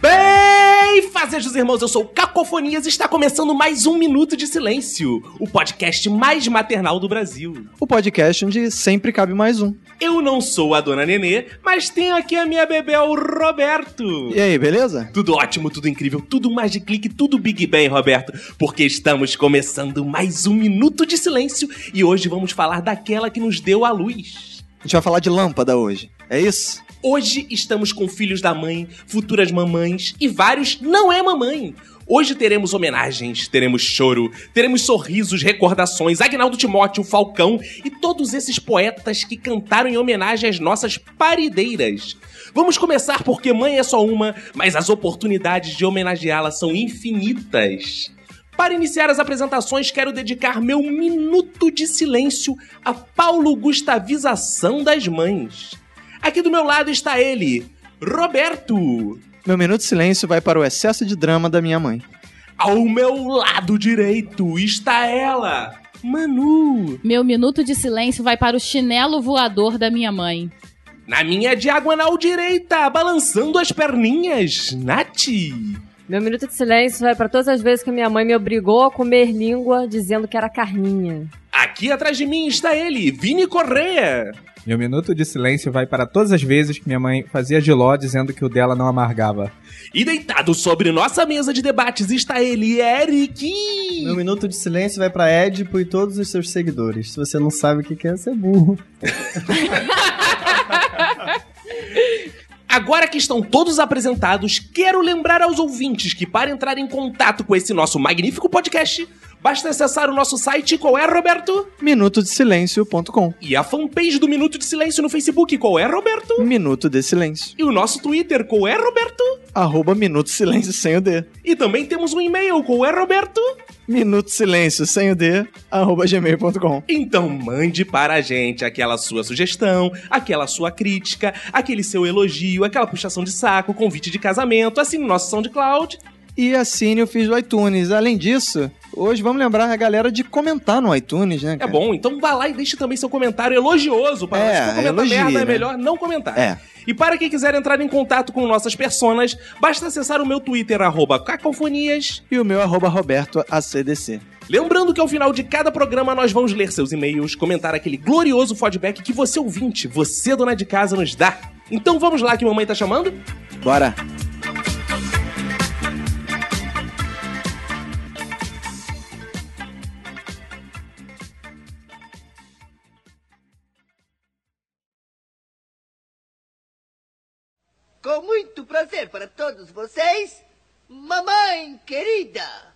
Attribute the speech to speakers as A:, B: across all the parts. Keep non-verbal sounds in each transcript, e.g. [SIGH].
A: Bem, fazejos irmãos, eu sou o Cacofonias e está começando mais um Minuto de Silêncio, o podcast mais maternal do Brasil.
B: O podcast onde sempre cabe mais um.
A: Eu não sou a dona Nenê, mas tenho aqui a minha Bebel Roberto.
B: E aí, beleza?
A: Tudo ótimo, tudo incrível, tudo mais de clique, tudo Big Bang, Roberto, porque estamos começando mais um Minuto de Silêncio e hoje vamos falar daquela que nos deu a luz.
B: A gente vai falar de lâmpada hoje. É isso?
A: Hoje estamos com filhos da mãe, futuras mamães e vários não é mamãe. Hoje teremos homenagens, teremos choro, teremos sorrisos, recordações, Agnaldo Timóteo, Falcão e todos esses poetas que cantaram em homenagem às nossas parideiras. Vamos começar porque mãe é só uma, mas as oportunidades de homenageá-la são infinitas. Para iniciar as apresentações, quero dedicar meu minuto de silêncio à Paulo Gustavização das Mães. Aqui do meu lado está ele, Roberto.
B: Meu minuto de silêncio vai para o excesso de drama da minha mãe.
A: Ao meu lado direito está ela, Manu.
C: Meu minuto de silêncio vai para o chinelo voador da minha mãe.
A: Na minha diagonal direita, balançando as perninhas, Nath.
D: Meu minuto de silêncio vai pra todas as vezes que minha mãe me obrigou a comer língua dizendo que era carninha.
A: Aqui atrás de mim está ele, Vini Correia.
E: Meu um minuto de silêncio vai para todas as vezes que minha mãe fazia giló dizendo que o dela não amargava.
A: E deitado sobre nossa mesa de debates está ele, Eric.
F: Meu minuto de silêncio vai pra Edipo e todos os seus seguidores. Se você não sabe o que que é, você é burro.
A: Agora que estão todos apresentados, quero lembrar aos ouvintes que para entrar em contato com esse nosso magnífico podcast, basta acessar o nosso site, qual é, Roberto?
B: Minutodesilencio.com
A: E a fanpage do Minuto de Silêncio no Facebook, qual é, Roberto?
B: Minuto de silêncio.
A: E o nosso Twitter, qual é, Roberto?
B: Arroba Minuto Silêncio sem o D.
A: E também temos um e-mail, qual é, Roberto?
B: Minuto Silêncio sem o D. Arroba gmail.com
A: Então mande para a gente aquela sua sugestão, aquela sua crítica, aquele seu elogio, aquela puxação de saco, convite de casamento, assine o nosso SoundCloud.
B: E assine o Fiz do iTunes. Além disso, hoje vamos lembrar a galera de comentar no iTunes, né?
A: É
B: cara?
A: bom, então vá lá e deixe também seu comentário elogioso para nós.
B: É,
A: Se for comentar
B: elogie,
A: merda, é
B: né?
A: melhor não comentar.
B: É.
A: E para quem quiser entrar em contato com nossas personas, basta acessar o meu Twitter, arroba cacofonias,
B: E o meu arroba Roberto ACDC.
A: Lembrando que ao final de cada programa nós vamos ler seus e-mails, comentar aquele glorioso feedback que você ouvinte, você dona de casa, nos dá. Então vamos lá que mamãe tá chamando?
B: Bora!
G: Com muito prazer para todos vocês, mamãe querida.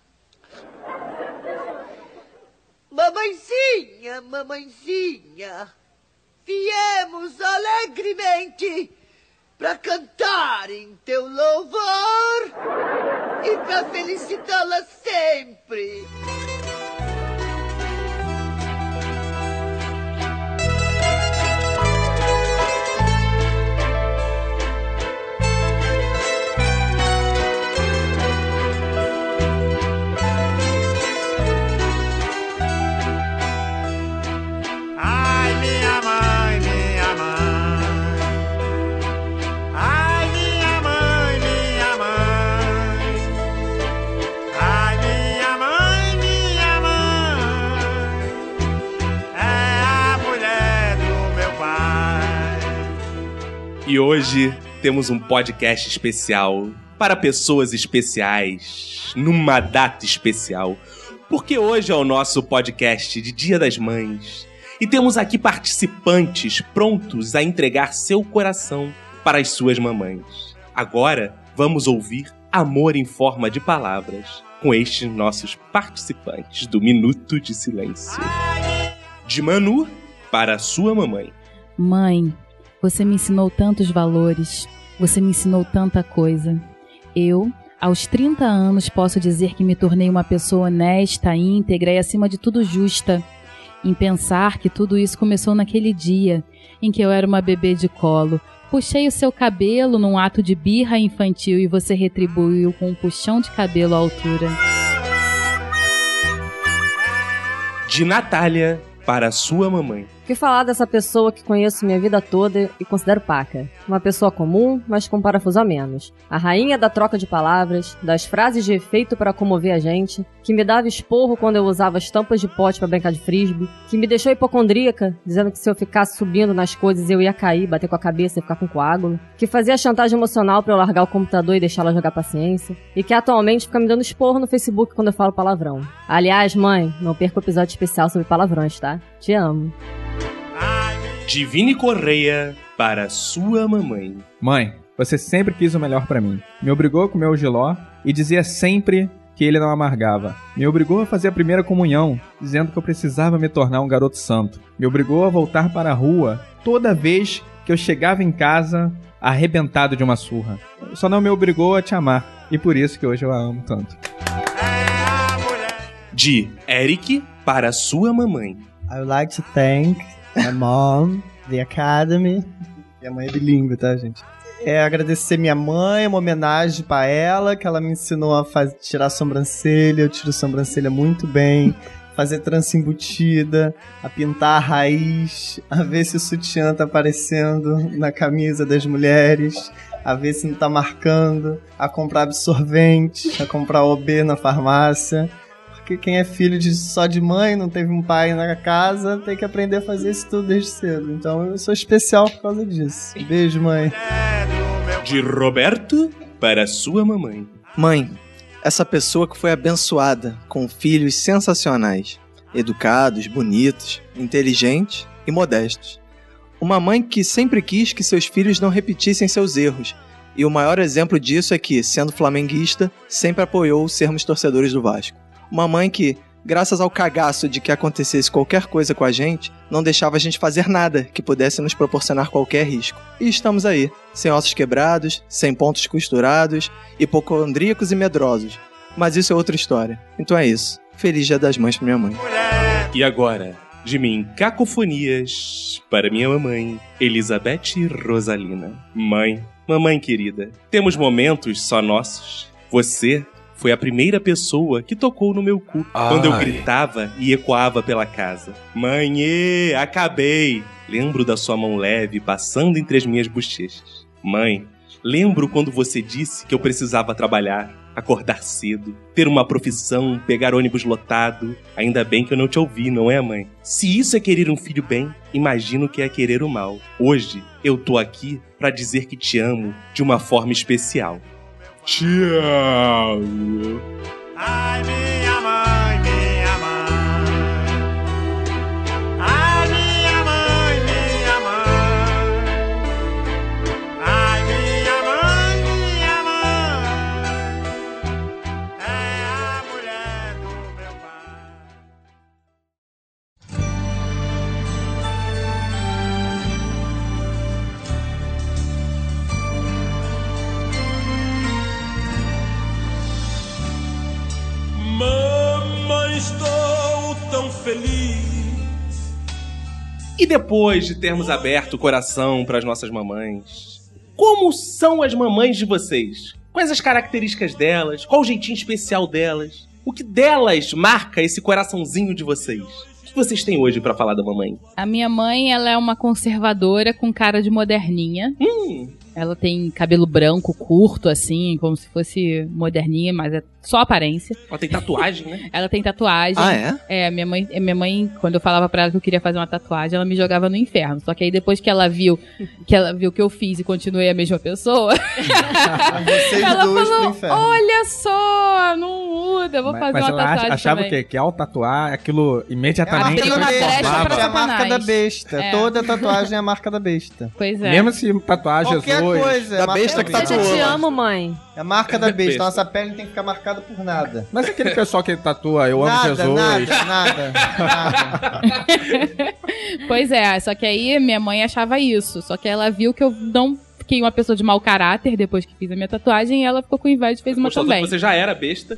G: Mamãezinha, mamãezinha, viemos alegremente para cantar em teu louvor e para felicitá-la sempre.
H: Ai, minha mãe, minha mãe. Ai, minha mãe, minha mãe. Ai, minha mãe, minha mãe. É a mulher do meu pai.
A: E hoje temos um podcast especial para pessoas especiais, numa data especial. Porque hoje é o nosso podcast de Dia das Mães. E temos aqui participantes prontos a entregar seu coração para as suas mamães. Agora vamos ouvir Amor em Forma de Palavras com estes nossos participantes do Minuto de Silêncio. De Manu para sua mamãe.
C: Mãe,
I: Você me ensinou tantos valores, você me ensinou tanta coisa. Eu, aos 30 anos, posso dizer que me tornei uma pessoa honesta, íntegra e, acima de tudo, justa. Em pensar que tudo isso começou naquele dia em que eu era uma bebê de colo. Puxei o seu cabelo num ato de birra infantil e você retribuiu com um puxão de cabelo à altura.
A: De Natália para sua mamãe.
D: O que falar dessa pessoa que conheço minha vida toda e considero paca? Uma pessoa comum, mas com parafuso a menos. A rainha da troca de palavras, das frases de efeito para comover a gente, que me dava esporro quando eu usava as tampas de pote para brincar de frisbee, que me deixou hipocondríaca, dizendo que se eu ficasse subindo nas coisas eu ia cair, bater com a cabeça e ficar com coágulo, que fazia chantagem emocional para eu largar o computador e deixar ela jogar paciência, e que atualmente fica me dando esporro no Facebook quando eu falo palavrão. Aliás, mãe, não perca o episódio especial sobre palavrões, tá? Te amo.
A: Divine Correia para sua mamãe.
E: Mãe, você sempre quis o melhor pra mim. Me obrigou a comer o giló e dizia sempre que ele não amargava. Me obrigou a fazer a primeira comunhão, dizendo que eu precisava me tornar um garoto santo. Me obrigou a voltar para a rua toda vez que eu chegava em casa arrebentado de uma surra. Só não me obrigou a te amar e por isso que hoje eu a amo tanto.
A: De Eric para sua mamãe.
F: I would like to thank my mom, the academy. Minha mãe é bilíngue, tá, gente? É agradecer minha mãe, uma homenagem pra ela, que ela me ensinou a faz- tirar a sobrancelha, eu tiro sobrancelha muito bem, fazer trança embutida, a pintar a raiz, a ver se o sutiã tá aparecendo na camisa das mulheres, a ver se não tá marcando, a comprar absorvente, a comprar OB na farmácia. Porque quem é filho de, só de mãe, não teve um pai na casa, tem que aprender a fazer isso tudo desde cedo. Então eu sou especial por causa disso. Beijo, mãe.
A: De Roberto para sua mamãe.
B: Mãe, essa pessoa que foi abençoada com filhos sensacionais, educados, bonitos, inteligentes e modestos. Uma mãe que sempre quis que seus filhos não repetissem seus erros. E o maior exemplo disso é que, sendo flamenguista, sempre apoiou sermos torcedores do Vasco. Uma mãe que, graças ao cagaço de que acontecesse qualquer coisa com a gente, não deixava a gente fazer nada que pudesse nos proporcionar qualquer risco. E estamos aí, sem ossos quebrados, sem pontos costurados, hipocondríacos e medrosos. Mas isso é outra história. Então é isso. Feliz Dia das Mães pra minha mãe.
A: E agora, de mim, Cacofonias para minha mamãe, Elizabeth Rosalina. Mãe, mamãe querida, temos momentos só nossos. Você foi a primeira pessoa que tocou no meu cu quando eu
J: Ai.
A: gritava e ecoava pela casa. Mãe, ê, acabei! Lembro da sua mão leve passando entre as minhas bochechas. Mãe, lembro quando você disse que eu precisava trabalhar, acordar cedo, ter uma profissão, pegar ônibus lotado. Ainda bem que eu não te ouvi, não é, mãe? Se isso é querer um filho bem, imagino que é querer o mal. Hoje eu tô aqui pra dizer que te amo de uma forma especial.
K: Tchau.
L: Ai, minha mãe, minha mãe. Ai, minha mãe, minha mãe. Ai, minha mãe, minha mãe. É a mulher do meu pai.
M: Mamãe, estou tão feliz.
A: E depois de termos aberto o coração pras nossas mamães, como são as mamães de vocês? Quais as características delas? Qual o jeitinho especial delas? O que delas marca esse coraçãozinho de vocês? O que vocês têm hoje pra falar da mamãe?
I: A minha mãe, ela é uma conservadora com cara de moderninha.
E: Hum.
I: Ela tem cabelo branco, curto, assim, como se fosse moderninha, mas é só aparência.
A: Ela tem tatuagem, né?
I: Ela tem tatuagem.
B: Ah, é?
I: É, minha mãe, é, minha mãe, quando eu falava pra ela que eu queria fazer uma tatuagem, ela me jogava no inferno. Só que aí depois que ela viu que ela viu que eu fiz e continuei a mesma pessoa, [LAUGHS]
F: Vocês
I: ela
F: dois pro
I: falou:
F: inferno.
I: Olha só, não ajuda, eu vou fazer
E: Mas
I: uma
E: ela ach-
I: tatuagem
E: achava
I: também.
E: o quê? Que ao tatuar, aquilo imediatamente
I: Abriu uma brecha
E: transformava.
I: pra
F: É a marca
I: Satanás.
F: da besta.
I: É.
F: Toda tatuagem é a marca da besta.
I: [LAUGHS] Pois é.
E: Mesmo se tatuar
F: Qualquer
E: Jesus.
F: coisa. é
E: Da
F: marca
E: besta que
B: tá
F: besta.
E: tatuou. Eu já te
D: amo, mãe.
F: É a marca da besta.
E: Besta.
F: Nossa pele não tem que ficar marcada por nada.
E: Mas é aquele pessoal que tatua, eu amo
F: nada,
E: Jesus.
F: Nada, nada, nada.
I: Pois é, só que aí minha mãe achava isso. Só que ela viu que eu não fiquei uma pessoa de mau caráter depois que fiz a minha tatuagem e ela ficou com inveja e fez uma
A: Gostou que
I: também.
A: Você já era besta.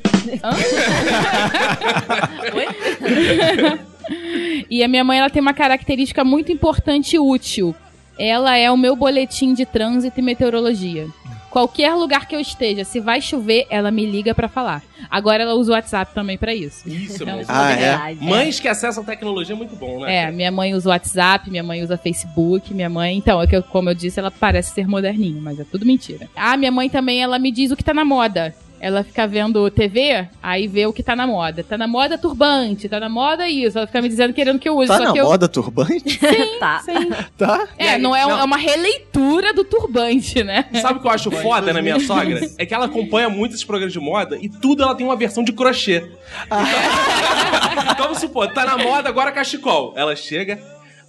I: E a minha mãe ela tem uma característica muito importante e útil. Ela é o meu boletim de trânsito e meteorologia. Qualquer lugar que eu esteja, se vai chover, ela me liga pra falar. Agora ela usa o WhatsApp também pra isso.
A: Isso,
I: Então,
A: mãe.
I: Ah, é?
A: Mães que acessam tecnologia é muito bom, né?
I: É, minha mãe usa o WhatsApp, minha mãe usa Facebook, minha mãe. Então, é que eu- como eu disse, ela parece ser moderninha, mas é tudo mentira. Ah, minha mãe também, ela me diz o que tá na moda. Ela fica vendo TV, aí vê o que tá na moda. Tá na moda turbante, tá na moda isso. Ela fica me dizendo querendo que eu use.
B: Tá
I: só
B: na
I: que eu-
B: moda turbante?
I: [LAUGHS] Sim, sim.
B: Tá?
I: É, não é, um- é uma releitura do turbante, né?
A: Sabe o que eu acho foda na minha sogra? É que ela acompanha muito esses programas de moda e tudo ela tem uma versão de crochê. Então, [LAUGHS] vamos supor, tá na moda agora cachecol. Ela chega.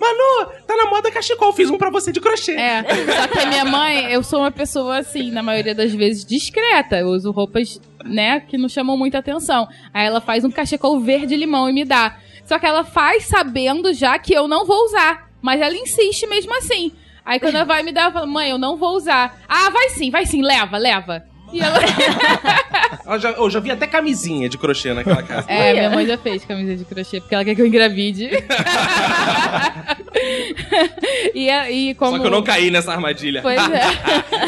A: Manu, tá na moda cachecol, fiz um pra você de crochê.
I: É, só que a minha mãe, eu sou uma pessoa assim, na maioria das vezes, discreta. Eu uso roupas, né, que não chamam muita atenção. Aí ela faz um cachecol verde limão e me dá. Só que ela faz sabendo já que eu não vou usar. Mas ela insiste mesmo assim. Aí quando ela vai me dar, eu falo, mãe, eu não vou usar. Ah, vai sim, vai sim, leva, leva. E ela.
A: Ela já- eu já vi até camisinha de crochê
I: [LAUGHS]
A: naquela casa.
I: É, minha mãe já fez camisa de crochê, porque ela quer que eu engravide. [LAUGHS] e, a- e como...
A: Só que eu não caí né? nessa armadilha.
I: Pois é.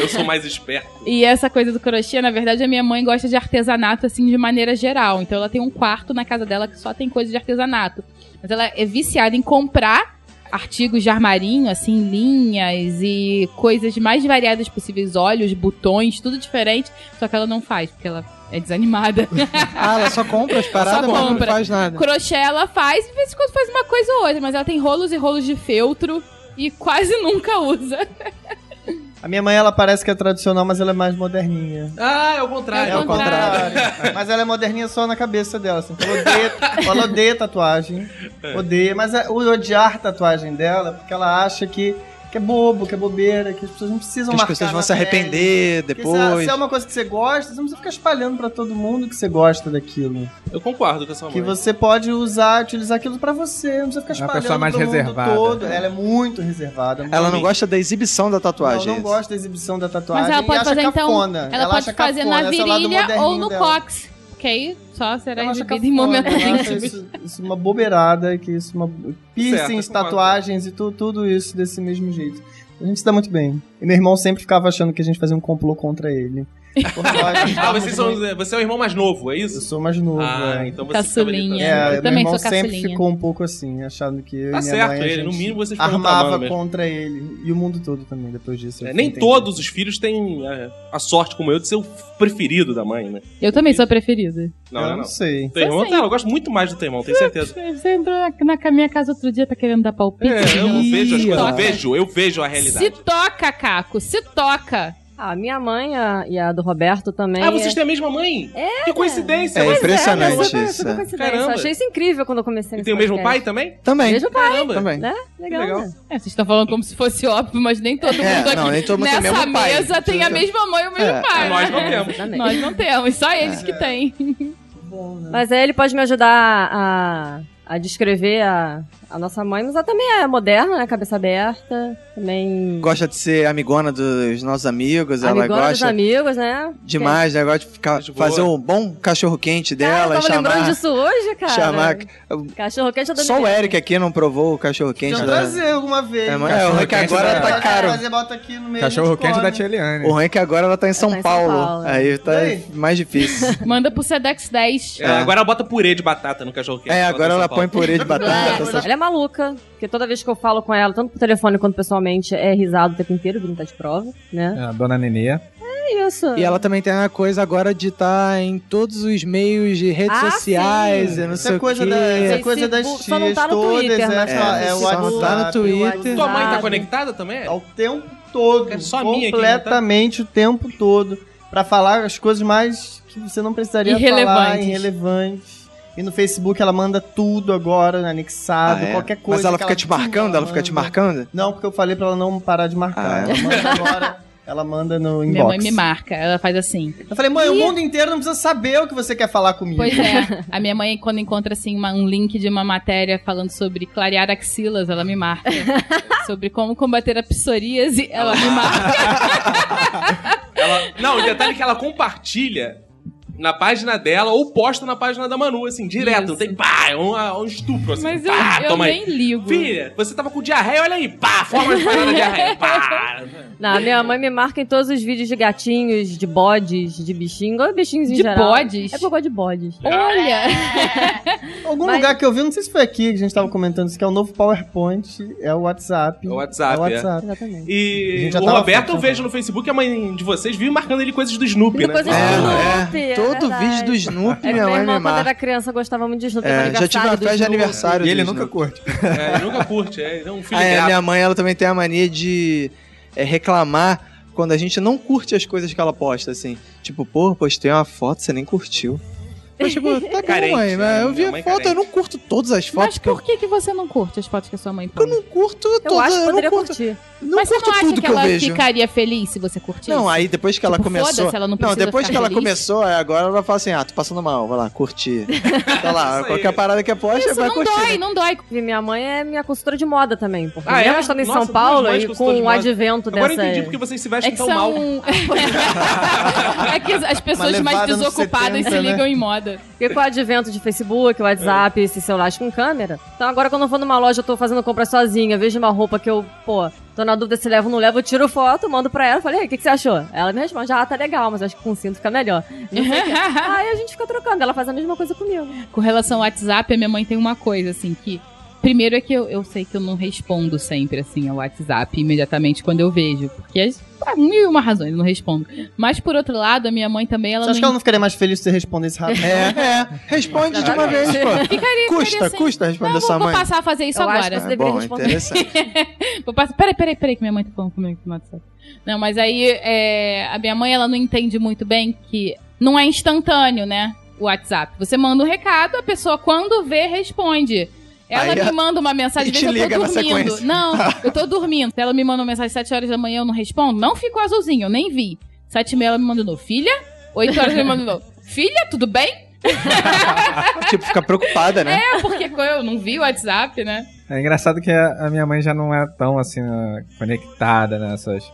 A: [LAUGHS] eu sou mais esperto.
I: E essa coisa do crochê, na verdade, a minha mãe gosta de artesanato, assim, de maneira geral. Então ela tem um quarto na casa dela que só tem coisa de artesanato. Mas ela é viciada em comprar artigos de armarinho, assim, linhas e coisas mais variadas possíveis, olhos, botões, tudo diferente. Só que ela não faz, porque ela é desanimada. [LAUGHS]
B: Ah, ela só compra as paradas, mas não
I: compra.
B: faz nada.
I: Crochê ela faz, de vez em quando faz uma coisa ou outra, mas ela tem rolos e rolos de feltro e quase [LAUGHS] nunca usa.
F: A minha mãe, ela parece que é tradicional, mas ela é mais moderninha.
A: Ah, é o contrário.
F: É o contrário.
B: [LAUGHS]
F: mas ela é moderninha só na cabeça dela, assim. Ela odeia, ela odeia tatuagem. Odeia. Mas é, o odiar tatuagem dela, é porque ela acha que, que é bobo, que é bobeira, que as pessoas não precisam
B: Que as
F: marcar
B: pessoas vão
F: na
B: se
F: pele.
B: arrepender
F: Porque se- Se,
B: depois.
F: é uma coisa que você gosta, você não precisa ficar espalhando pra todo mundo que você gosta daquilo.
A: Eu concordo com essa mãe.
F: Que você pode usar, utilizar aquilo pra você, não precisa ficar espalhando
E: É pessoa mais
F: pro mundo
E: reservada.
F: todo. Ela é muito reservada.
B: Ela não
F: muito-
B: gosta da exibição da tatuagem.
F: não, não gosta da exibição da tatuagem.
I: Mas ela
F: e
I: pode
F: acha
I: fazer
F: cafona.
I: então. Ela, pode
F: acha
I: fazer
F: cafona,
I: na
F: esse é o lado
I: virilha ou
F: moderninho
I: no
F: dela.
I: cox. Que aí só será
F: Ela acha
I: exibido em
F: cafona,
I: momentos
F: né?
I: [LAUGHS]
F: ela acha
I: íntimos.
F: Isso, isso é uma bobeirada, que isso, é uma... piercings,
A: eu concordo.
F: tatuagens e tu- tudo isso desse mesmo jeito. A gente se dá muito bem. E meu irmão sempre ficava achando que a gente fazia um complô contra ele.
A: Ah, vocês são, você é o irmão mais novo, é isso? Eu
F: sou mais novo.
A: Ah,
F: é.
A: então você ficava ali
I: Caçulinha.
A: pra-
F: É,
I: eu
F: meu
I: também sou
F: irmão sempre
I: caçulinha.
F: ficou um pouco assim, achando que eu
A: Tá
F: e minha
A: certo,
F: mãe, a
A: ele. No
F: gente
A: mínimo, vocês foram tramando
F: armava
A: mesmo.
F: contra ele. E o mundo todo também, depois disso. eu
A: É,
F: fui
A: nem
F: entender.
A: todos os filhos têm é, a sorte, como eu, de ser o preferido da mãe, né?
I: Eu também sou a preferida.
A: Não,
F: Eu
A: não,
F: não
A: não.
F: sei.
A: Teu irmão,
I: sei. É,
A: tá, eu gosto muito mais do teu irmão, tenho certeza.
I: Você entrou na, na minha casa outro dia, tá querendo dar palpite?
A: É, eu
I: Ih,
A: vejo as coisas, eu
I: toca.
A: vejo, eu vejo a
I: Se
A: realidade.
I: toca, Caco, se toca.
D: Ah, minha mãe a- e a do Roberto também.
A: Ah, vocês
D: é-
A: têm a mesma mãe? É. Que coincidência.
B: É
A: Mas
B: impressionante
D: Pois é, olha só,
B: isso.
D: essa
B: é.
D: coincidência.
A: Caramba.
D: Eu achei isso incrível quando eu comecei
A: E
D: nesse
A: tem o mesmo pai
D: podcast.
A: também?
B: Também.
D: Mesmo pai,
A: Caramba.
B: Também.
D: né? Legal.
A: Legal.
D: né?
I: É, vocês estão falando como se fosse óbvio, mas nem todo mundo
B: É,
I: aqui
B: não, nem todo mundo tem
I: nessa
B: o mesmo pai.
I: mesa tem a mesma mãe e o mesmo
B: É.
I: pai.
A: Nós não
I: né?
A: temos.
D: Exatamente.
I: Nós não temos, só eles que têm.
D: Mas aí ele pode me ajudar a, a descrever a, a nossa mãe, mas ela também é moderna, né? Cabeça aberta, também
B: Gosta de ser amigona dos nossos amigos, ela
D: amigona dos
B: gosta
D: amigos, né?
B: demais, ela gosta de ficar,
A: Gente boa.
B: fazer um bom cachorro quente
D: Cara, Ah,
B: dela
D: eu
B: e
D: tava lembrando
B: chamar.
D: disso hoje, cara.
B: chamar.
D: Cachorro quente é da
B: Só o
D: minha-
B: Eric aqui não provou o cachorro quente
F: Deixa eu
B: da.
F: trazer alguma vez.
B: É, mas é, o ruim é que
E: Cachorro-quente
B: agora
E: da-
B: tá caro.
F: Mas bota aqui no meio, a gente
E: Cachorro quente
F: come.
E: da Tia Eliane.
B: O ruim é que agora ela tá em São,
D: tá em São
B: Paulo.
D: Paulo.
B: Aí tá
F: tipo, né? E aí?
B: mais difícil.
I: Manda pro Sedex 10.
A: É, agora ela bota purê de batata no cachorro quente.
B: é, agora ela põe purê de batata.
D: É,
B: essas-
D: ela é maluca, porque toda vez que eu falo com ela, tanto por telefone quanto pessoalmente, é risado o tempo inteiro, porque não tá de prova, [LAUGHS] né?
E: A dona Nenê.
D: É isso.
B: E ela também tem a coisa agora de estar em todos os meios de redes
D: Ah,
B: sociais e não
F: Isso
B: sei
F: é coisa,
B: o quê.
F: da, isso é
D: Facebook,
F: coisa das tias
D: só não tá no
F: todas,
D: Twitter,
F: é,
D: mas tá-
F: é, o
B: só não
F: WhatsApp,
B: tá no Twitter. É
F: o
A: Tua mãe tá
D: Exato.
A: conectada também?
F: ao tempo todo.
I: né, tá?
A: É só a minha aqui,
F: completamente o tempo todo. pra falar as coisas mais que você não precisaria falar,
I: Irrelevantes.
F: irrelevantes. E no Facebook ela manda tudo agora, anexado,
B: Ah, é?
F: qualquer coisa.
B: Mas ela
F: que
B: fica te marcando? Ela fica te marcando?
F: Não, porque eu falei pra ela não parar de marcar.
B: Ah, é?
F: Ela manda agora, ela manda no inbox.
I: Minha mãe me marca, ela faz assim.
F: Eu falei, mãe, o mundo inteiro não precisa saber o que você quer falar comigo.
I: Pois é, a minha mãe, quando encontra assim uma- um link de uma matéria falando sobre clarear axilas, ela me [LAUGHS] marca. sobre como combater a psoríase, ela me marca.
A: Ela- Não, o detalhe é que ela compartilha na página dela ou posta na página da Manu, assim, direto. Não tem pá, é um, é um estupro, assim.
I: Mas eu,
A: pá,
I: eu
A: toma aí.
I: nem ligo.
A: Filha, você tava com diarreia, olha aí, pá, forma de parada
D: [LAUGHS]
A: de diarreia, pá.
D: Não, minha mãe me marca em todos os vídeos de gatinhos, de bodes, de bichinhos, ou bichinhos em
I: De
D: geral.
I: bodes?
D: É porque eu gosto de bodes. É.
I: Olha!
F: [LAUGHS] Algum lugar que eu vi, não sei se foi aqui que a gente tava comentando isso, que é o novo PowerPoint, é o WhatsApp. É o
A: WhatsApp,
F: É o WhatsApp.
A: é.
D: Exatamente.
F: A
A: E
F: gente já
A: o
F: tava
A: Roberto eu
B: né?
F: falando.
A: vejo no Facebook, a mãe de vocês vive marcando ele coisas do Snoopy, né?
D: Coisas do Snoopy, é
B: Todo
D: verdade.
B: vídeo do Snoopy,
D: É que
B: minha
D: meu
B: mãe
D: irmão,
B: me
D: quando
B: marca.
D: era criança, gostava muito de Snoopy.
B: É,
D: era
B: já tive uma
D: aniversário do
B: festa de
D: Snoopy.
B: aniversário
E: E ele
B: do
E: nunca
B: Snoopy.
E: curte.
A: É, ele nunca curte, é, ele é um filho
B: Ah, é,
A: grato.
B: minha mãe ela também tem a mania de é, reclamar quando a gente não curte as coisas que ela posta, assim. Tipo, pô, postei uma foto, você nem curtiu.
A: [LAUGHS]
B: Mas, tipo,
I: é
B: tá
A: Carente,
B: bom,
A: né?
B: mãe, mas eu vi
A: Minha
B: a
A: mãe
B: foto,
A: carente.
B: eu não curto todas as fotos
I: Mas
B: que eu
I: por que, que você não curte as fotos que a sua mãe põe?
B: Eu não curto todas,
D: Eu acho que
B: eu não
D: poderia
B: curto,
D: curtir.
B: não
I: Mas você
B: curto
I: não acha
B: tudo
I: que
B: eu
I: ela
B: vejo.
I: ficaria feliz se você curtisse?
B: Não, aí depois que ela
I: Tipo,
B: começou.
I: foda-se, ela não precisa
B: depois
I: ficar
B: que ela
I: feliz.
B: começou, é, agora ela vai falar assim: ah, tô passando mal, vai
A: [LAUGHS]
B: lá, curtir. Tá
A: Isso
B: lá,
A: aí.
B: qualquer parada que aposta,
I: Isso
B: vai
I: não
B: curtir. né?
I: dói, não dói.
D: E minha mãe é minha consultora de moda também. Porque
A: Ah, é?
D: ela estando em
B: um
A: Nossa,
D: São
A: duas
D: Paulo
A: mães
D: e com
A: consultoras de
D: o
A: moda.
D: advento
A: Agora eu
D: dessa...
A: entendi porque vocês se
I: É
A: vestem
I: que
A: tão mal.
B: [LAUGHS]
I: são. [LAUGHS] é que as pessoas
F: Uma
I: mais
F: levada nos
I: desocupadas
F: 70,
I: se
F: né? É.
I: ligam em moda.
D: Porque com o advento de Facebook, WhatsApp, esses celulares com câmera. Então agora quando eu vou numa loja, eu tô fazendo compra sozinha, vejo uma roupa que eu, pô, tô na dúvida se levo ou não levo, eu tiro foto, mando pra ela, falei, "E aí, o que, que você achou? Ela me responde, ah, tá legal, mas acho que com cinto fica melhor. Não
I: [LAUGHS]
D: sei o quê. aí a gente fica trocando, ela faz a mesma coisa comigo.
I: Com relação ao WhatsApp, a minha mãe tem uma coisa, assim, que. Primeiro é que eu, eu sei que eu não respondo sempre, assim, ao WhatsApp imediatamente quando eu vejo. Porque as- por ah, mil e uma razões eu não respondo. Mas por outro lado, a minha mãe também, ela
F: Você acha que
I: não.
F: ela não ficaria mais feliz se você responder
I: [LAUGHS]
F: esse rápido?
B: É, é. Responde de uma vez, pô.
I: Ficaria,
B: Custa,
I: ficaria assim.
B: custa responder
I: Não, vou,
B: sua
I: vou
B: mãe. É
I: passar a fazer isso
D: Eu acho
I: agora.
D: que você deveria
B: bom,
D: responder.
B: interessante.
I: Vou passar. Peraí, peraí, peraí, que minha mãe tá falando comigo no WhatsApp. Não, mas aí é, a minha mãe ela não entende muito bem que não é instantâneo, né? O WhatsApp. Você manda um recado, a pessoa quando vê, responde. Ela
B: Aí
I: me
B: a-
I: manda uma mensagem,
B: e
I: às
B: te
I: vezes eu
B: liga
I: tô
B: na
I: dormindo.
B: sequência. [LAUGHS]
I: Não, eu tô dormindo. Ela me manda uma mensagem às 7 horas da manhã, eu não respondo. Não ficou azulzinho, eu nem vi. 7 e meia ela me manda de novo. Filha? 8 horas ela me manda de novo. Filha, tudo bem?
B: tipo, fica preocupada, né?
I: É, porque eu não vi o WhatsApp, né?
E: É engraçado que a, a minha mãe já não é tão assim ah, conectada nessas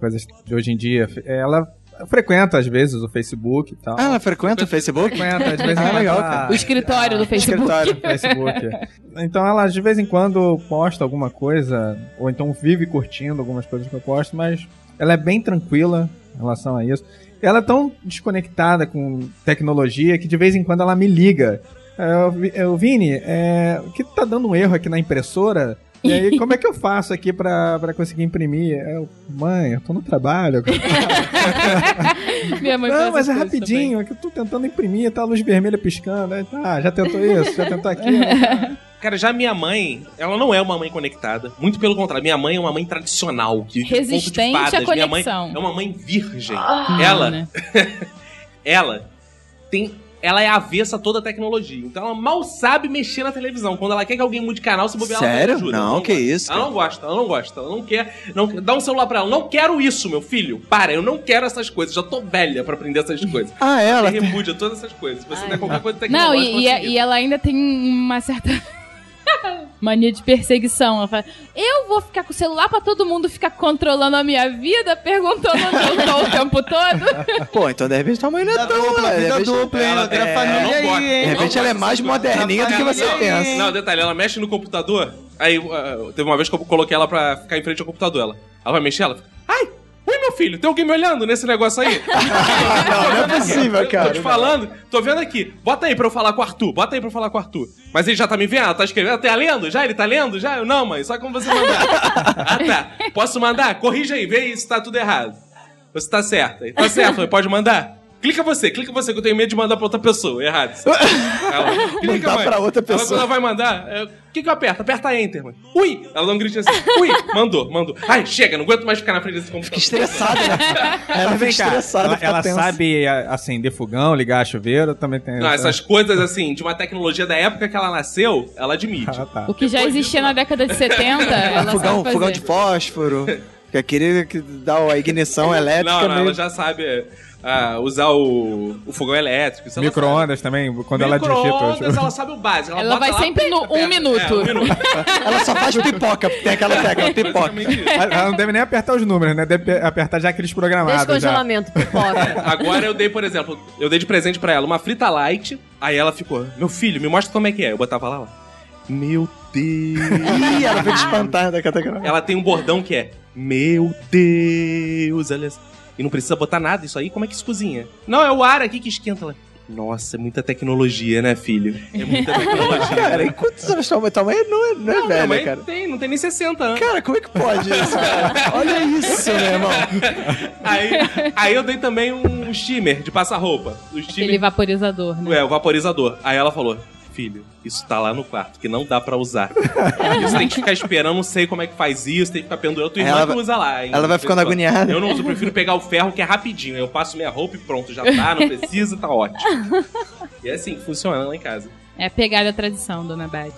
E: coisas de hoje em dia. Ela frequenta às vezes o Facebook e tal.
B: Ah, ela frequenta o Facebook?
E: frequenta, às vezes
B: Ah,
E: ela
B: legal,
E: tá-
B: cara.
I: O escritório do Facebook.
B: Escritório.
E: Facebook. Então ela de vez em quando posta alguma coisa, ou então vive curtindo algumas coisas que eu posto, mas ela é bem tranquila em relação a isso. Ela é tão desconectada com tecnologia que de vez em quando ela me liga. É, o Vi- é, o Vini, é, o que tá dando um erro aqui na impressora? E
I: [LAUGHS]
E: aí, como é que eu faço aqui pra, pra conseguir imprimir? Eu, Mãe, eu tô no trabalho.
I: [LAUGHS] Minha mãe
E: Não, mas é
I: faz essas coisas também.
E: rapidinho, é que eu tô tentando imprimir, tá a luz vermelha piscando. Aí, tá, já tentou isso, já tentou
I: [LAUGHS]
E: aquilo.
A: Cara, já minha mãe, ela não é uma mãe conectada. Muito pelo contrário, minha mãe é uma mãe tradicional. Que, que é um conto de
I: Resistente à
A: fadas. Minha mãe
I: conexão.
A: é uma mãe virgem.
B: Ah.
I: Não,
A: ela,
I: né?
A: [LAUGHS] ela tem. Ela é avessa a toda a tecnologia. Então ela mal sabe mexer na televisão. Quando ela quer que alguém mude canal, se bobear, ela
B: Sério?
A: pede ajuda.
B: Não,
A: Ela
B: que
A: gosta.
B: isso,
A: Ela não gosta, ela não gosta. Ela não quer. Não, quer- dá um celular pra ela. Não quero isso, meu filho. Para, eu não quero essas coisas. Já tô velha pra aprender essas coisas.
B: Ah, ela.
A: Remude todas essas coisas. Se você der qualquer coisa
I: Não,
A: tecnológica.
I: e, é, e-
A: você
I: e ela ainda tem uma certa [LAUGHS] mania de perseguição. Ela fala, eu vou ficar com o celular pra todo mundo ficar controlando a minha vida, perguntando onde eu tô o tempo todo.
B: [LAUGHS] Pô, então de repente tua mãe não é
F: Vida
B: tão.
F: dupla,
B: de
F: vida
B: repente-
F: dupla, hein?
A: Ela
F: Outra
A: é,
F: família
A: ela não
F: aí,
B: De
F: hein?
B: repente ela é mais moderninha do que você
A: Não,
B: pensa.
A: Não, detalhe, ela mexe no computador. Aí uh, teve uma vez que eu coloquei ela pra ficar em frente ao computador. Ela, ela vai mexer, ela fica. Ai! Ui, meu filho, tem alguém me olhando nesse negócio aí?
B: [LAUGHS] Não, não é possível,
A: Tô
B: cara.
A: te falando, tô vendo aqui. Bota aí pra eu falar com o Arthur, bota aí pra eu falar com o Arthur. Mas ele já tá me vendo, tá escrevendo, tá lendo? Já? Ele tá lendo? Já? Eu, não, mãe, só como você
B: [LAUGHS]
A: mandar. ah, tá. Posso mandar? Corrija aí, vê aí se tá tudo errado. Você tá certa. Tá certo, mãe, pode mandar? Clica você, clica você, que eu tenho medo de mandar pra outra pessoa. Errado.
B: [LAUGHS]
A: Ela, clica,
N: Mandar
A: mãe.
N: pra outra
A: Ela,
N: pessoa.
A: quando ela vai mandar, é, o que, que eu aperto? Aperta Enter, mano. Ui! Ela dá um gritinho assim. Ui! Mandou, mandou. Ai, chega, não aguento mais ficar na frente desse computador. Fica
B: estressada, né?
E: Ela vem cá,
A: estressada,
E: ela,
A: fica
E: ela
A: tensa.
E: sabe a- acender fogão, ligar a chuveiro, também tem...
A: Não, essas coisas assim, de uma tecnologia da época que ela nasceu, ela admite.
I: O que já existia na década de 70, ela
B: fogão,
I: sabe fazer.
B: fogão de
F: [LAUGHS]
B: fósforo. Que é aquele que dá a ignição
E: é
B: elétrica.
A: Não, não,
B: meio-
A: ela já sabe é, ah, usar o, o fogão elétrico. isso é ela
E: Micro-ondas também, quando ela é digita.
A: Micro-ondas, ela sabe o básico. Ela,
I: Ela
A: bota
I: vai
A: lá,
I: sempre no um minuto.
A: um minuto.
I: [LAUGHS]
B: Ela só faz pipoca,
A: [LAUGHS]
B: tem aquela tecla, pipoca.
E: Ela ela não deve nem apertar os números, né? Deve apertar já aqueles programados. Já.
D: Descongelamento, pipoca.
A: Agora eu dei, por exemplo, eu dei de presente pra ela uma frita light, aí ela ficou, meu filho, me mostra como é que é. Eu botava lá, ó. Meu Deus.
B: Ih, ela [LAUGHS]
F: [LAUGHS]
B: fica espantada com a tecla.
A: Ela tem um bordão que é, meu Deus, olha só. E não precisa botar nada isso aí, como é que se cozinha? Não, é o ar aqui que esquenta. Ela, Nossa, é muita tecnologia, né, filho? É muita tecnologia.
B: [LAUGHS] Cara, é e quantos anos tua mãe? Tua mãe não é, não é velha,
A: mãe
B: cara.
A: Tem, não tem nem 60 anos.
B: Cara, como é que pode
A: [LAUGHS]
B: isso, cara? Olha isso, meu né, irmão.
A: Aí, aí eu dei também um shimmer de passar-roupa. O
I: Aquele
A: shimmer
I: é vaporizador, né?
A: é o vaporizador. Aí ela falou: Filho, isso tá lá no quarto, que não dá pra usar. Você tem que ficar esperando, não sei como é que faz isso, tem que ficar pendurando. Tua irmã
B: Ela
A: que
B: vai-
A: usa lá. hein?
B: ela vai ficando agoniada.
A: Eu não uso, eu prefiro pegar o ferro que é rapidinho. Eu passo minha roupa e pronto, já tá,
B: [LAUGHS]
A: não precisa, tá ótimo. E é assim que funciona lá em casa. [LAUGHS]
I: É pegar a tradição, dona Beth.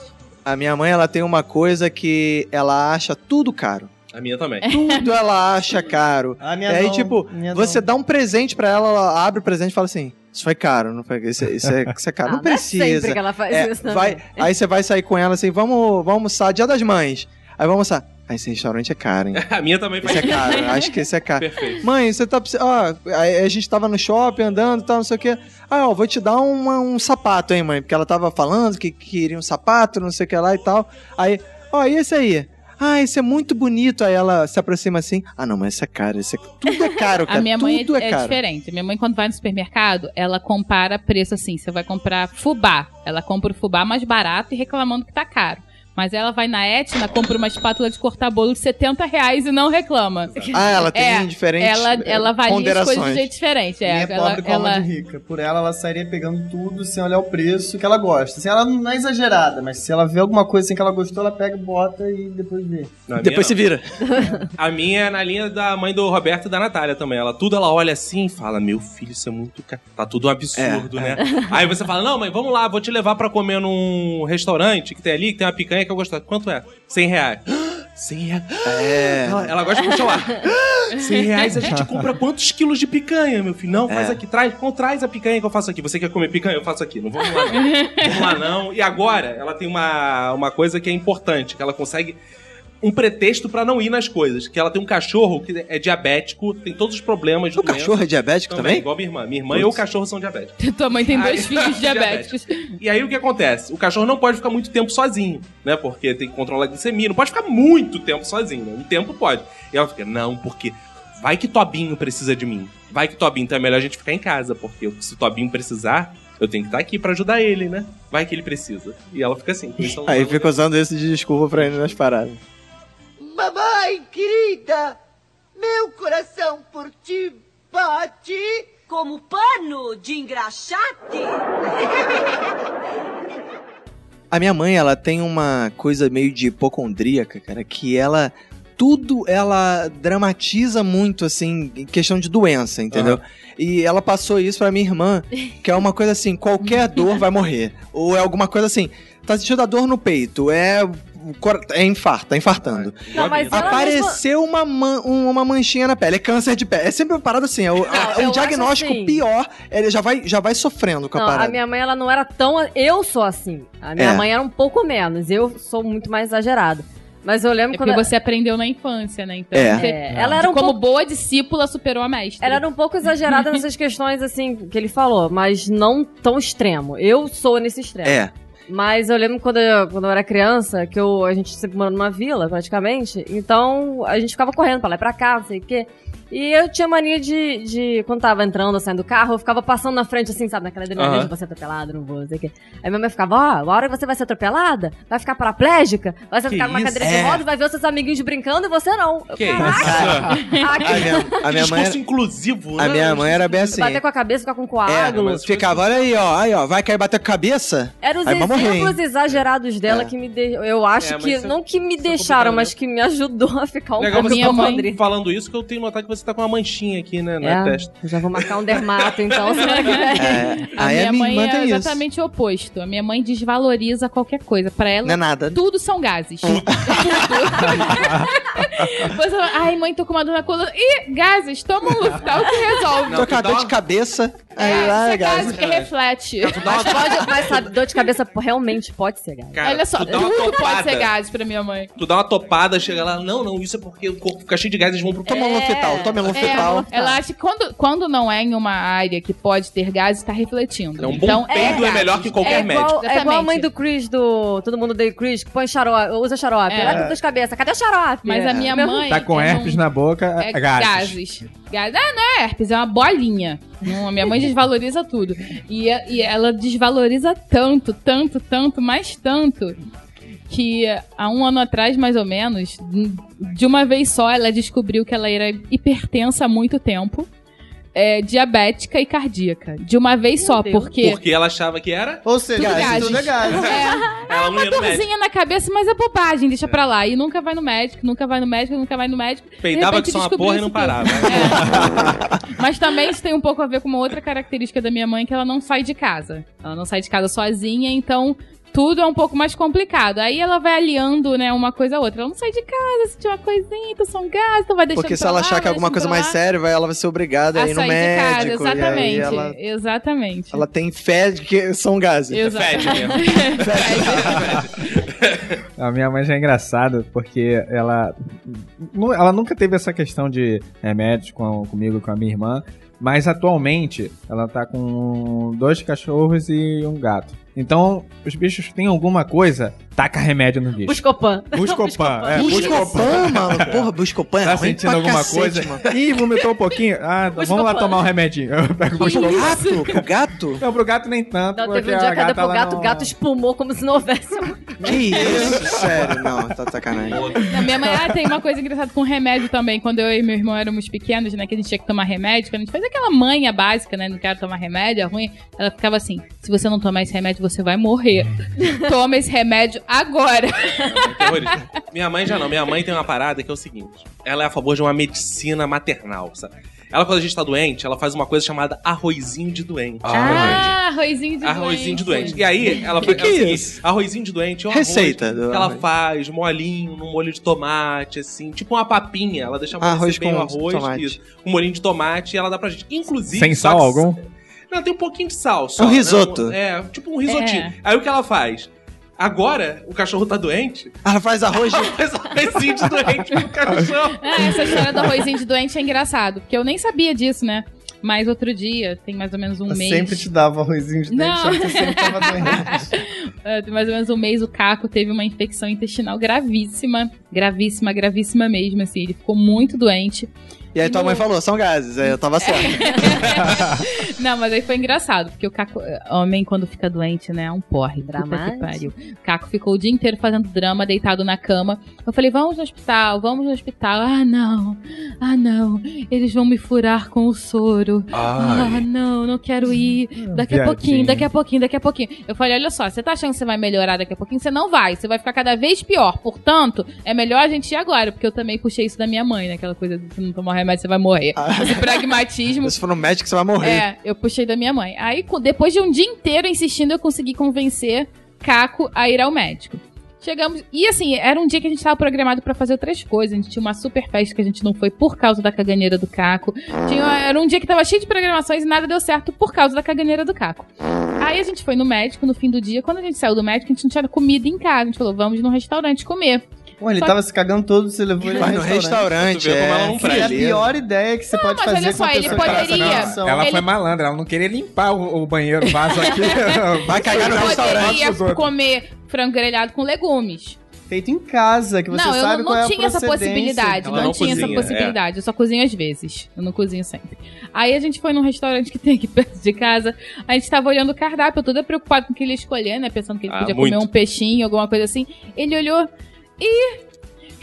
B: A minha mãe, ela tem uma coisa que ela acha tudo caro.
A: A
D: [LAUGHS]
A: minha também.
B: Tudo ela acha caro.
F: minha
B: e aí,
F: não,
B: tipo,
F: minha
B: você dá um presente pra ela, ela abre o presente e fala assim: Isso foi caro, não foi? Isso, é- isso é, isso é caro.
D: Ah,
B: não
D: não é
B: precisa.
D: sempre que ela faz
B: É,
D: isso né? também.
B: vai- Aí você vai sair com ela assim: Vamos, vamos almoçar, dia das mães. Aí vamos almoçar. Ah, esse restaurante é caro, hein?
A: A minha também faz
B: Esse é caro, acho que esse é caro.
A: Perfeito.
B: Mãe, você tá precisando. Ó, aí a gente tava no shopping andando e tal, não sei o quê. Ah, ó, vou te dar uma- um sapato, hein, mãe? Porque ela tava falando que queria um sapato, não sei o que lá e tal. Aí, ó, e esse aí? Ah, esse é muito bonito. Aí ela se aproxima assim. Ah, não, mas esse é caro. Esse é... Tudo é caro, cara.
I: [LAUGHS] A minha mãe
B: Tudo
I: é,
B: é,
I: é
B: caro.
I: diferente. Minha mãe, quando vai no supermercado, ela compara preço assim. Você vai comprar fubá. Ela compra o fubá mais barato e reclamando que tá caro. Mas ela vai na Etna, compra uma espátula de cortar bolo de 70 reais e não reclama. É,
B: Ah, ela tem diferentes,
I: Ela,
B: eh,
I: ela avalia as coisas de
F: ponderações.
I: um jeito diferente. [LAUGHS] É,
F: Minha
I: ela,
F: pobre com alma
I: ela- [LAUGHS]
F: de rica. Por ela, ela sairia pegando tudo sem olhar o preço que ela gosta. Assim, ela não é exagerada, mas se ela vê alguma coisa assim que ela gostou, ela pega, bota e depois vê.
A: Não, a minha
B: Depois se
A: não.
B: vira.
A: [LAUGHS] A minha é na linha da mãe do Roberto e da Natália também. Ela tudo ela olha assim e fala: Meu filho, isso é muito caro. Tá tudo um absurdo,
B: É,
A: né?
B: é.
A: Aí você fala: Não, mãe, vamos lá, vou te levar pra comer num restaurante que tem ali, que tem uma picanha que eu gosto. Quanto é? 100 reais. [GASPS] 100 reais.
B: É.
A: Ela, ela gosta de puxar o ar.
B: [LAUGHS]
A: 100 reais a gente compra quantos quilos de picanha, meu filho? Não, faz
B: É.
A: aqui, traz, não, traz a picanha que eu faço aqui. Você quer comer picanha? Eu faço aqui. Não vamos lá,
B: [LAUGHS]
A: não. vamos lá, não. E agora, ela tem uma, uma coisa que é importante, que ela consegue um pretexto pra não ir nas coisas. Que ela tem um cachorro que é diabético, tem todos os problemas. O
B: cachorro é diabético também?
A: Igual minha irmã. Minha irmã
B: Putz.
A: e o cachorro são diabéticos.
I: Tua mãe tem dois
A: Ai,
F: [LAUGHS]
I: filhos diabéticos.
A: E aí o que acontece? O cachorro não pode ficar muito tempo sozinho, né? Porque tem que controlar a glicemia. Não pode ficar muito tempo sozinho. Né? Um tempo pode. E ela fica, não, porque vai que Tobinho precisa de mim. Vai que Tobinho, então é melhor a gente ficar em casa, porque se Tobinho precisar, eu tenho que estar aqui pra ajudar ele, né? Vai que ele precisa. E ela fica assim. com isso ela
B: Aí
A: vai-
B: fica usando isso de desculpa pra ele nas paradas.
G: [LAUGHS] Mamãe querida, meu coração por ti bate. Como pano de engraxate? [LAUGHS]
B: A minha mãe, ela tem uma coisa meio de hipocondríaca, cara, que ela. Tudo ela dramatiza muito, assim, em questão de doença, entendeu? E ela passou isso pra minha irmã, que é uma coisa assim: qualquer dor vai morrer. Ou é alguma coisa assim: tá sentindo a dor no peito, é. o cor- É infarto, tá infartando.
D: Não, mas ela
B: Apareceu uma, man- um- uma manchinha na pele, é câncer de pé. É sempre uma parada assim: é o, a-
D: eu
B: o
D: acho
B: diagnóstico
D: assim.
B: pior, ele já vai, já vai sofrendo com a
D: Não,
B: parada.
D: a minha mãe ela não era tão. Eu sou assim. A minha
B: É.
D: mãe era um pouco menos. Eu sou muito mais exagerada. Mas eu lembro
I: É
D: quando.
I: porque você aprendeu na infância, né? Então,
D: É.
I: você-
D: É, ela era um
I: como
D: pouco-
I: boa discípula, superou a mestra.
D: Ela era um pouco
I: [LAUGHS]
D: exagerada nessas questões, assim, que ele falou, mas não tão extremo. Eu sou nesse extremo.
B: É.
D: Mas eu lembro quando eu, quando eu era criança, que eu, a gente sempre morou numa vila, praticamente. Então a gente ficava correndo pra lá e pra cá, não sei o quê. E eu tinha mania de, de quando tava entrando, saindo do carro, eu ficava passando na frente, assim, sabe, naquela adrenalina
N: Aham.
D: de você atropelado, não vou, não sei o quê. Aí minha mãe ficava, ó, a hora que você vai ser atropelada, vai ficar paraplégica, vai
B: Que
D: ficar numa
B: isso?
D: cadeira de
B: É.
D: rodas, vai ver os seus amiguinhos brincando e você não. Eu,
B: Que
D: Caraca!
B: [LAUGHS] assim, A minha, a
D: Tipo
B: minha mãe
D: assim,
A: Discurso inclusivo,
B: A minha mãe era bem assim.
D: Bater com a cabeça, ficar com
B: É,
D: coágulo.
B: mas ficava, olha aí, ó, aí, ó, vai cair bater com a cabeça?
D: Eram os
B: aí vai morrer, hein?
D: exemplos exagerados dela que me de... eu acho
A: É, mas
D: que
A: isso é-
D: não que me deixaram, mas que me ajudou a ficar um
A: Legal você
D: pouquinho
A: tá
D: podre.
A: falando, falando isso, que eu tenho notado que você tá com uma manchinha aqui, né,
D: É,
A: na testa.
D: Já vou marcar um dermato, então. semana que vem.
I: A
A: aí
I: minha,
A: a minha
I: mãe
A: irmã
I: é
A: tem isso.
I: exatamente o oposto. A minha mãe desvaloriza qualquer coisa. Pra ela,
B: Não é nada.
I: tudo são gases. tudo. [LAUGHS] Você fala, Ai, mãe, tô com uma dor na coluna. Ih, gases, toma um Luftal que resolve.
B: Tô com a dor de cabeça. [LAUGHS] Aí, ah,
I: É,
B: lá,
I: isso é
B: gás.
I: gases que reflete.
D: Mas pode, mas sabe, dor de cabeça realmente pode ser gás.
A: Cara,
I: Olha só,
A: tu dá uma
I: tudo pode
A: topada.
I: ser gases pra minha mãe.
A: Tu dá uma topada, chega lá, não, não, isso é porque o corpo fica cheio de gás, eles vão pro... Toma um
I: É. É, ela acha que quando, quando não é em uma área que pode ter gases, está refletindo.
A: É um bom
I: então,
A: peido, é, melhor que qualquer
D: É igual,
A: médico.
D: é igual a mãe do Chris, do Todo Mundo Odeia o Chris, que põe xarope, usa xarope.
I: É.
D: Ela tem dor de cabeça. Cadê o xarope?
I: Mas a minha
D: Meu-
I: mãe
E: Tá com herpes na boca,
I: É
E: é gases.
I: gases. Gases. Ah, não é herpes, é uma bolinha. Não, a minha mãe [LAUGHS] desvaloriza tudo. E, a- e ela desvaloriza tanto, tanto, tanto, mais tanto, que há um ano atrás, mais ou menos, de uma vez só, ela descobriu que ela era hipertensa há muito tempo. é, diabética e cardíaca. De uma vez só, porque.
A: Porque ela achava que era...
F: Ou
I: Tudo gases.
B: né?
I: É.
A: Ela não
I: Uma
A: ia no
I: dorzinha na cabeça, mas é bobagem, deixa pra lá. E nunca vai no médico, nunca vai no médico, nunca vai no médico. De
A: Peidava
I: repente
A: que só uma
I: descobriu
A: porra e
I: isso
A: não
I: tudo.
A: parava.
N: [LAUGHS]
I: Mas também isso tem um pouco a ver com uma outra característica da minha mãe, que ela não sai de casa. Ela não sai de casa sozinha, então tudo é um pouco mais complicado. Aí ela vai aliando, né, uma coisa a outra. Ela não sai de casa, sentiu uma coisinha, então são gases, então vai deixando
B: Porque se
I: pra
B: ela
I: lá,
B: achar que
I: vai
B: é alguma coisa
I: deixando pra
B: mais
I: lá.
B: séria, vai- ela vai ser obrigada
I: A
B: a ir no
I: sair de casa,
B: médico. e aí
I: exatamente.
B: ela,
I: Exatamente.
B: ela tem fé de que são gases.
I: Exatamente.
E: A minha mãe já é engraçada, porque ela, nu- ela nunca teve essa questão de remédios com, comigo e com a minha irmã, mas atualmente ela tá com dois cachorros e um gato. Então, os bichos têm alguma coisa, taca remédio no bicho.
D: Buscopan.
E: Buscopan, é. [LAUGHS]
B: Buscopan, mano. Porra, Buscopan é
E: Tá
B: ruim
E: sentindo
B: pra
E: alguma
B: cacete,
E: coisa?
B: mano.
E: Ih, vomitou um pouquinho? Ah, então vamos lá
B: Buscopan.
E: tomar um remedinho. Eu pego o
B: Pro
E: Buscopan.
B: gato? Pro gato?
E: Não, pro gato nem tanto.
D: Não,
E: porque
D: teve um
E: a
D: dia que ela
E: gata,
D: deu pro
E: ela
D: gato,
E: não-
D: o gato espumou como se não houvesse. [LAUGHS]
B: Que isso? Sério, não, tá de sacanagem.
I: Não, minha mãe ah, tem uma coisa engraçada com remédio também. Quando eu e meu irmão éramos pequenos, né? Que a gente tinha que tomar remédio. Quando a gente fez aquela manha básica, né? Não quero tomar remédio, é ruim. Ela ficava assim: se você não tomar esse remédio, você vai
A: [LAUGHS]
I: morrer. Toma esse remédio agora.
A: terrorista. [LAUGHS] Minha mãe já não. Minha mãe tem uma parada que é o seguinte: ela é a favor de uma medicina maternal, sabe? Ela, quando a gente tá doente, ela faz uma coisa chamada arrozinho de doente.
I: Ah, arrozinho de
A: Arrozinho de doente. E aí, ela
B: Que
A: faz
B: que
A: é o
B: é
A: seguinte,
B: isso?
A: Arrozinho de doente é um
B: Receita
A: arroz
B: do
A: que ela
B: arroz.
A: faz molinho, num molho de tomate, assim, tipo uma papinha. Ela deixa
B: Arroz
A: amolecer bem o
B: com
A: arroz,
B: tomate.
A: isso, um molhinho de tomate e ela dá pra gente. Inclusive.
E: Sem
A: só
E: sal
A: que-
E: algum?
A: Não, tem um pouquinho de sal. Só,
B: um
A: né?
B: risoto.
A: É, tipo um risotinho.
B: É.
A: Aí o que ela faz? Agora, o cachorro tá doente.
B: Ela faz arroz de...
A: Ela faz arrozinho de doente
B: [LAUGHS]
A: pro cachorro.
I: Ah, essa história do arrozinho de doente é engraçado. Porque eu nem sabia disso, né? Mas outro dia, tem mais ou menos um
F: Eu
I: mês.
F: sempre te dava arrozinho de dente,
I: Não.
F: só né? que você sempre
I: [LAUGHS]
F: tava doente.
I: É, tem mais ou menos um mês, o Caco teve uma infecção intestinal gravíssima. Gravíssima, gravíssima mesmo, assim. Ele ficou muito doente.
B: E aí tua
I: no-
B: mãe falou, são gases. Aí eu tava assim, certo.
I: Não, mas aí foi engraçado, porque o Caco, homem quando fica doente, né, é um porre. Puta que
D: Dramático.
I: pariu. O Caco ficou o dia inteiro fazendo drama, deitado na cama. Eu falei, vamos no hospital, vamos no hospital. Ah, não, ah, não, eles vão me furar com o soro.
N: Ai.
I: Ah, não, não quero ir. Daqui a
N: viadinho.
I: pouquinho, daqui a pouquinho, daqui a pouquinho. Eu falei, olha só, você tá achando que você vai melhorar daqui a pouquinho? Você não vai, você vai ficar cada vez pior. Portanto, é melhor a gente ir agora, porque eu também puxei isso da minha mãe, né, aquela coisa de se não tomar remédio, você vai morrer.
N: Ah.
I: [LAUGHS] Esse [LAUGHS] pragmatismo.
B: Se for no médico, você vai morrer.
I: É, eu puxei da minha mãe. Aí, co- depois de um dia inteiro insistindo, eu consegui convencer Caco a ir ao médico. Chegamos. E assim, era um dia que a gente tava programado pra fazer outras coisas. A gente tinha uma super festa que a gente não foi por causa da caganeira do Caco. Tinha- era um dia que tava cheio de programações e nada deu certo por causa da caganeira do Caco. Aí a gente foi no médico no fim do dia. Quando a gente saiu do médico, a gente não tinha comida em casa. A gente falou, vamos num restaurante comer.
F: Pô, ele
I: Só
F: tava se cagando todo, você levou ele
B: Vai no restaurante, é.
F: Que é a pior ideia que você pode
I: mas
F: fazer
I: olha só,
F: com a
I: ele
F: pessoa que tá sem
I: poderia-
F: noção.
E: Ela foi
I: Ele-
E: malandra, ela não queria limpar o, o banheiro, o vaso aqui. [LAUGHS]
B: Vai cagar no
I: poderia
B: restaurante.
I: comer frango grelhado com legumes.
F: feito em casa, que você
I: não, eu
F: sabe
I: não,
F: qual
I: não
F: é a
I: tinha essa
F: procedência.
I: possibilidade. Não, tinha essa possibilidade. Eu só cozinho às vezes. Eu não cozinho sempre. Aí a gente foi num restaurante que tem aqui [LAUGHS] perto de casa. A gente tava olhando o cardápio, eu toda preocupada com o que ele ia escolher, né? Pensando que ele
A: Ah,
I: podia
A: muito.
I: comer um peixinho, alguma coisa assim. Ele olhou e.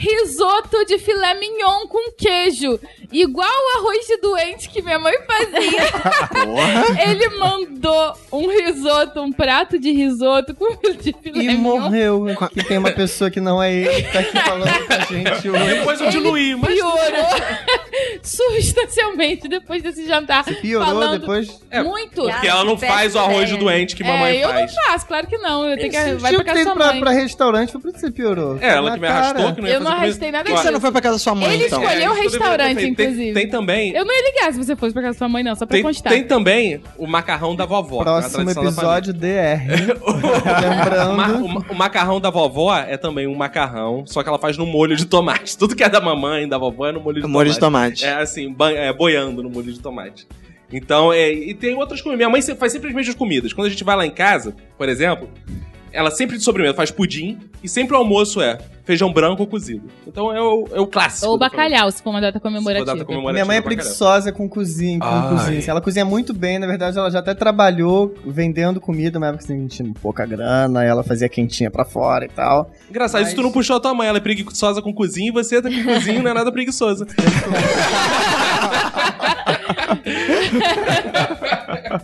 I: Risoto de filé mignon com queijo. Igual o arroz de doente que minha mãe
A: [LAUGHS]
I: fazia. ele mandou um risoto, um prato de risoto com [LAUGHS] de filé
F: E morreu. Que tem uma pessoa que não é ele que tá aqui falando com a
B: Tipo,
F: gente hoje.
A: Depois
I: Ele Piorou [LAUGHS] substancialmente depois desse jantar. Você
F: piorou
I: falando
F: depois?
A: É,
I: muito.
A: porque ela não faz o arroz de doente que mamãe
I: é, eu
A: faz.
I: não faço, claro que não. Eu tenho que, vai
F: Tio
I: pra
F: que
I: casa
F: tem
I: da
F: pra,
I: mãe.
F: pra restaurante, foi por isso que você piorou.
A: É, ela que me arrastou, que não ia
I: Eu não
A: fazer
I: arrastei nada
A: Por que
I: disso.
A: você não foi
B: pra casa da sua
A: mãe,
I: Ele
A: então?
I: escolheu
A: É,
I: o
A: isso deveria ter
I: restaurante,
A: feito. Tem-
I: inclusive.
A: tem também-
I: Eu não ia ligar se você fosse pra casa da sua mãe, não, só pra
A: Tem,
I: constar.
A: tem também o macarrão da vovó. que é uma
F: Próximo
A: tradição da [LAUGHS]
F: episódio DR.
A: O, ma- o ma- o macarrão da vovó é também um macarrão, só que ela faz no molho de tomate. [LAUGHS] Tudo que é da mamãe, da vovó, é no molho de tomate.
B: molho de tomate.
A: É assim, ba- é, boiando no molho de tomate. Então, é, e tem outras comidas. Minha mãe se- faz sempre as mesmas comidas. Quando a gente vai lá em casa, por exemplo, ela sempre de sobremesa faz pudim e sempre o almoço é feijão branco ou cozido. Então é o, é o clássico.
I: Ou
A: da família.
I: bacalhau, se for uma data comemorativa.
A: data comemorativa.
F: Minha mãe é
A: pra caramba.
F: preguiçosa com cozinha, com
A: Ai.
F: cozinha. assim. Ela cozinha muito bem, na verdade, ela já até trabalhou vendendo comida, mas época assim, tinha pouca grana, ela fazia quentinha pra fora e tal.
A: Engraçado, isso tu não puxou a tua mãe, ela é preguiçosa com cozinha e você tá com cozinha não é nada preguiçosa.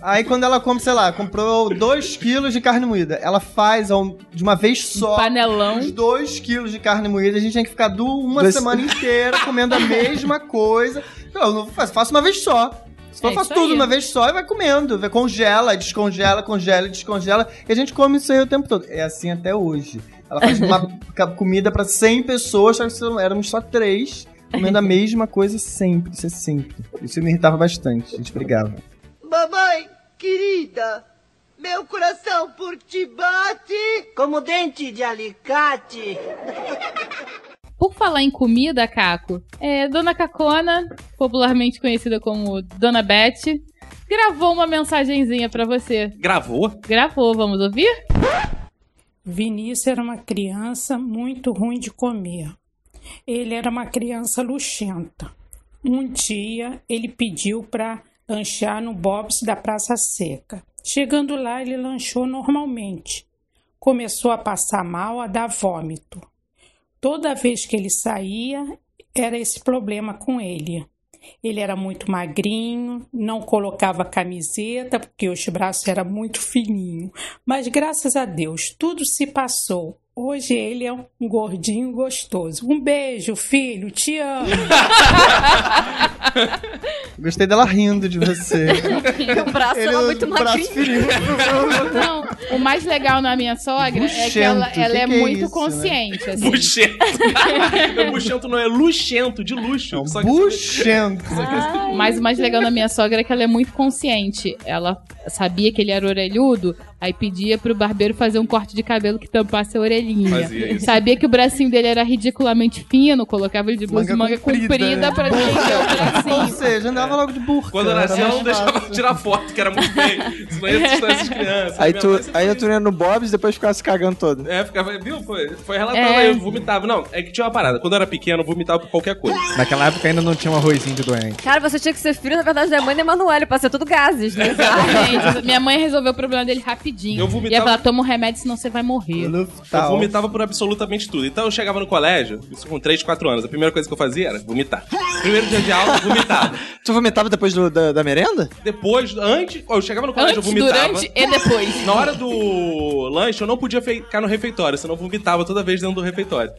F: Aí quando ela compra, sei lá, comprou 2 quilos de carne moída, ela faz ao- de uma vez só.
I: Um panelão.
F: Os 2 quilos de carne moída, a gente tem que ficar du- uma
B: Dois-
F: semana inteira comendo a mesma coisa. Eu não faço, faço uma vez só. Se for,
I: É
F: faço
I: isso
F: tudo
I: aí.
F: uma vez só e vai comendo. Vai- Congela, descongela, congela, descongela. E a gente come isso aí o tempo todo. É assim até hoje. Ela faz
I: [LAUGHS]
F: uma ca- comida pra 100 pessoas, só que são- éramos só três. Comendo a mesma coisa sempre, isso é sempre. Isso me irritava bastante, a gente brigava.
G: Mamãe querida, meu coração por ti bate como dente de alicate.
I: Por falar em comida, Caco, é, Dona Cacona, popularmente conhecida como Dona Beth, gravou uma mensagenzinha pra você.
A: Gravou?
I: Gravou, vamos ouvir?
N: Vinícius era uma criança muito ruim de comer. Ele era uma criança luxenta. Um dia ele pediu para lanchar no Bob's da Praça Seca. Chegando lá, ele lanchou normalmente. Começou a passar mal, a dar vômito. Toda vez que ele saía, era esse problema com ele. Ele era muito magrinho, não colocava camiseta, porque os braços eram muito fininhos. Mas graças a Deus, tudo se passou. Hoje ele é um gordinho gostoso. Um beijo, filho, te amo.
F: Gostei dela rindo de você.
I: [LAUGHS]
N: o braço
F: Ele era é muito braço magrinho. fininho.
I: Não, o mais legal na minha sogra é que
A: Buchento,
I: ela,
A: que
I: ela é,
A: que é
I: muito
A: isso, né?
I: consciente.
B: [LAUGHS]
I: assim.
A: [LAUGHS] Buchento. é buchento não, é luxento, de luxo. Só que-
F: Buchento.
I: Mas o mais legal da minha sogra é que ela é muito consciente. Ela sabia que ele era orelhudo, aí pedia pro barbeiro fazer um corte de cabelo que tampasse a orelhinha.
O: Fazia isso.
I: Sabia que o bracinho dele era ridiculamente fino, colocava ele de blusa de manga comprida,
A: né?
I: pra defender o
F: [LAUGHS]
I: bracinho.
F: Ou seja,
I: é.
F: andava logo de né? burro.
A: Quando eu nasci,
F: Era
A: ela não
F: mais
A: deixava tirar foto, que era muito feio. Senão ia assustar
F: [LAUGHS]
A: essas crianças.
B: Aí
A: é Minha
B: tu,
A: mãe sempre-
B: aí tu ia no Bob's e depois ficava se cagando todo.
A: É, ficava, viu? Foi, foi relatando
B: É.
A: aí, eu vomitava. Não, é que tinha uma parada. Quando eu era pequeno, eu vomitava por qualquer coisa.
E: Naquela época ainda não tinha um arrozinho de [LAUGHS] doente.
D: Cara, você tinha que ser filho, na verdade, da mãe da Emanuele, pra ser tudo gases, né?
I: Gente, minha mãe resolveu o problema dele rapidinho.
A: Eu vomitava-
I: E ela falou, toma um remédio, senão você vai morrer.
A: Eu vomitava por absolutamente tudo. Então eu chegava no colégio, isso com 3, 4 anos, a primeira coisa que eu fazia era vomitar. Primeiro dia de aula,
B: [LAUGHS]
A: vomitava.
B: Tu vomitava depois do- da, da merenda?
A: Depois, antes, ó, eu chegava no colégio,
B: Antes,
A: eu vomitava.
B: durante e depois.
A: Na hora do lanche, eu não podia fe- ficar no refeitório, senão eu vomitava toda vez dentro do refeitório.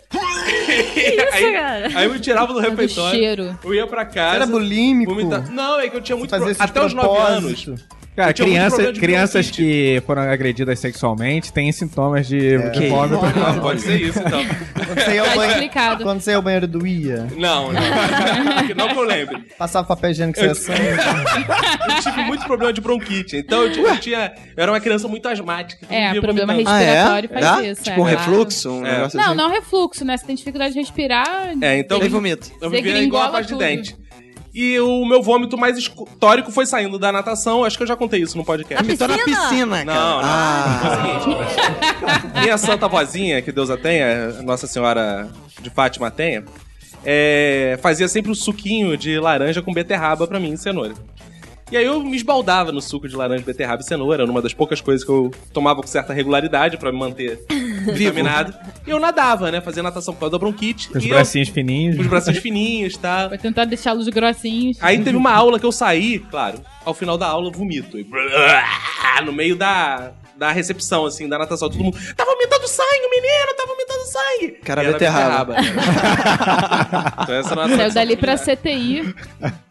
A: aí,
I: cara?
A: aí eu me tirava do
I: É do
A: refeitório,
I: cheiro.
A: eu ia pra casa.
F: Era bulímico.
A: vomitava. Não, é que eu tinha muito.
F: fazia
A: pro-
F: isso de
A: Até os 9 anos.
F: propósito.
E: Cara,
A: eu tinha muito
E: criança,
A: problema de
E: crianças que foram agredidas sexualmente têm sintomas de, de
F: Que
E: vômito.
F: isso?
E: [LAUGHS]
A: Não, pode ser É. isso então.
F: Quando você ia ao
I: Tá
F: banheiro-
I: explicado.
F: Quando você ia ao banheiro do Ia,
A: Não, não. [LAUGHS] não que eu lembre.
F: passava papel higiênico
A: Eu-
F: sem sangue.
A: [LAUGHS] Eu tive muito problema de bronquite. Então eu, ti- eu tinha. Eu era uma criança muito asmática. que
I: É,
A: não via
I: problema
F: Ah,
A: vomitar.
I: respiratório faz isso.
F: Tipo um
I: é, claro.
B: um
A: É.
B: assim,
I: Não, não refluxo, né? Você tem dificuldade de respirar.
A: É, então.
I: Ele
A: Eu vivia igual
I: Você
A: a
I: gringola
A: voz de
I: tudo.
A: dente. E o meu vômito mais histórico foi saindo da natação. Acho que eu já contei isso no podcast.
B: Na Vomitou tá na piscina? piscina, cara. Ah.
A: Não, não. É o seguinte, minha santa vozinha, que Deus a tenha, Nossa Senhora de Fátima a tenha, é, fazia sempre um suquinho de laranja com beterraba pra mim e cenoura. E aí eu me esbaldava no suco de laranja, beterraba e cenoura, era uma das poucas coisas que eu tomava com certa regularidade pra me
B: [LAUGHS]
A: manter vitaminado. E eu nadava, né? Fazia natação por causa da bronquite.
E: Os
A: e eu-
E: bracinhos fininhos.
A: os bracinhos fininhos, tá?
I: Vai tentar deixá-los grossinhos.
A: Aí teve uma aula que eu saí, claro, ao final da aula eu vomito. E [LAUGHS] blá, no meio da, da recepção, assim, da natação, todo mundo. Tá vomitando sangue, menino, tá vomitando sangue.
B: Cara,
A: E era
B: beterraba.
A: beterraba. então essa natação.
I: Saiu dali pra CTI.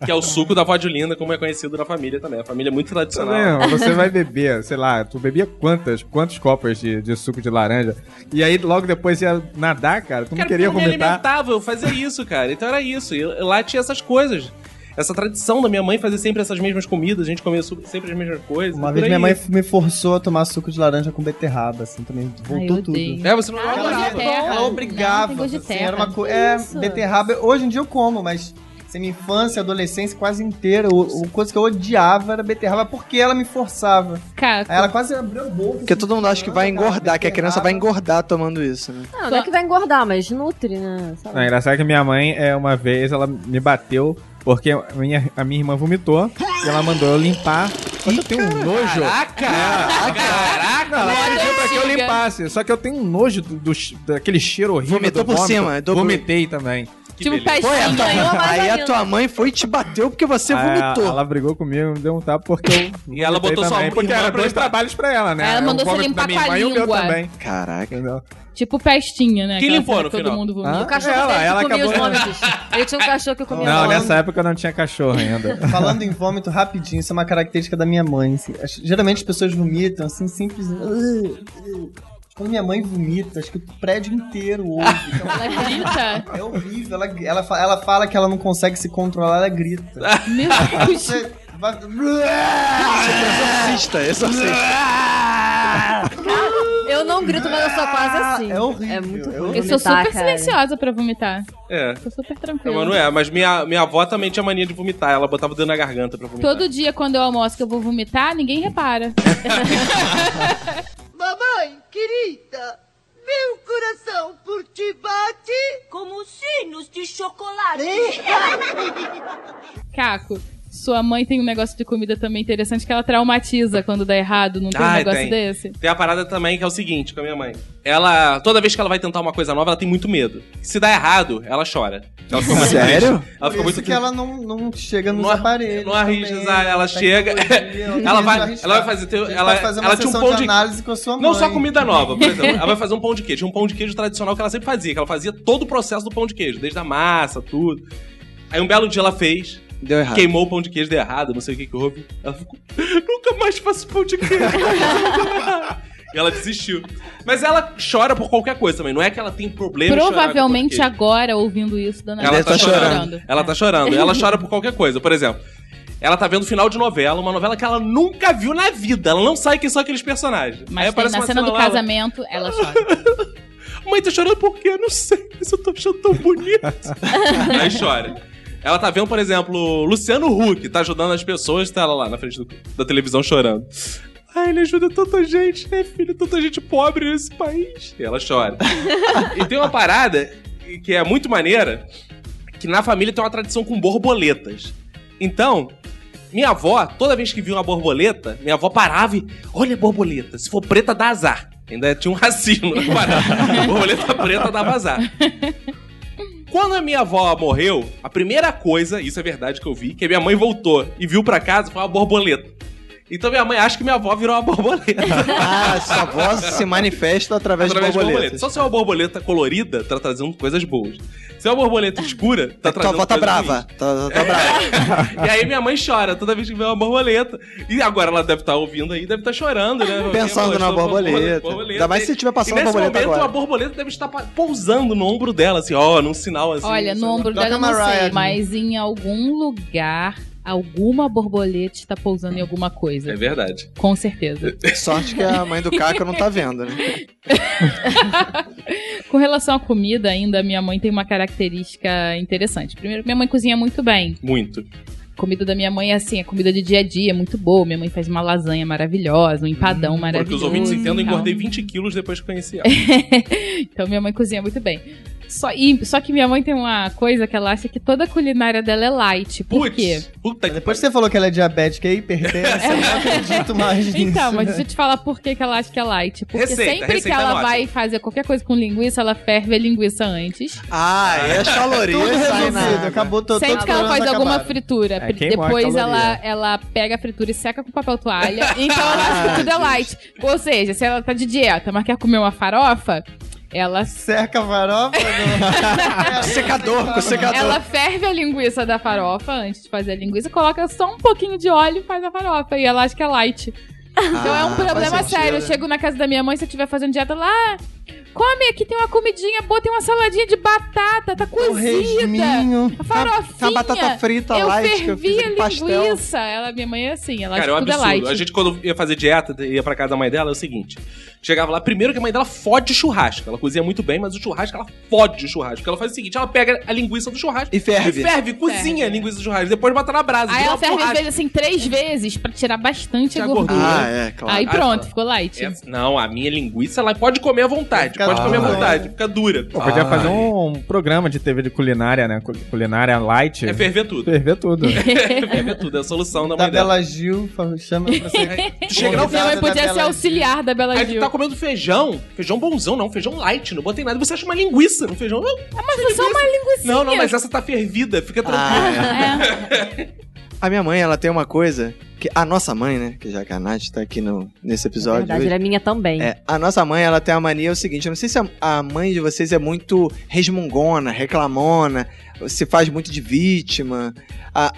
A: Que é o suco da vodilinda, como é conhecido na família também. A família é muito tradicional.
E: Não, você vai beber, sei lá, tu bebia quantas, quantos copos de, de suco de laranja? E aí logo depois ia nadar, cara, tu não
A: Cara,
E: queria
A: eu me
E: vomitar.
A: alimentava, eu fazia isso, cara. Então era isso. E lá tinha essas coisas. Essa tradição da minha mãe fazer sempre essas mesmas comidas, a gente comia su- sempre as mesmas coisas.
F: Uma
A: por
F: vez
A: aí.
F: minha mãe me forçou a tomar suco de laranja com beterraba, assim, também voltou tudo.
A: É, você não
F: Ela,
A: adorava.
F: ela obrigava.
O: Não, tem gosto de
F: assim,
O: terra.
F: era uma co...
O: Que
F: É,
O: isso?
F: beterraba. Hoje em dia eu como, mas assim, minha infância, adolescência, quase inteira, o, o coisa que eu odiava era beterraba porque ela me forçava.
I: Cara,
F: Aí ela quase abriu assim, a boca.
B: Porque todo mundo acha que vai engordar, que a criança vai engordar tomando isso, né?
D: Não, não é que vai engordar, mas nutre, né? Sei lá.
E: Não, é engraçado que minha mãe, é, uma vez, ela me bateu porque a minha, a minha irmã vomitou e ela mandou eu limpar. Mas eu tenho um nojo.
A: Caraca! Caraca!
E: Ela pediu pra que eu
A: Chega.
E: limpasse, só que eu tenho um nojo do, do che- daquele cheiro horrível.
B: Vomitou
E: do
B: por
E: vômito.
B: cima, é dobro.
E: Vomitei também.
I: Tipo
B: Foi,
I: pestinha.
B: aí a tua mãe foi e te bateu porque você
E: Aí
B: vomitou.
E: Ela brigou comigo, me deu um tapa porque eu.
A: [LAUGHS] E ela
E: vomitei
A: botou sua
E: também,
A: irmã
E: Porque era
A: pra
E: dois
A: limpar.
E: trabalhos pra ela, né?
I: Ela
E: O
I: mandou você
E: vômito
I: limpar
E: da minha
I: com
E: irmã
I: a
E: e o meu
I: língua.
E: também.
B: Caraca.
I: Tipo pestinha, né?
A: Quem
I: Aquela
A: limpou
I: coisa
A: no
I: que todo
A: final?
I: mundo vomita.
D: O cachorro
E: Ela-
D: dele
E: ela
D: que comia os
E: acabou-
D: vômitos. Ele tinha um cachorro que
I: É
D: comia
E: Não,
D: vômitos.
E: nessa época eu não tinha cachorro ainda.
F: [LAUGHS] Falando em vômito rapidinho, isso é uma característica da minha mãe. assim. As- Geralmente as pessoas vomitam, assim, simples. "Ugh, ugh". Quando minha mãe vomita, acho que o prédio inteiro ouve. Então,
I: Ela grita.
F: É horrível. Ela, ela, fa- ela fala que ela não consegue se controlar, ela [LAUGHS] grita.
I: Meu Deus.
F: Você vai- Exorcista,
D: Eu não grito, mas eu sou quase assim. É
F: horrível.
D: É muito ruim. Tá,
I: Eu sou super silenciosa pra vomitar.
A: É.
I: Sou super
A: É,
I: tranquila.
A: mas não é, mas minha, minha avó também tinha mania de vomitar. Ela botava o dedo na garganta pra vomitar.
I: Todo dia quando eu almoço que eu vou vomitar, ninguém repara. [LAUGHS]
G: Mamãe querida, meu coração por ti bate como sinos de chocolate.
I: Caco, sua mãe tem um negócio de comida também interessante que ela traumatiza quando dá errado, não tem um
A: Ah,
I: negócio
A: tem.
I: desse?
A: Tem a parada também que é o seguinte com a minha mãe. Ela, toda vez que ela vai tentar uma coisa nova, ela tem muito medo. Se dá errado, ela chora. Ela fica muito
B: Sério?
A: triste. Ela
F: Por
A: fica
F: isso
A: muito
F: que é
A: triste.
F: ela não, não chega nos aparelhos.
A: Não arrisca,
F: também.
A: ela
F: Tá
A: chega. [LAUGHS]
F: tecnologia,
A: Ela
F: não
A: vai,
F: arrisca.
A: ela vai fazer. teu-
F: A gente
A: Ela,
F: vai fazer uma
A: ela tinha um
F: sessão
A: pão
F: de
A: de,
F: análise com a sua
A: Não
F: mãe.
A: só comida nova, por exemplo. ela vai fazer um pão de queijo. Tinha um pão de queijo tradicional que ela sempre fazia, que ela fazia todo o processo do pão de queijo, desde a massa, tudo. Aí um belo dia ela fez.
B: Deu errado.
A: Queimou o pão de queijo, deu errado, não sei o que que houve. Ela ficou, nunca mais faço pão de queijo. e ela desistiu. Mas ela chora por qualquer coisa também. Não é que ela tem problema em chorar com pão de
I: Provavelmente
A: queijo.
I: agora, ouvindo isso, dona
A: Ela
I: Nara
A: tá chorando. Ela
I: É.
A: tá chorando.
I: [LAUGHS]
A: Ela chora por qualquer coisa. Por exemplo, ela tá vendo o final de novela, uma novela que ela nunca viu na vida. Ela não sabe quem são aqueles personagens.
I: Mas tem-
A: aparece
I: na
A: uma
I: cena do
A: lá, ela-
I: casamento, ela chora.
A: Mãe, tá chorando por quê? Eu não sei, mas eu tô achando tão
F: [LAUGHS]
A: bonito. [LAUGHS] Aí chora. Ela tá vendo, por exemplo, Luciano Huck, tá ajudando as pessoas, tá ela lá na frente do- da televisão chorando. Ai, ele ajuda tanta gente, né, filho? Tanta gente pobre nesse país. E ela chora. e tem uma parada que é muito maneira, que na família tem uma tradição com borboletas. Então, minha avó, toda vez que via uma borboleta, minha avó parava e... Olha a borboleta, se for preta dá azar. Ainda tinha um racismo na parada. borboleta preta dava azar. Quando a minha avó morreu, a primeira coisa, isso é verdade que eu vi, que a minha mãe voltou e viu pra casa foi uma borboleta. Então minha mãe acha que minha avó virou uma borboleta.
B: Ah, sua voz se manifesta através, de borboletas.
A: Só se é uma borboleta colorida, tá trazendo coisas boas. Se é uma borboleta escura, tá
B: É que tua
A: trazendo
B: avó tá
A: coisas
B: brava.
A: ruins.
B: Tá, tá- tá brava.
A: E aí minha mãe chora toda vez que vê uma borboleta. E agora ela deve estar ouvindo aí, deve estar chorando, né?
B: Pensando na
A: Poxa,
B: borboleta. Ainda mais se tiver passando
A: e nesse
B: borboleta
A: momento,
B: agora.
A: a borboleta deve estar pa- pousando no
B: é
A: ombro dela, assim, ó, num sinal assim.
I: Olha, no ombro
A: Toca
I: dela eu não
A: Mariah,
I: sei,
A: né?
I: mas em algum lugar Alguma borboleta está pousando em alguma coisa.
A: É verdade.
I: Com certeza.
B: Sorte que é. a mãe do Caca não tá vendo, né?
I: [LAUGHS] Com relação à comida, ainda, minha mãe tem uma característica interessante. Primeiro, minha mãe cozinha muito bem.
A: Muito.
I: A comida da minha mãe é assim, a comida de dia a dia, é muito boa. Minha mãe faz uma lasanha maravilhosa, um
B: Hum,
I: empadão
A: Para que
I: maravilhoso.
A: os ouvintes
I: e
A: entendam, eu
I: tal.
A: engordei 20 quilos depois que conheci
I: [LAUGHS]
A: ela.
I: então minha mãe cozinha muito bem. Só, e- só que minha mãe tem uma coisa que ela acha que toda a culinária dela é light. Por quê?
F: Depois que você falou que ela é diabética e hipertensa, eu não acredito mais nisso.
I: Então, mas
F: é
I: deixa eu te falar por que, que ela acha que é light. Porque
F: Receita,
I: sempre que
F: receita é
I: ela
F: ótima.
I: vai fazer qualquer coisa com linguiça, ela ferve a linguiça antes.
B: Ah, é as calorias
F: Tudo
B: sai
F: resolvido, acabou todo
I: Sempre que ela faz alguma fritura,
F: É, queimou a
I: depois
F: caloria.
I: ela, ela pega a fritura e seca com
F: [LAUGHS]
I: papel toalha. Então ela acha que tudo
F: Ah,
I: é light. Ou seja, se ela tá de dieta, mas quer comer uma farofa, ela.
F: Cerca a farofa
A: É.
F: do...
B: secador, com secador.
I: Ela ferve a linguiça da farofa antes de fazer a linguiça, coloca só um pouquinho de óleo e faz a farofa. E ela acha que é light. Então é um
O: faz
I: problema
O: sentido,
I: sério. Eu
O: né?
I: chego na casa da minha mãe, se eu estiver fazendo dieta lá. Come aqui, tem uma comidinha boa, tem uma saladinha de batata, tá cozida.
B: resminho,
I: A farofinha.
B: tá- tá batata frita
I: eu
B: light, que eu
I: fervi
B: fiz
I: a
B: com pastel.
I: linguiça. Ela, minha mãe é assim, ela
A: Cara, é um
I: acha que tudo é light.
A: absurdo. A gente, quando ia fazer dieta, ia pra casa da mãe dela, é o seguinte: chegava lá, primeiro que a mãe dela fode o churrasco. Ela cozinha muito bem, mas o churrasco, ela fode o churrasco. Porque ela faz o seguinte: ela pega a linguiça do churrasco
B: e ferve.
A: E ferve, cozinha a linguiça do churrasco. Depois bota na brasa.
I: Aí
A: vira
I: ela
A: uma
I: ferve às
A: borracha.
I: vezes assim três vezes pra tirar bastante a
A: a
I: gordura.
A: gordura. Ah, é, claro.
I: Aí
A: Ah,
I: pronto,
A: claro.
I: ficou light.
A: Essa- É, Não, a minha linguiça, ela pode comer à vontade. Pode comer à
E: dura.
A: vontade, fica dura.
E: Pô, podia
A: Ah.
E: fazer um, um programa de TV de culinária, né? Cu- Culinária light.
A: É [LAUGHS] ferver tudo.
E: Ferver
I: [LAUGHS]
E: tudo.
A: ferver tudo, é a solução da
F: Da
A: mãe
F: Bela
A: dela.
F: Gil, fa- chama
A: [LAUGHS]
F: pra
I: [LAUGHS]
F: ser...
A: Ah. Chega lá,
I: Minha mãe podia ser auxiliar da Bela
A: Aí
I: Gil.
A: tu tá comendo feijão, feijão bonzão não, feijão light, não botei nada. Você acha uma linguiça no feijão? Não,
I: mas é só uma linguiça.
A: Não, não, mas
F: [LAUGHS]
A: essa tá fervida, fica tranquilo.
B: Ah, é.
I: É.
B: A minha mãe, ela tem uma coisa que a nossa mãe, né, que já que a Nath tá aqui no, nesse
D: Na
B: episódio
D: verdade,
B: hoje,
D: ela é minha também.
B: É, a nossa mãe, ela tem a mania é o seguinte, eu não sei se a, a mãe de vocês é muito resmungona, reclamona, se faz muito de vítima. A,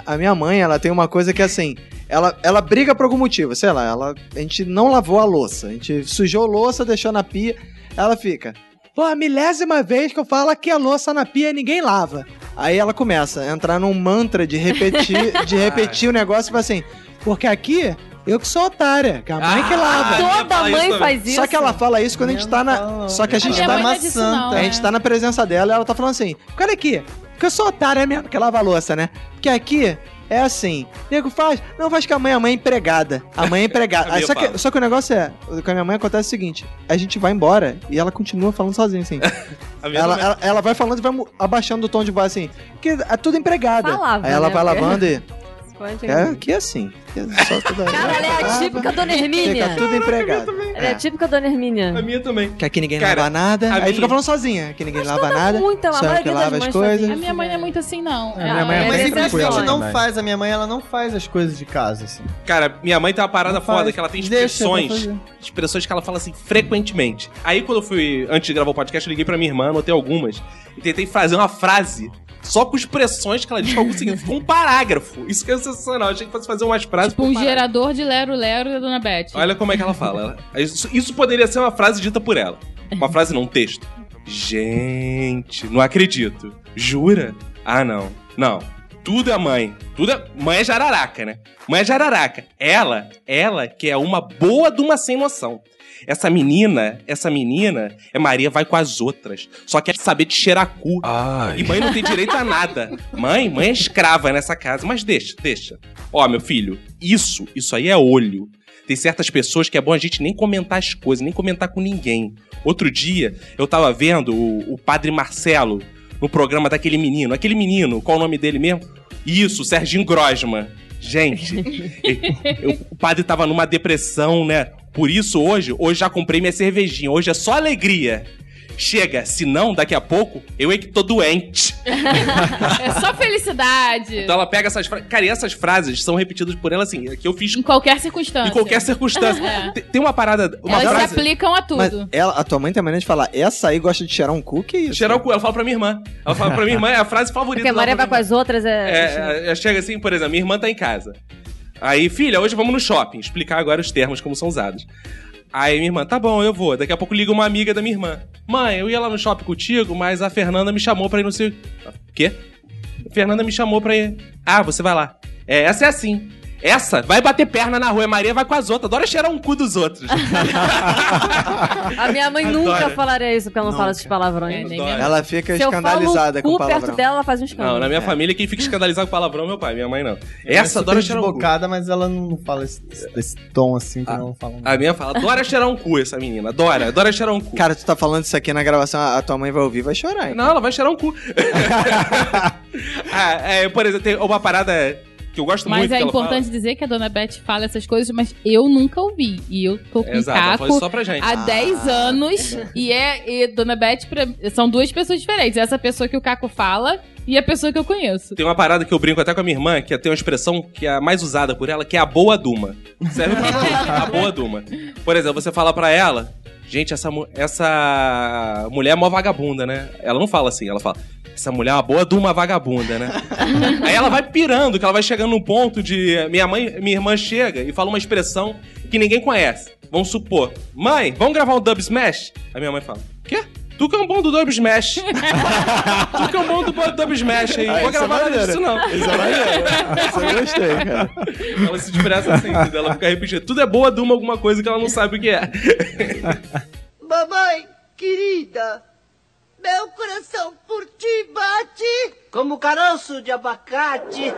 B: a, a minha mãe, ela tem uma coisa que é assim, ela, ela briga por algum motivo, sei lá, ela, a gente não lavou a louça, a gente sujou a louça, deixou na pia, ela fica, pô, a milésima vez que eu falo que a louça na pia e ninguém lava. Aí ela começa a entrar num mantra de repetir, de repetir o negócio e fala assim, porque aqui... Eu que sou otária, que a mãe que
D: Ah,
B: lava.
D: toda Ela fala mãe isso também. faz
B: Só
D: isso.
B: que ela fala isso quando a gente tá na. Só que a
D: A
B: gente
D: minha
B: tá
D: mãe
B: na
D: não é disso, não,
B: A
D: é.
B: gente tá na presença dela e ela tá falando assim: olha aqui, porque eu sou otária mesmo, que lava a louça, né? Porque aqui. É assim, nego faz, não faz que a mãe, a mãe é empregada. A mãe
D: [LAUGHS]
B: é empregada.
A: A minha
B: só,
A: fala.
B: que, só que o negócio é, com a minha mãe acontece o seguinte: a gente vai embora e ela continua falando
D: [LAUGHS]
B: sozinha, assim.
A: A minha
B: ela,
A: também.
B: ela, ela vai falando e vai mu- abaixando o tom de voz assim, que é tudo empregada.
D: Falava,
B: Aí
D: né?
B: ela
D: um-
B: vai lavando
D: [LAUGHS]
B: e.
D: Pode-
B: É, aqui é assim. aqui é só tudo aí.
D: Cara, ela é a típica Dona
B: Fica
D: Hermínia.
B: tudo empregado.
D: Ela é a típica Dona Hermínia.
A: A minha também.
B: Que aqui ninguém lava nada.
D: a
B: Aí
D: minha-
B: fica falando sozinha. Que ninguém lava nada.
D: é muita, a
B: só eu que
D: maioria das
B: lava as
D: mães
B: coisas.
I: A minha mãe não é muito assim, não.
F: A minha mãe é
I: Ela
F: mais
I: bem
F: tranquila.
A: assim,
F: né?
I: tranquila.
F: não faz, a minha mãe ela não faz as coisas de casa, assim.
A: Cara, minha mãe tem uma parada
F: faz.
A: foda que ela tem
F: Deixa pra
A: expressões.
F: fazer.
A: Expressões que ela fala assim frequentemente. Aí quando eu fui, antes de gravar o podcast, eu liguei pra minha irmã, anotei algumas, e tentei fazer uma frase. Só com expressões que ela diz com algum significado. com [LAUGHS] um parágrafo. Isso que é sensacional. Eu achei que fosse fazer umas frases.
I: Tipo um gerador de lero-lero da Dona
A: [LAUGHS]
I: Beth.
A: Olha como é que ela fala. Ela- Isso, isso poderia ser uma frase dita por ela. Uma frase, não, um texto. Gente, não acredito. Jura? Ah, não. Não. Tudo é mãe. Tudo é... Mãe é jararaca, né? Mãe é jararaca. Ela, ela que é uma boa de uma sem noção. Essa menina, essa menina é Maria vai com as outras. Só quer saber de cheirar cu. E mãe não tem direito a nada. Mãe, mãe é escrava nessa casa. Mas deixa, deixa. Ó, meu filho, isso, isso aí é olho. Tem certas pessoas que é bom a gente nem comentar as coisas, nem comentar com ninguém. Outro dia, eu tava vendo o, o padre Marcelo no programa daquele menino. Aquele menino, qual o nome dele mesmo? Isso, Serginho Grosman.
I: [LAUGHS]
A: Gente, eu- o padre tava numa depressão, né? Por isso, hoje, hoje já comprei minha cervejinha. Hoje é só alegria. Chega, se não, daqui a pouco, eu é que tô doente.
I: É só felicidade.
A: Então ela pega essas frases. Cara, e essas frases são repetidas por ela assim, que eu fiz
I: Em qualquer circunstância.
A: em qualquer circunstância.
I: [LAUGHS] É.
A: Tem- Tem uma parada. Uma
I: Elas
A: frase-
I: se aplicam a
B: Mas
I: tudo.
B: ela, a tua mãe tem a mania de falar, essa aí gosta de cheirar um cu, que isso?
A: Cheirar o cu, ela fala pra minha irmã. Ela fala pra minha irmã, é a frase favorita.
D: Porque a Maria
A: dela
D: vai com as outras,
A: pra-
D: é...
A: É, é, chega assim, por exemplo, minha irmã tá em casa. Aí, filha, hoje vamos no shopping. Explicar agora os termos, como são usados. Aí minha irmã, tá bom, eu vou. Daqui a pouco liga uma amiga da minha irmã. Mãe, eu ia lá no shopping contigo, mas a Fernanda me chamou pra ir no seu... Quê? Fernanda me chamou pra ir. Ah, você vai lá. É, essa é assim. Essa vai bater perna na rua, e Maria vai com as outras. Adora cheirar um cu dos
B: [LAUGHS]
A: outros.
D: A minha mãe nunca
A: Adoro.
D: falaria isso, porque ela não fala esses palavrões.
B: Ela fica
D: Se eu falo
B: escandalizada com
D: cu
B: o palavrão.
D: perto dela, ela faz um escândalo.
A: Não,
D: [LAUGHS]
A: na minha
D: É.
A: família, quem fica escandalizado com palavrão é meu pai, minha mãe não.
F: Ela
A: Essa adora
F: é
A: cheirar
F: super
A: um cu.
F: desbocada, mas ela não fala esse, desse tom assim
A: Ah.
F: que não fala.
A: A minha fala, adora cheirar um cu, essa menina. Adora,
B: [LAUGHS]
A: adora cheirar um cu.
B: Cara, tu tá falando isso aqui na gravação, a a tua mãe vai ouvir, vai chorar. hein?
A: Não, ela vai cheirar um cu. Ah, é, por exemplo, tem uma parada que eu gosto
I: Mas
A: muito.
I: é
A: que ela fala.
I: importante dizer que a dona Beth fala essas coisas, mas eu nunca ouvi. E eu tô com
A: Exato, ela fala
I: caco
A: isso só pra gente.
I: há
A: Ah,
I: 10 anos. E é e dona Beth pra- são duas pessoas diferentes. Essa pessoa que o Caco fala e a pessoa que eu conheço.
A: Tem uma parada que eu brinco até com a minha irmã, que tem uma expressão que é a mais usada por ela, que é a boa duma. Serve pra
E: [LAUGHS]
A: tudo, a tá boa duma. Por exemplo, você fala pra ela, gente, essa, mu- essa mulher é mó vagabunda, né? Ela não fala assim, ela fala, essa mulher é uma boa duma vagabunda, né? Aí ela vai pirando, que ela vai chegando num ponto de... Minha mãe, minha irmã chega e fala uma expressão que ninguém conhece. Vamos supor, mãe, vamos gravar um dub smash? Aí minha mãe fala, quê? Tu que é um bom do Dub Smash. tu que é um bom do Dub Smash aí. Vou
B: Ah, isso é
A: gravar nada
B: maneiro.
A: disso, não.
B: Isso é maneiro. Isso eu gostei, cara.
A: Ela se expressa assim, entendeu? ela fica repetindo. Tudo é boa duma alguma coisa que ela não sabe o que é.
G: Mamãe, querida, meu coração por ti bate como caroço de abacate.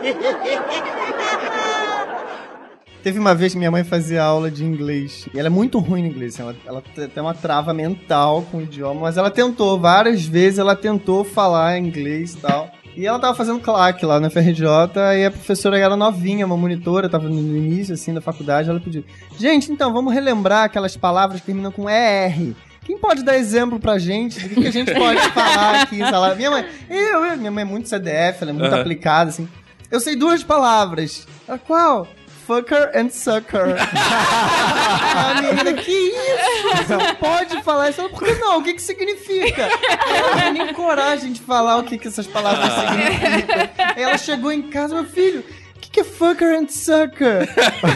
F: Teve uma vez que minha mãe fazia aula de inglês. E ela é muito ruim no inglês. assim, Ela, ela te- tem uma trava mental com o idioma. Mas ela tentou, várias vezes ela tentou falar inglês e tal. E ela tava fazendo claque lá na FRJ. E a professora era novinha, uma monitora, tava no início assim da faculdade. Ela pediu: Gente, então vamos relembrar aquelas palavras que terminam com ER. Quem pode dar exemplo pra gente? Do que, que a gente pode falar aqui? Sei lá. Minha mãe, eu, eu, minha mãe é muito CDF, ela é muito
O: Aham.
F: aplicada, assim. Eu sei duas palavras. Ela, qual? Fucker and sucker. [LAUGHS] A menina, que isso? Você não pode falar isso. Ela, Por que não? O que que significa? Ela não tem nem coragem de falar o que que essas palavras
O: Ah.
F: significam. Aí ela chegou em casa, meu filho... O que que é fucker and sucker?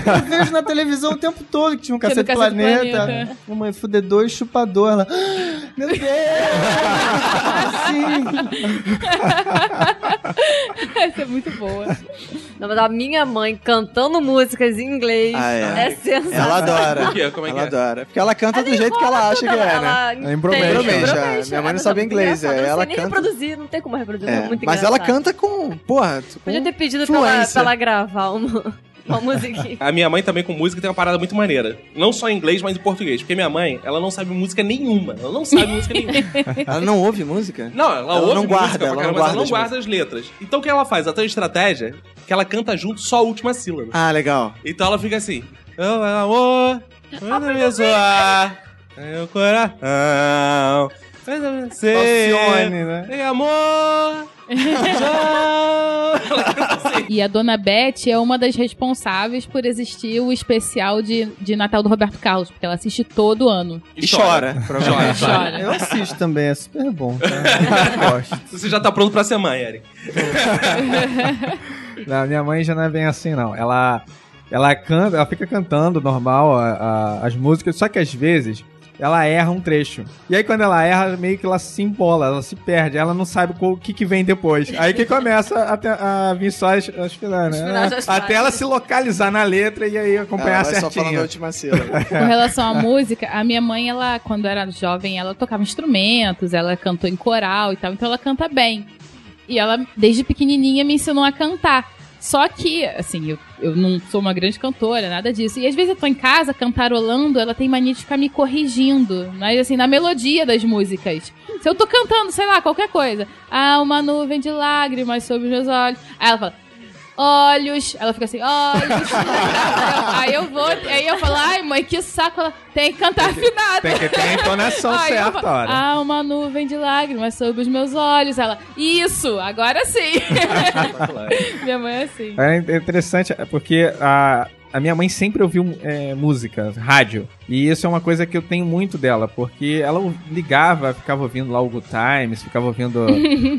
F: Eu vejo na televisão o tempo todo que tinha um
O: Que é do
F: cacete,
O: Cacete
F: planeta.
O: Planeta.
F: Uma fudedor e chupador. Ela, "Ah, meu Deus! assim.
I: Essa é muito boa.
D: Não, mas a minha mãe cantando músicas em inglês
B: Ah,
D: é.
B: é.
D: sensacional.
B: Ela adora.
A: Por quê? Como é que
B: ela
A: é?
B: adora. Porque ela canta do jeito que ela acha que é,
D: ela
B: né?
D: entende. É embromation.
B: Embromation. Minha mãe não sabe inglês.
D: Engraçado, eu
B: é,
D: não
B: Ela
D: sei nem
B: canta.
D: reproduzir, não tem como reproduzir, é,
B: É,
D: muito
B: mas ela
D: engraçado.
B: canta com. Porra, com
D: Podia ter pedido pra ela, pra
B: fluência.
D: ela gravar
B: [LAUGHS]
D: uma, uma musiquinha.
A: A minha mãe também com música tem uma parada muito maneira. Não só em inglês, mas em português. Porque minha mãe, ela não sabe música nenhuma. Ela não sabe música nenhuma.
B: Ela não ouve música?
A: Não, ela,
B: ela
A: ouve
B: não guarda,
A: música pra
B: ela não
A: caramba, mas
B: guarda
A: ela não
B: as
A: guarda as letras. Então o que ela faz? Ela tem uma estratégia que ela canta junto só a última sílaba.
B: Ah, legal.
A: Então ela fica assim. "Oh, amor, manda me zoar. Meu coração. Faz a você.
F: Alcione, né?
A: Ei, amor.
I: E a Dona Beth é uma das responsáveis por existir o especial de, de Natal do Roberto Carlos, porque ela assiste todo ano.
B: E chora.
A: Chora.
I: Chora.
F: Eu assisto
A: [LAUGHS]
F: também, é super bom. tá?
A: Você já tá pronto pra ser mãe, Eric.
E: Não, minha mãe já não é bem assim, não. Ela, ela canta, ela fica cantando normal a- a- as músicas, só que às vezes ela erra um trecho. E aí quando ela erra, meio que ela se embola, ela se perde, ela não sabe qual- o que, que vem depois. Aí que começa a, te- a vir só as, as finais, né?
I: Os finais, as
E: Até
I: finais.
E: ela se localizar na letra e aí acompanhar
B: Ela vai só
E: certinho.
B: falando a última sílaba.
I: Com relação à música, a minha mãe, ela, quando era jovem, ela tocava instrumentos, ela cantou em coral e tal, então ela canta bem. E ela, desde pequenininha, me ensinou a cantar. Só que, assim, eu, eu não sou uma grande cantora, nada disso. E às vezes eu tô em casa cantarolando, ela tem mania de ficar me corrigindo, mas assim, na melodia das músicas. Se eu tô cantando, sei lá, qualquer coisa. Ah, uma nuvem de lágrimas sobre os meus olhos. Aí ela fala, olhos. Ela fica
E: [LAUGHS]
I: assim, olhos. aí eu vou, aí eu falo, ai mãe, que saco. Ela tem que cantar afinada.
E: Tem que ter a entonação
I: Aí eu
E: certa,
I: falo,
E: olha.
I: Ah, uma nuvem de lágrimas sobre os meus olhos. Ela, isso,
E: [LAUGHS]
I: agora sim. Minha mãe é assim.
E: É in- é interessante é, porque a, a minha mãe sempre ouviu é, música, rádio. E isso é uma coisa que eu tenho muito dela, porque ela ou- ligava, ficava ouvindo lá o Good Times, ficava ouvindo.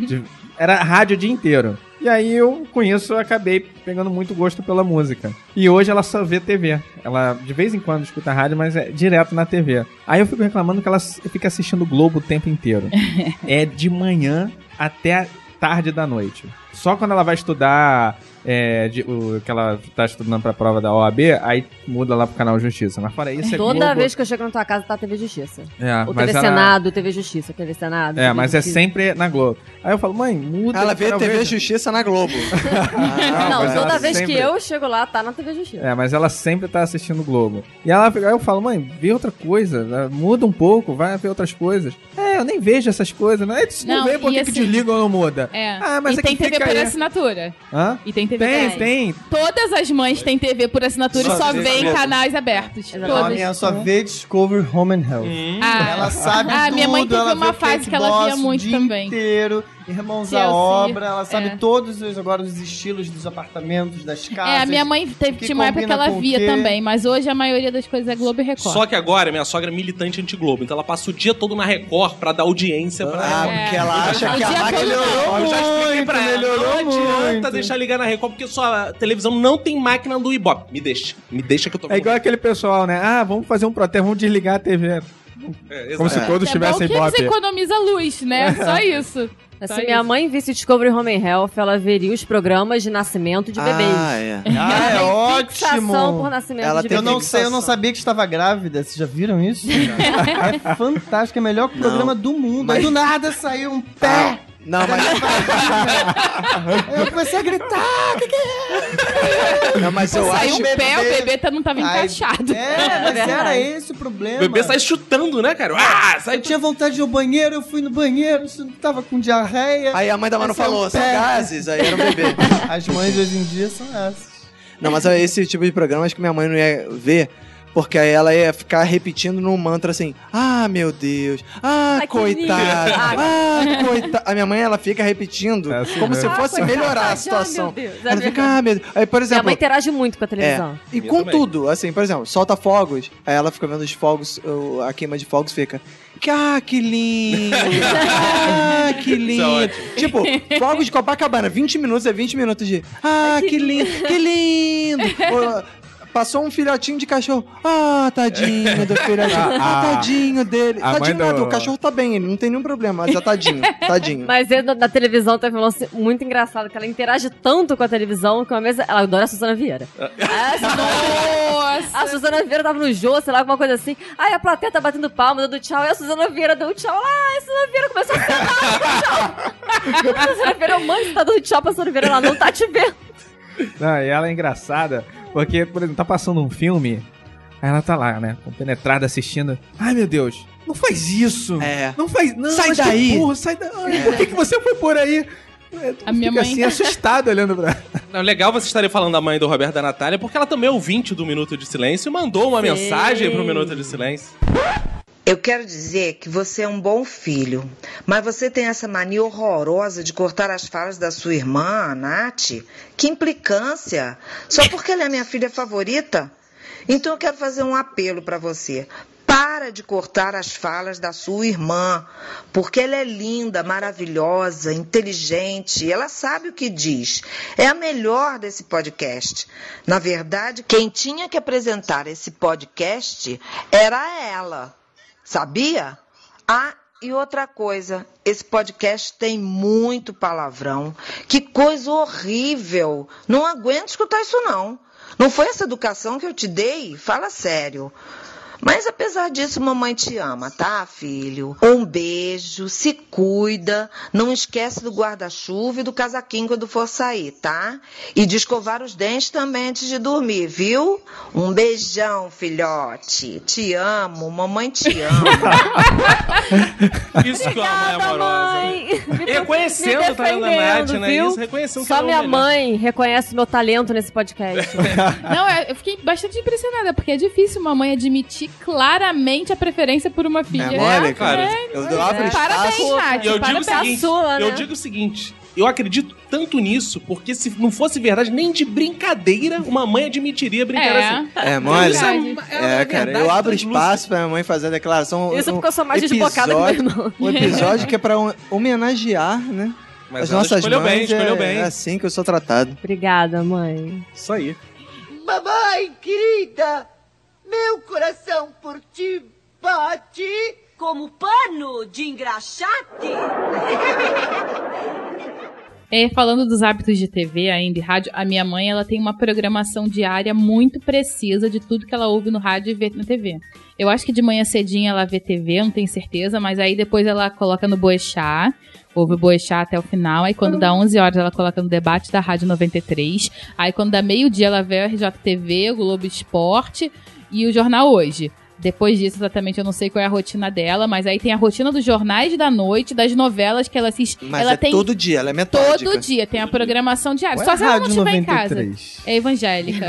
E: de- era rádio o dia inteiro. E aí eu, com isso, eu acabei pegando muito gosto pela música. E hoje ela só vê TV. Ela de vez em quando escuta rádio, mas é direto na TV. Aí eu
D: [LAUGHS]
E: fico reclamando que ela s- fica assistindo o Globo o tempo inteiro. é de manhã até tarde da noite. Só quando ela vai estudar, é, de- o, que ela tá estudando pra prova da OAB, aí muda lá pro canal Justiça. Mas fora isso, é
D: Toda
E: Globo-
D: vez que eu chego na tua casa tá TV Justiça.
G: [LAUGHS]
E: É,
D: Ou
E: mas
D: TV
E: ela-
D: Senado, TV Justiça, TV Senado.
E: É,
D: TV
E: mas é
D: Justiça.
E: sempre na Globo. Aí eu falo, mãe, muda.
B: Ela
E: eu
B: vê
E: quero
B: TV
E: ver-
B: Justiça na Globo.
D: Não,
E: mas
D: toda
E: ela
D: vez
E: sempre-
D: que eu chego lá, tá na TV Justiça.
E: É, mas ela sempre tá assistindo o Globo. E ela, aí eu falo, mãe, vê outra coisa, né? muda um pouco, vai ver outras coisas. É, eu nem vejo essas coisas, né? Se não,
I: Não,
E: vê, por
I: e
E: que, que
I: assim-
E: desliga ou não muda?
I: É.
E: Ah, mas
I: e
E: é que
I: tem TV
E: fica
I: por
E: aí.
I: assinatura.
E: Hã?
I: E tem TV
E: Tem,
I: por
E: tem.
I: Todas as mães têm TV por assinatura
F: Só
I: e só
F: tem
I: vêem
F: mesmo.
I: canais abertos.
F: A
I: Todas.
F: minha só vê Discover Home and Health.
B: Hum.
I: Ah.
F: Ela sabe
I: Ah,
F: tudo.
I: minha mãe teve
F: ela
I: uma
F: vê
I: fase que ela via
F: Boss o
I: muito
F: dia
I: também.
F: inteiro, Irmãos à
I: Chelsea,
F: Obra, ela sabe
I: é.
F: todos os, agora os estilos dos apartamentos, das casas.
I: É, a minha mãe teve
F: que
I: tinha uma época que
F: combina
I: ela
F: com o
I: via
F: quê.
I: também, mas hoje a maioria das coisas é Globo e Record.
A: Só que agora minha sogra é militante anti-Globo, então ela passa o dia todo na Record pra dar audiência pra
B: Ah,
A: ela.
B: porque ela acha que a máquina é
D: um
A: Não, eu já expliquei
F: muito,
A: pra ela. Não
F: melhorou
A: adianta
F: muito.
A: deixar ligar na Record, porque sua televisão não tem máquina do Ibope. Me deixa. Me deixa que eu tô
E: É igual aquele pessoal, né? Ah, vamos fazer um protesto, vamos desligar a TV.
A: É,
E: Como se
A: exato.
E: todos
I: é bom que
E: tivessem
I: eles
E: bop.
I: economiza luz, né? Só
D: [LAUGHS]
I: isso.
D: É, Se
I: Só
D: minha
I: isso.
D: mãe visse Discovery Home and Health, ela veria os programas de nascimento de bebês.
B: Ah,
F: [LAUGHS]
B: é.
F: Ah,
I: né,
F: é ótimo.
D: Fixação por nascimento
B: Ela
D: de
B: tem
F: Eu
D: bebês.
F: não sei, eu não sabia que estava grávida. Vocês já viram
I: [LAUGHS]
F: isso? é fantástico, é o melhor programa do mundo.
B: mas-
F: Aí do nada saiu um pé.
B: Não, mas,
F: Eu comecei a gritar. que é que
B: não, mas eu
I: Saiu
B: acho.
I: o pé, o bebê tá, não tava
F: Ai,
I: encaixado. [LAUGHS]
F: É, mas era
D: verdade.
F: esse o problema.
A: O bebê sai chutando, né, cara? Ah, sai
F: Eu tinha vontade de ir ao banheiro, eu fui no banheiro, eu tava com diarreia.
B: Aí a mãe da Manu
F: Esse é um
B: falou, são
F: pé.
B: gases, aí era um bebê.
F: [LAUGHS] As mães hoje em dia são essas.
B: Não, mas esse tipo de programa acho que minha mãe não ia ver. Porque aí ela ia ficar repetindo num mantra assim: Ah, meu Deus! Ah,
D: Ai, que
B: coitado!
D: lindo.
B: Ah, coitado! A minha mãe, ela fica repetindo
E: É assim
B: como se
E: mesmo.
B: fosse melhorar a situação.
D: Ah, meu Deus.
B: Ela fica, ah, meu Deus. Aí, por
D: Minha mãe
B: exemplo,
D: interage muito com a televisão.
B: É. E
A: Minha
B: com
A: também.
B: tudo, assim, por exemplo, solta fogos, aí ela fica vendo os fogos, o- a queima de fogos fica. que- Ah, que lindo! ah, que lindo! tipo, fogos de Copacabana, 20 minutos é 20 minutos de. Ah, que lindo! Que lindo! Ou, Passou um filhotinho de cachorro. Ah, tadinho do filhotinho.
E: Ah,
B: Ah, tadinho dele.
E: a mãe
B: Tadinho nada,
E: do-
B: o cachorro tá bem, ele não tem nenhum problema, mas é tadinho.
D: [LAUGHS]
B: Tadinho.
D: Mas eu, na- na televisão teve um lance muito engraçado, que ela interage tanto com a televisão que uma vez ela adora a Suzana Vieira. Ah,
A: [LAUGHS]
I: Nossa!
D: A Suzana Vieira tava no jogo, sei lá, alguma coisa assim. Aí a plateia tá batendo palma, dando tchau. E a Suzana Vieira deu tchau. Ah, a Suzana Vieira começou a cantar, tchau.
A: [LAUGHS]
D: A Suzana Vieira, mãe, você tá dando tchau pra Suzana Vieira, ela não tá te vendo.
E: Não, e ela é engraçada, porque, por exemplo, tá passando um filme, aí ela tá lá, né, penetrada assistindo. Ai, meu Deus, não faz isso!
B: É.
E: Não faz, não,
B: Sai
E: mas que
B: daí.
E: burro, sai daí! Ai,
A: É.
E: Por que, que você foi por aí?
I: A minha
E: Fica
I: mãe-
E: assim, assustada olhando pra
I: [LAUGHS]
A: Não, legal vocês estarem falando da mãe do Roberto e da Natália, porque ela também é ouvinte do Minuto de Silêncio e mandou uma
D: Sim.
A: mensagem pro Minuto de Silêncio.
O: Eu quero dizer que você é um bom filho, mas você tem essa mania horrorosa de cortar as falas da sua irmã, a Nath. Que implicância! Só porque ela é minha filha favorita? Então eu quero fazer um apelo para você. Para de cortar as falas da sua irmã, porque ela é linda, maravilhosa, inteligente, ela sabe o que diz. É a melhor desse podcast. Na verdade, quem tinha que apresentar esse podcast era ela. Sabia? Ah, e outra coisa, esse podcast tem muito palavrão. Que coisa horrível! Não aguento escutar isso não. Não foi essa educação que eu te dei? Fala sério. Mas apesar disso, mamãe te ama, tá, filho? Um beijo, se cuida, não esquece do guarda-chuva e do casaquinho quando for sair, tá? E de escovar os dentes também antes de dormir, viu? Um beijão, filhote. Te amo, mamãe te ama.
A: [LAUGHS] Isso que é uma mãe
D: Obrigada,
A: amorosa.
D: mãe. Me-
A: Reconhecendo
D: me
A: o talento da
D: defendendo,
A: Nath, tá, né?
D: viu?
A: Isso, reconhecendo que
D: Só
A: ela é
D: minha
A: uma mulher.
D: mãe reconhece meu talento nesse
F: [LAUGHS]
D: podcast.
I: Não, é- eu fiquei bastante impressionada, porque é difícil uma mãe admitir claramente a preferência por uma filha.
B: É mole, cara.
I: É,
B: Eu dou abro
D: é.
I: Parabéns,
B: espaço.
I: Nath.
A: E eu digo o
I: parabéns.
A: seguinte,
D: sua,
A: eu
D: né?
A: digo o seguinte, eu acredito tanto nisso, porque se não fosse verdade, nem de brincadeira, uma mãe admitiria brincar
I: É.
A: assim.
B: É mole?
A: Isso
I: Verdade.
A: é,
B: É, cara, eu abro espaço pra minha mãe fazer a declaração.
D: Isso
B: Um-
D: porque eu sou mais
B: episódio-
D: desbocada que meu irmão.
B: Um episódio que é pra hon- homenagear, né?
A: Mas
B: as
A: ela
B: nossas
A: escolheu
B: mães.
A: bem, escolheu
B: é,
A: bem.
B: é assim que eu sou tratado.
D: Obrigada, mãe.
B: Isso aí.
G: Mamãe querida, meu coração por ti bate. Como pano de engraxate?
I: É, falando dos hábitos de TV ainda e rádio, a minha mãe ela tem uma programação diária muito precisa de tudo que ela ouve no rádio e vê na TV. Eu acho que de manhã cedinho ela vê TV, não tenho certeza, mas aí depois ela coloca no Boechat, ouve o Boechat até o final, aí quando dá 11 horas ela coloca no debate da Rádio 93, aí quando dá meio-dia ela vê o RJTV, o Globo Esporte e o Jornal Hoje. Depois disso, exatamente, eu não sei qual é a rotina dela, mas aí tem a rotina dos jornais da noite, das novelas que ela assiste.
B: Mas
I: ela
B: é
I: tem
B: todo dia, ela é metódica.
I: Todo dia tem a programação diária.
B: Qual é
I: Só
B: a
I: se ela não
B: Rádio
I: estiver em
B: 93?
I: casa.
B: [LAUGHS]
I: É evangélica.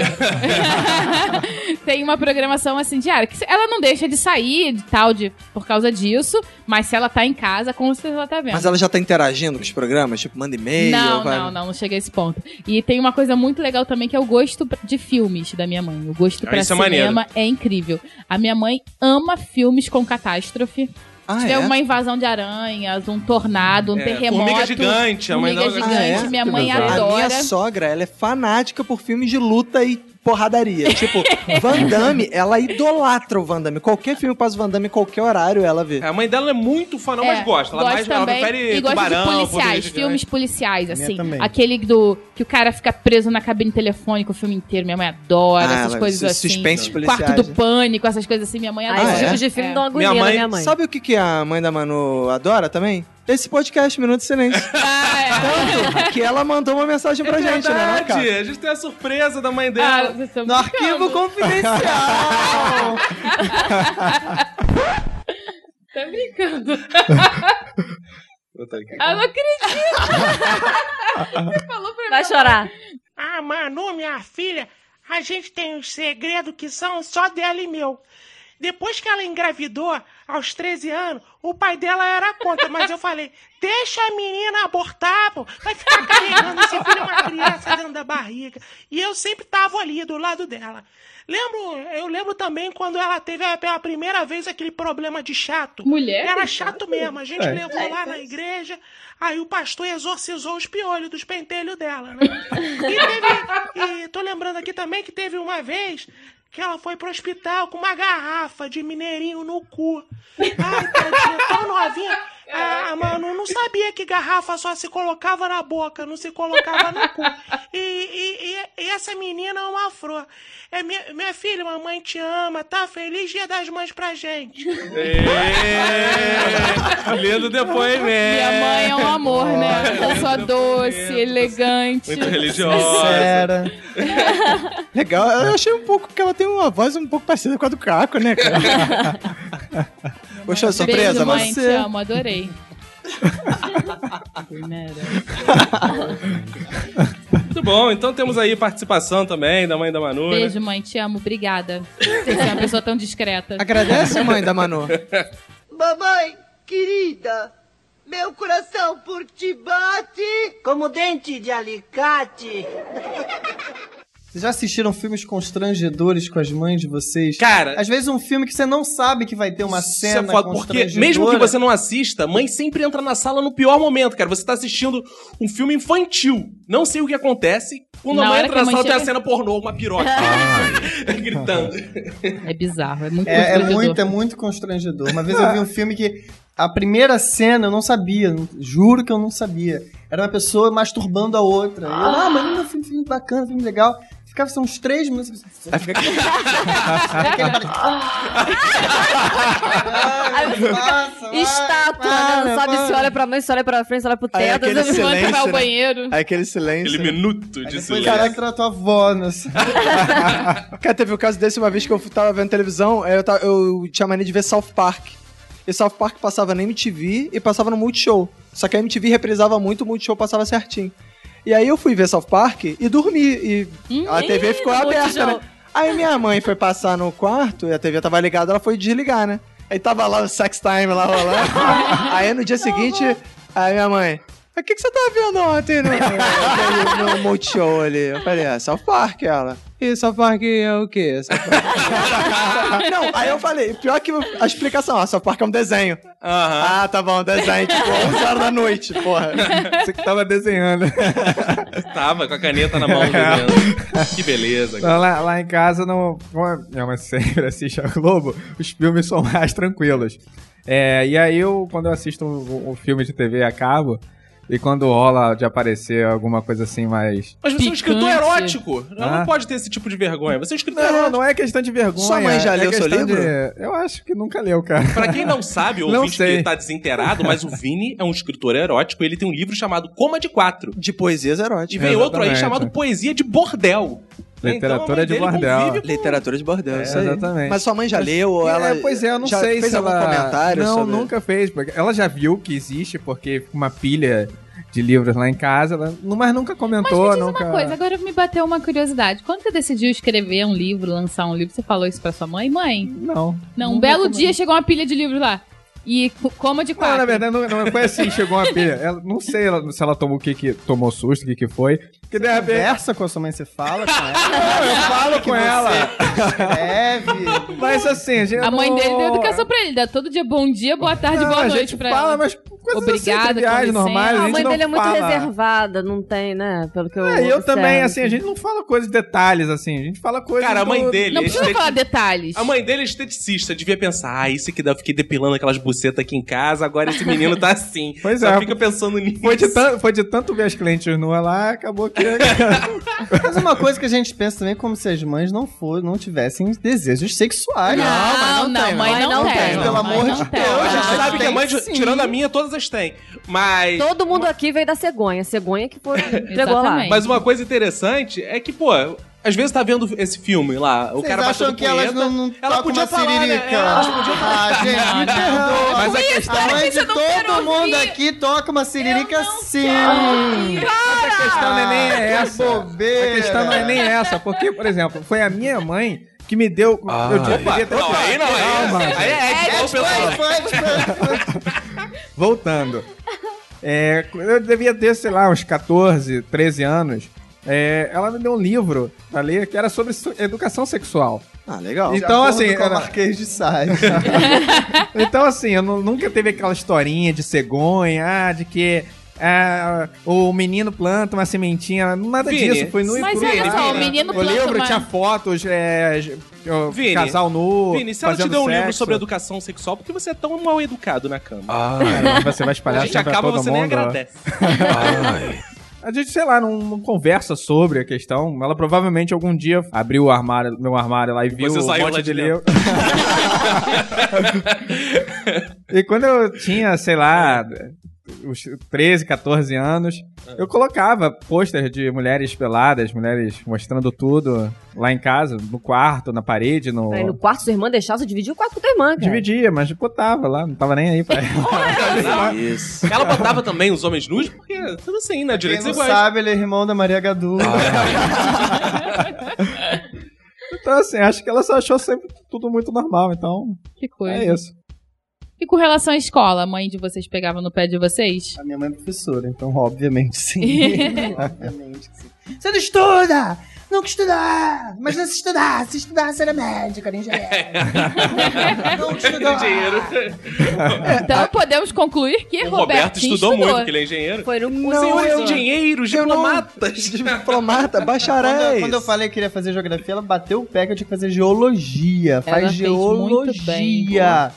I: tem uma programação assim diária. Que se- ela não deixa de sair de tal de, por causa disso, mas se ela tá em casa, com certeza ela tá vendo.
B: Mas ela já tá interagindo com os programas? Tipo, manda e-mail?
I: Não,
B: vai-
I: não, não, não cheguei a esse ponto. E tem uma coisa muito legal também que é o gosto pra- de filmes da minha mãe. O gosto
A: Ah,
I: pra
A: isso é
I: cinema
A: maneiro.
I: é, incrível. A minha mãe ama filmes com catástrofe.
B: Ah,
I: Se tiver
A: é?
I: uma invasão de aranhas, um tornado, um
A: É,
I: terremoto.
A: Formiga Gigante, a mãe Ah, é?
I: formiga
A: dela-
I: gigante, minha mãe
B: A
I: adora.
B: minha sogra, ela é fanática por filmes de luta e
I: [LAUGHS]
B: porradaria. Tipo, Van Damme, ela idolatra o Van Damme. Qualquer filme que passa o Van Damme, qualquer horário, ela vê.
A: A mãe dela é muito fã, não, mas
I: É,
A: gosta. Ela, mais, ela
I: também,
A: prefere
I: e gosta
A: tubarão,
I: de
A: Formiga
I: policiais,
A: Gigante.
I: filmes policiais,
A: Minha
I: assim.
A: também.
I: Aquele do que o cara fica preso na cabine telefônica o filme inteiro. Minha mãe adora
B: Ah,
I: essas
B: ela-
I: coisas
B: sus-
I: assim.
B: suspense policiais,
I: Quarto do
B: né?
I: pânico, essas coisas assim. Minha
B: Ah,
I: mãe [LAUGHS] adora.
B: tipo
I: É.
B: Sabe o que, que a mãe da Manu adora também? Esse podcast, Minuto de Silêncio.
I: Ah, é.
B: Tanto [LAUGHS] que ela mandou uma mensagem pra
A: É
B: gente, né, não,
A: verdade.
B: cara?
A: a gente tem a surpresa da mãe dela.
I: no
B: arquivo confidencial.
N: [LAUGHS]
I: Tá [LAUGHS] brincando.
B: Ah,
A: [LAUGHS]
I: não acredito!
J: Você
I: falou pra
D: Vai chorar.
J: Ah, Manu, minha filha, a gente tem um segredo que são só dela e meu. Depois que ela engravidou, aos 13 anos, o pai dela era contra, mas eu falei, [LAUGHS] deixa a menina abortar, pô. Vai ficar carregando esse filho é uma criança dentro da barriga. E eu sempre tava ali, do lado dela. Lembro, eu lembro também quando ela teve a- pela primeira vez aquele problema de chato.
I: Mulher?
J: Era chato mesmo. A gente
I: É.
J: levou lá na igreja, aí o pastor exorcizou os piolhos dos pentelhos dela, né? E teve. E tô lembrando aqui também que teve uma vez que ela foi pro hospital com uma garrafa de mineirinho no cu. Ai, tadinha, tão novinha. Ah, mano, não sabia que garrafa só se colocava na boca, não se colocava no cu. E, e- e- e essa menina é uma afro. É minha, minha filha, mamãe te ama, tá? Feliz dia das mães pra gente.
A: É. Lindo depois, né?
I: Minha mãe é um amor, né? Pessoa doce, elegante.
A: Muito religiosa.
B: Sincera. [LAUGHS] Legal, eu achei um pouco que ela tem uma voz um pouco parecida com a do Caco, né,
I: [LAUGHS]
B: cara? Gostou da surpresa,
I: Beijo, mãe,
B: você?
I: te amo, adorei.
A: Muito bom, então temos aí participação também da mãe da Manu. né?
I: Beijo, mãe, te amo, obrigada. Você é uma pessoa tão discreta.
B: Agradece, mãe da Manu.
G: [LAUGHS] Mamãe, querida, meu coração por ti bate como dente de alicate.
F: Vocês já assistiram filmes constrangedores com as mães de vocês?
A: Cara-
F: Às vezes um filme que você não sabe que vai ter uma
A: Isso é
F: cena
A: foda, porque mesmo que você não assista, a mãe sempre entra na sala no pior momento, cara. Você tá assistindo um filme infantil. Não sei o que acontece. Quando
I: Na
A: a mãe
I: hora que
A: entra
I: a
A: na
I: mãe
A: sala, tem a
I: chega-
A: cena pornô, uma
I: [LAUGHS]
A: piroca. [LAUGHS] Gritando.
I: É bizarro, é muito
F: É, é
I: constrangedor.
F: muito, é muito constrangedor. Uma vez eu vi um filme que a primeira cena eu não sabia, não- juro que eu não sabia. Era uma pessoa masturbando a outra. Eu, ah, mas não é um filme, filme bacana, filme legal. Ficava só uns três minutos. Aí fica
E: [LAUGHS]
D: Aí você fica estátua, né?
B: para,
D: Não sabe
B: para.
D: se olha pra mãe, se olha pra frente, se olha pro teto,
B: aquele
D: se levanta e vai
B: silêncio,
D: ao
B: né?
D: banheiro.
B: Aí aquele silêncio.
A: Aquele minuto de
F: Foi
A: silêncio.
F: caraca era tua avó,
I: [LAUGHS]
F: né?
B: Cara, teve o caso desse uma vez que eu tava vendo televisão, aí eu, tava- eu tinha mania de ver South Park. E South Park passava na MTV e passava no Multishow. Só que a MTV reprisava muito, o Multishow passava certinho. E aí eu fui ver South Park e dormi. E a
P: ih,
B: TV ficou
P: Hum, no
B: aberta,
P: Multishow.
B: né? Aí minha mãe foi passar no quarto e a TV tava ligada, ela foi desligar, né? Aí tava lá o sex time lá rolando.
P: [LAUGHS]
B: aí no dia seguinte, a minha mãe... O que, que você tava vendo ontem né?" no, no, no Multishow ali? Eu falei, é South Park, ela. E South Park é o quê? South Park- é
E: [LAUGHS]
B: Não, aí eu falei, pior que a explicação, ó, South Park é um desenho. Ah, tá bom, desenho, tipo, 11 horas da noite, porra.
E: Você que tava desenhando.
A: Tava com a caneta na mão.
E: [LAUGHS]
A: desenhando. [LAUGHS] que beleza, cara.
E: Então, lá, lá em casa, não, como a minha mãe sempre [LAUGHS] assiste a Globo, os filmes são um mais tranquilos. É, e aí, eu, quando eu assisto um, um filme de TV a cabo, E quando rola de aparecer alguma coisa assim mais.
A: Mas você é um escritor
E: Picante.
A: erótico. Ela
E: Ah.
A: não pode ter esse tipo de vergonha. Você é um escritor
E: Não,
A: erótico.
E: não é questão de vergonha.
A: Sua mãe já
E: é
A: leu seu
E: questão
A: livro?
E: de- Eu acho que nunca leu, cara.
A: Pra quem não sabe, o
E: Não
A: ouvinte
E: sei.
A: que tá desinteirado, mas o Vini é um escritor erótico. Ele tem um livro chamado Coma de Quatro.
B: De poesias eróticas.
A: E veio outro aí
B: Exatamente.
A: chamado Poesia de Bordel.
E: Literatura de bordel.
B: Literatura de bordel,
E: É,
B: isso aí.
E: Exatamente.
B: Mas sua mãe já leu ou
E: É,
B: ela
E: pois é, eu não
B: já
E: sei
B: fez
E: se
B: algum
E: ela...
B: comentário
E: Não,
B: sobre-
E: nunca fez. porque Ela já viu que existe, porque fica uma pilha de livros lá em casa, ela... mas nunca comentou,
I: Mas me diz
E: nunca...
I: uma coisa, agora me bateu uma curiosidade. Quando você decidiu escrever um livro, lançar um livro, você falou isso pra sua mãe? Mãe?
E: Não.
I: Não, um belo dia chegou uma pilha de livros lá. E co- coma de quatro.
E: Não, na verdade, não, não foi assim, chegou uma pilha. Ela- não sei ela- se ela tomou o que que... Tomou susto, o que que foi. Que de repente...
F: Conversa com a sua mãe, você fala com ela.
E: Não, eu falo com ela.
F: Escreve.
E: Mas assim, a gente...
I: A mãe
E: não-
I: dele deu educação pra ele, dá todo dia bom dia, boa tarde,
E: Não,
I: Tá boa
E: a
I: noite
E: gente
I: pra
E: fala,
I: ela.
E: mas coisas assim,
I: Obrigada,
E: triviais,
I: com licença.
E: normais, a
D: a mãe
E: gente
D: dele é
E: não
D: muito
E: fala.
D: reservada, não tem, né? Pelo que eu.
E: É, e eu
D: observo.
E: também, assim, a gente não fala coisas, detalhes, assim, a gente fala coisas...
A: Cara, a mãe
E: do-
A: dele.
I: Não
A: é
I: precisa
A: estetic-
I: falar detalhes.
A: A mãe dele é esteticista, devia pensar, ah, esse que dá, fiquei depilando aquelas bucetas aqui em casa, agora esse menino tá assim.
E: [LAUGHS] Pois
A: Só
E: é.
A: fica pensando nisso.
E: Foi de, tan- foi de tanto ver as clientes nuas lá,
F: [LAUGHS]
E: acabou que.
F: Mas uma coisa que a gente pensa também é como se as mães não for, não tivessem desejos sexuais.
I: Não, mas não Não, tem, não, mãe mãe não não tem, tem,
F: Pelo
I: não,
F: amor
I: mãe
F: de
I: não tem.
F: Deus.
A: Hoje a gente
F: Ah,
A: sabe que a mãe,
F: tem sim.
A: tirando a minha, todas as tem. Mas.
D: Todo mundo aqui veio da cegonha. Cegonha que
I: [LAUGHS]
D: foi. entregou lá.
A: Mas uma coisa interessante é que, pô, às vezes tá vendo esse filme lá, o
F: Vocês
A: cara
F: acham
A: batendo
F: que elas
A: punheta,
F: não- não
A: ela
F: tocam
A: podia
F: uma
A: falar, né?
F: siririca?
A: Elas podiam falar.
F: Ah, gente, me perdoa.
A: Mas a
F: Mas
A: questão-
F: a mãe de
I: eu não quero
F: todo mundo
I: ouvir.
F: aqui toca uma siririca sim.
E: A questão não é nem
F: Ah, que
E: essa.
F: bobeira.
E: A questão não é nem essa. Porque, por exemplo, foi a minha mãe que me deu. eu tive
A: Ah. Opa, não, aí não, aí-
E: Calma,
A: aí é ético, ó, pessoal.
E: Voltando. É, eu devia ter, sei lá, uns 14, 13 anos. É, ela me deu um livro pra ler que era sobre su- educação sexual.
B: Ah, legal.
F: De
E: Então,
F: acordo
E: assim,
F: com o
E: era-
F: Marquês de Sade.
E: Então, assim, eu nu- nunca teve aquela historinha de cegonha, ah, de que ah, o menino planta uma sementinha, nada
A: Vini,
E: disso. Foi nu e
I: mas
E: cru,
I: olha só,
E: cara.
I: o menino planta
E: livro
I: uma-
E: tinha fotos, é, j- ó,
A: Vini,
E: casal nu,
A: Vini, se ela te
E: fazendo
A: der um livro
E: sexo.
A: sobre educação sexual, por que você é tão mal educado na cama?
B: Ah.
E: Caramba, você vai espalhar
A: a gente
E: assim pra
A: acaba,
E: todo
A: você nem
E: mundo, ó.
A: agradece.
E: [LAUGHS] A gente, sei lá, não, não conversa sobre a questão. Ela provavelmente algum dia abriu o armário, meu armário lá e viu
A: Você
E: um
A: saiu lá
E: monte
A: de
E: de livro. e quando eu tinha, sei lá, uns 13, 14 anos,
A: Ah.
E: eu colocava pôster de mulheres peladas, mulheres mostrando tudo lá em casa, no quarto, na parede, no...
D: Aí no quarto, sua irmã deixava, você dividia o quarto com tua irmã, cara.
E: Dividia, mas botava lá, não tava nem aí pra ela.
B: Isso.
A: Ela botava também os homens nus, porque tudo assim, né?
F: Quem
A: Direitos
F: não
A: iguais.
F: sabe, ele é irmão da Maria Gadu. [LAUGHS]
E: Então, assim, acho que ela só achou sempre [LAUGHS] tudo muito normal, então
I: Que
E: é
I: coisa.
E: isso.
I: E com relação à escola, a mãe de vocês pegava no pé de vocês?
F: A minha mãe é professora, então obviamente
I: [LAUGHS]
F: sim. obviamente que sim. Você não estuda! Nunca
I: [LAUGHS]
F: estudar! Imagina se estudar! Se estudar, você era médica, era engenheiro. Nunca estudou!
A: [LAUGHS] Dinheiro.
I: Então podemos concluir que
A: O
I: Roberto,
A: Roberto estudou muito, porque ele é engenheiro.
D: Foi no
A: O senhor é um engenheiro, diplomata.
B: [LAUGHS] Diplomata,
F: Quando eu,
B: bacharéis.
F: quando eu falei que queria fazer geografia, ela bateu o pé que eu tinha que fazer geologia. Faz
I: fez muito bem,
F: geologia.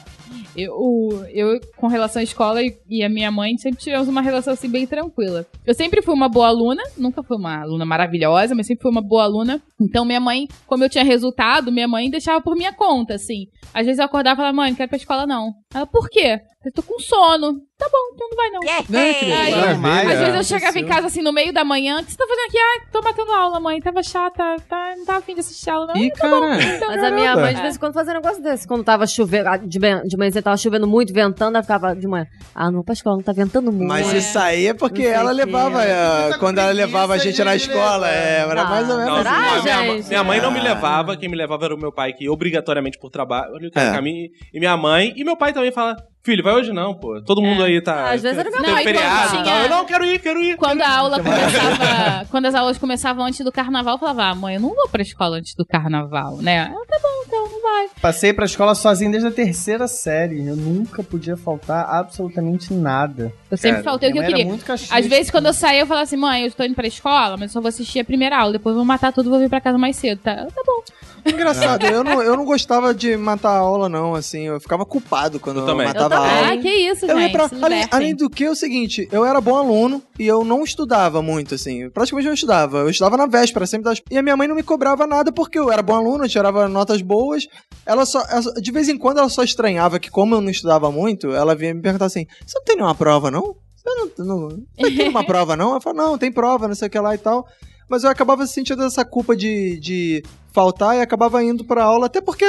I: Eu, eu, com relação à escola e, e a minha mãe, sempre tivemos uma relação assim bem tranquila. Eu sempre fui uma boa aluna, nunca fui uma aluna maravilhosa, mas sempre fui uma boa aluna. Então minha mãe, como eu tinha resultado, minha mãe deixava por minha conta, assim. Às vezes eu acordava e falava, mãe, não quero ir pra escola não. Ela, por quê? Eu tô com sono. Tá bom, então não vai não.
D: É.
B: Né, querido?
I: Aí,
E: Maravilha.
I: Às vezes eu chegava em casa assim no meio da manhã, o que você tá fazendo aqui? Ah, tô matando aula, mãe. Tava chata, tá, não tava afim de assistir aula, não.
B: Ih, cara.
I: Então,
D: tá Mas a minha mãe de
I: É.
D: vez em quando fazia um negócio desse. Quando tava chovendo, ah, de manhã, de manhã tava chovendo muito, ventando, ela ficava de manhã. Ah, não, pra escola, não tá ventando muito.
B: Mas
I: É.
A: Né?
B: isso aí é porque
D: Não sei
B: ela
D: o quê.
B: levava. eh,
F: Tá com
B: quando ela levava a
F: preguiça
B: gente na
F: de
B: escola.
F: levar.
B: É, era mais ou menos.
D: será,
B: assim.
A: né? Ah, minha,
D: Ah, gente?
A: minha mãe não me
B: Ah.
A: levava, quem me levava era o meu pai, que obrigatoriamente por trabalho, olha o cara
B: É.
A: caminho, e minha mãe, e meu pai também fala, filho, vai hoje não, pô, todo mundo aí tá...
D: É. Ah, Às vezes era minha
A: tem
I: mãe.
A: feriado e
I: Não, e
A: tal.
I: quando tinha-
A: Eu não, quero ir, quero ir.
I: Quando a aula começava. quando as aulas começavam antes do carnaval, eu falava, ah, mãe, eu não vou pra escola antes do carnaval, né? Ela, tá bom, então, não vai.
F: Passei pra escola sozinho desde a terceira série. Eu nunca podia faltar absolutamente nada.
I: Eu sempre
B: Cara,
I: faltei o que eu
F: Minha mãe era
I: queria.
F: muito cachista.
I: Às
B: tipo
I: vezes, quando eu saía, eu falava assim, mãe, eu tô indo pra escola, mas eu só vou assistir a primeira aula, depois eu vou matar tudo e vou vir pra casa mais cedo, tá? Ela, tá bom.
B: É Engraçado,
A: É.
B: eu não, eu não gostava de matar a aula, não, assim. Eu ficava culpado quando eu,
A: também.
F: Tá
B: matava
A: Eu
B: a
A: também.
B: aula.
I: Ah, que isso,
B: Eu ia
I: gente.
B: pra-
I: se
B: além,
I: libertem.
B: além do que, é o seguinte, eu era bom aluno e eu não estudava muito, assim. Eu Praticamente não estudava. Eu estudava na véspera, sempre das... E a minha mãe não me cobrava nada porque eu era bom aluno, eu tirava notas boas. Ela só... ela só- de vez em quando ela só estranhava que como eu não estudava muito, ela vinha me perguntar assim, você não tem nenhuma prova, não? Você não, não, não tem [LAUGHS] uma prova, não? Eu falava, não, tem prova, não sei o que lá e tal. Mas eu acabava sentindo essa culpa de, de faltar e acabava indo pra aula, até porque...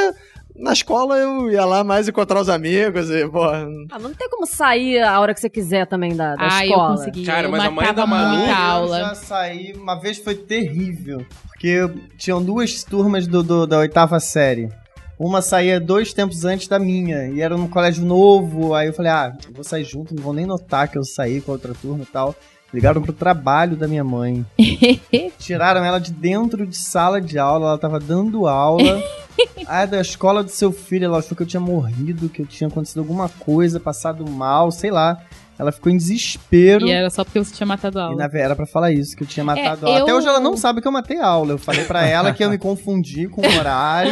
B: Na escola eu ia lá mais encontrar os amigos e, pô,
D: Ah, mas não tem como sair a hora que você quiser também da, da
I: Ah, eu
D: escola.
I: consegui.
A: Cara, mas a mãe
I: matava
A: da Malu-
I: muita aula.
F: Eu já saí, uma vez foi terrível. Porque tinham duas turmas do, do- da oitava série. Uma saía dois tempos antes da minha, e era num colégio novo. Aí eu falei, ah, eu vou sair junto, não vou nem notar que eu saí com a outra turma e tal. Ligaram pro trabalho da minha mãe. Tiraram ela de dentro de sala de aula, ela tava dando aula. Ah, é da escola do seu filho, ela achou que eu tinha morrido, que eu tinha acontecido alguma coisa, passado mal, sei lá. Ela ficou em desespero.
I: E é era só porque você tinha matado a
F: E
I: aula.
F: na verdade, era pra falar isso, que eu tinha matado
I: É,
F: a aula. Até
I: eu-
F: hoje ela não sabe que eu matei a aula. Eu falei
B: [LAUGHS]
F: pra ela que eu me confundi com o
I: [LAUGHS]
F: horário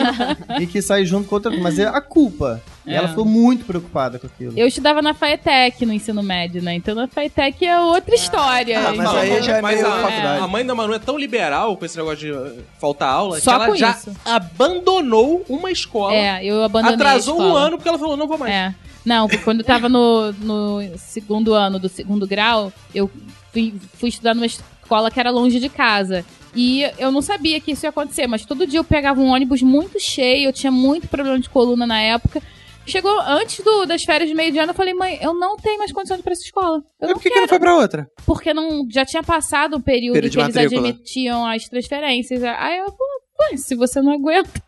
F: e que saí junto com outra. Mas é a culpa. E
I: É.
F: ela ficou muito preocupada com aquilo.
I: Eu estudava na FAETEC no ensino médio, né? Então na FAETEC é outra história.
B: Ah, mas aí já é
A: Mas
B: meio
A: a,
B: faculdade.
A: a mãe da Manu é tão liberal com esse negócio de uh, faltar aula
I: Só
A: que ela
I: com
A: já
I: isso.
A: abandonou uma escola.
I: É, eu abandonei.
A: Atrasou
I: a escola.
A: um ano porque ela falou, não vou mais.
I: É. Não, porque quando eu tava no, no segundo ano do segundo grau, eu fui, fui estudar numa escola que era longe de casa. E eu não sabia que isso ia acontecer, mas todo dia eu pegava um ônibus muito cheio, eu tinha muito problema de coluna na época. Chegou antes do- das férias de meio de ano, eu falei, mãe, eu não tenho mais condições de ir pra essa
A: É
I: escola. Eu
B: Mas
I: não
B: por que, que não foi pra outra?
I: porque não já tinha passado o período,
B: Período de
I: que eles
B: matrícula.
I: admitiam as transferências. Aí eu falei, se você não aguenta.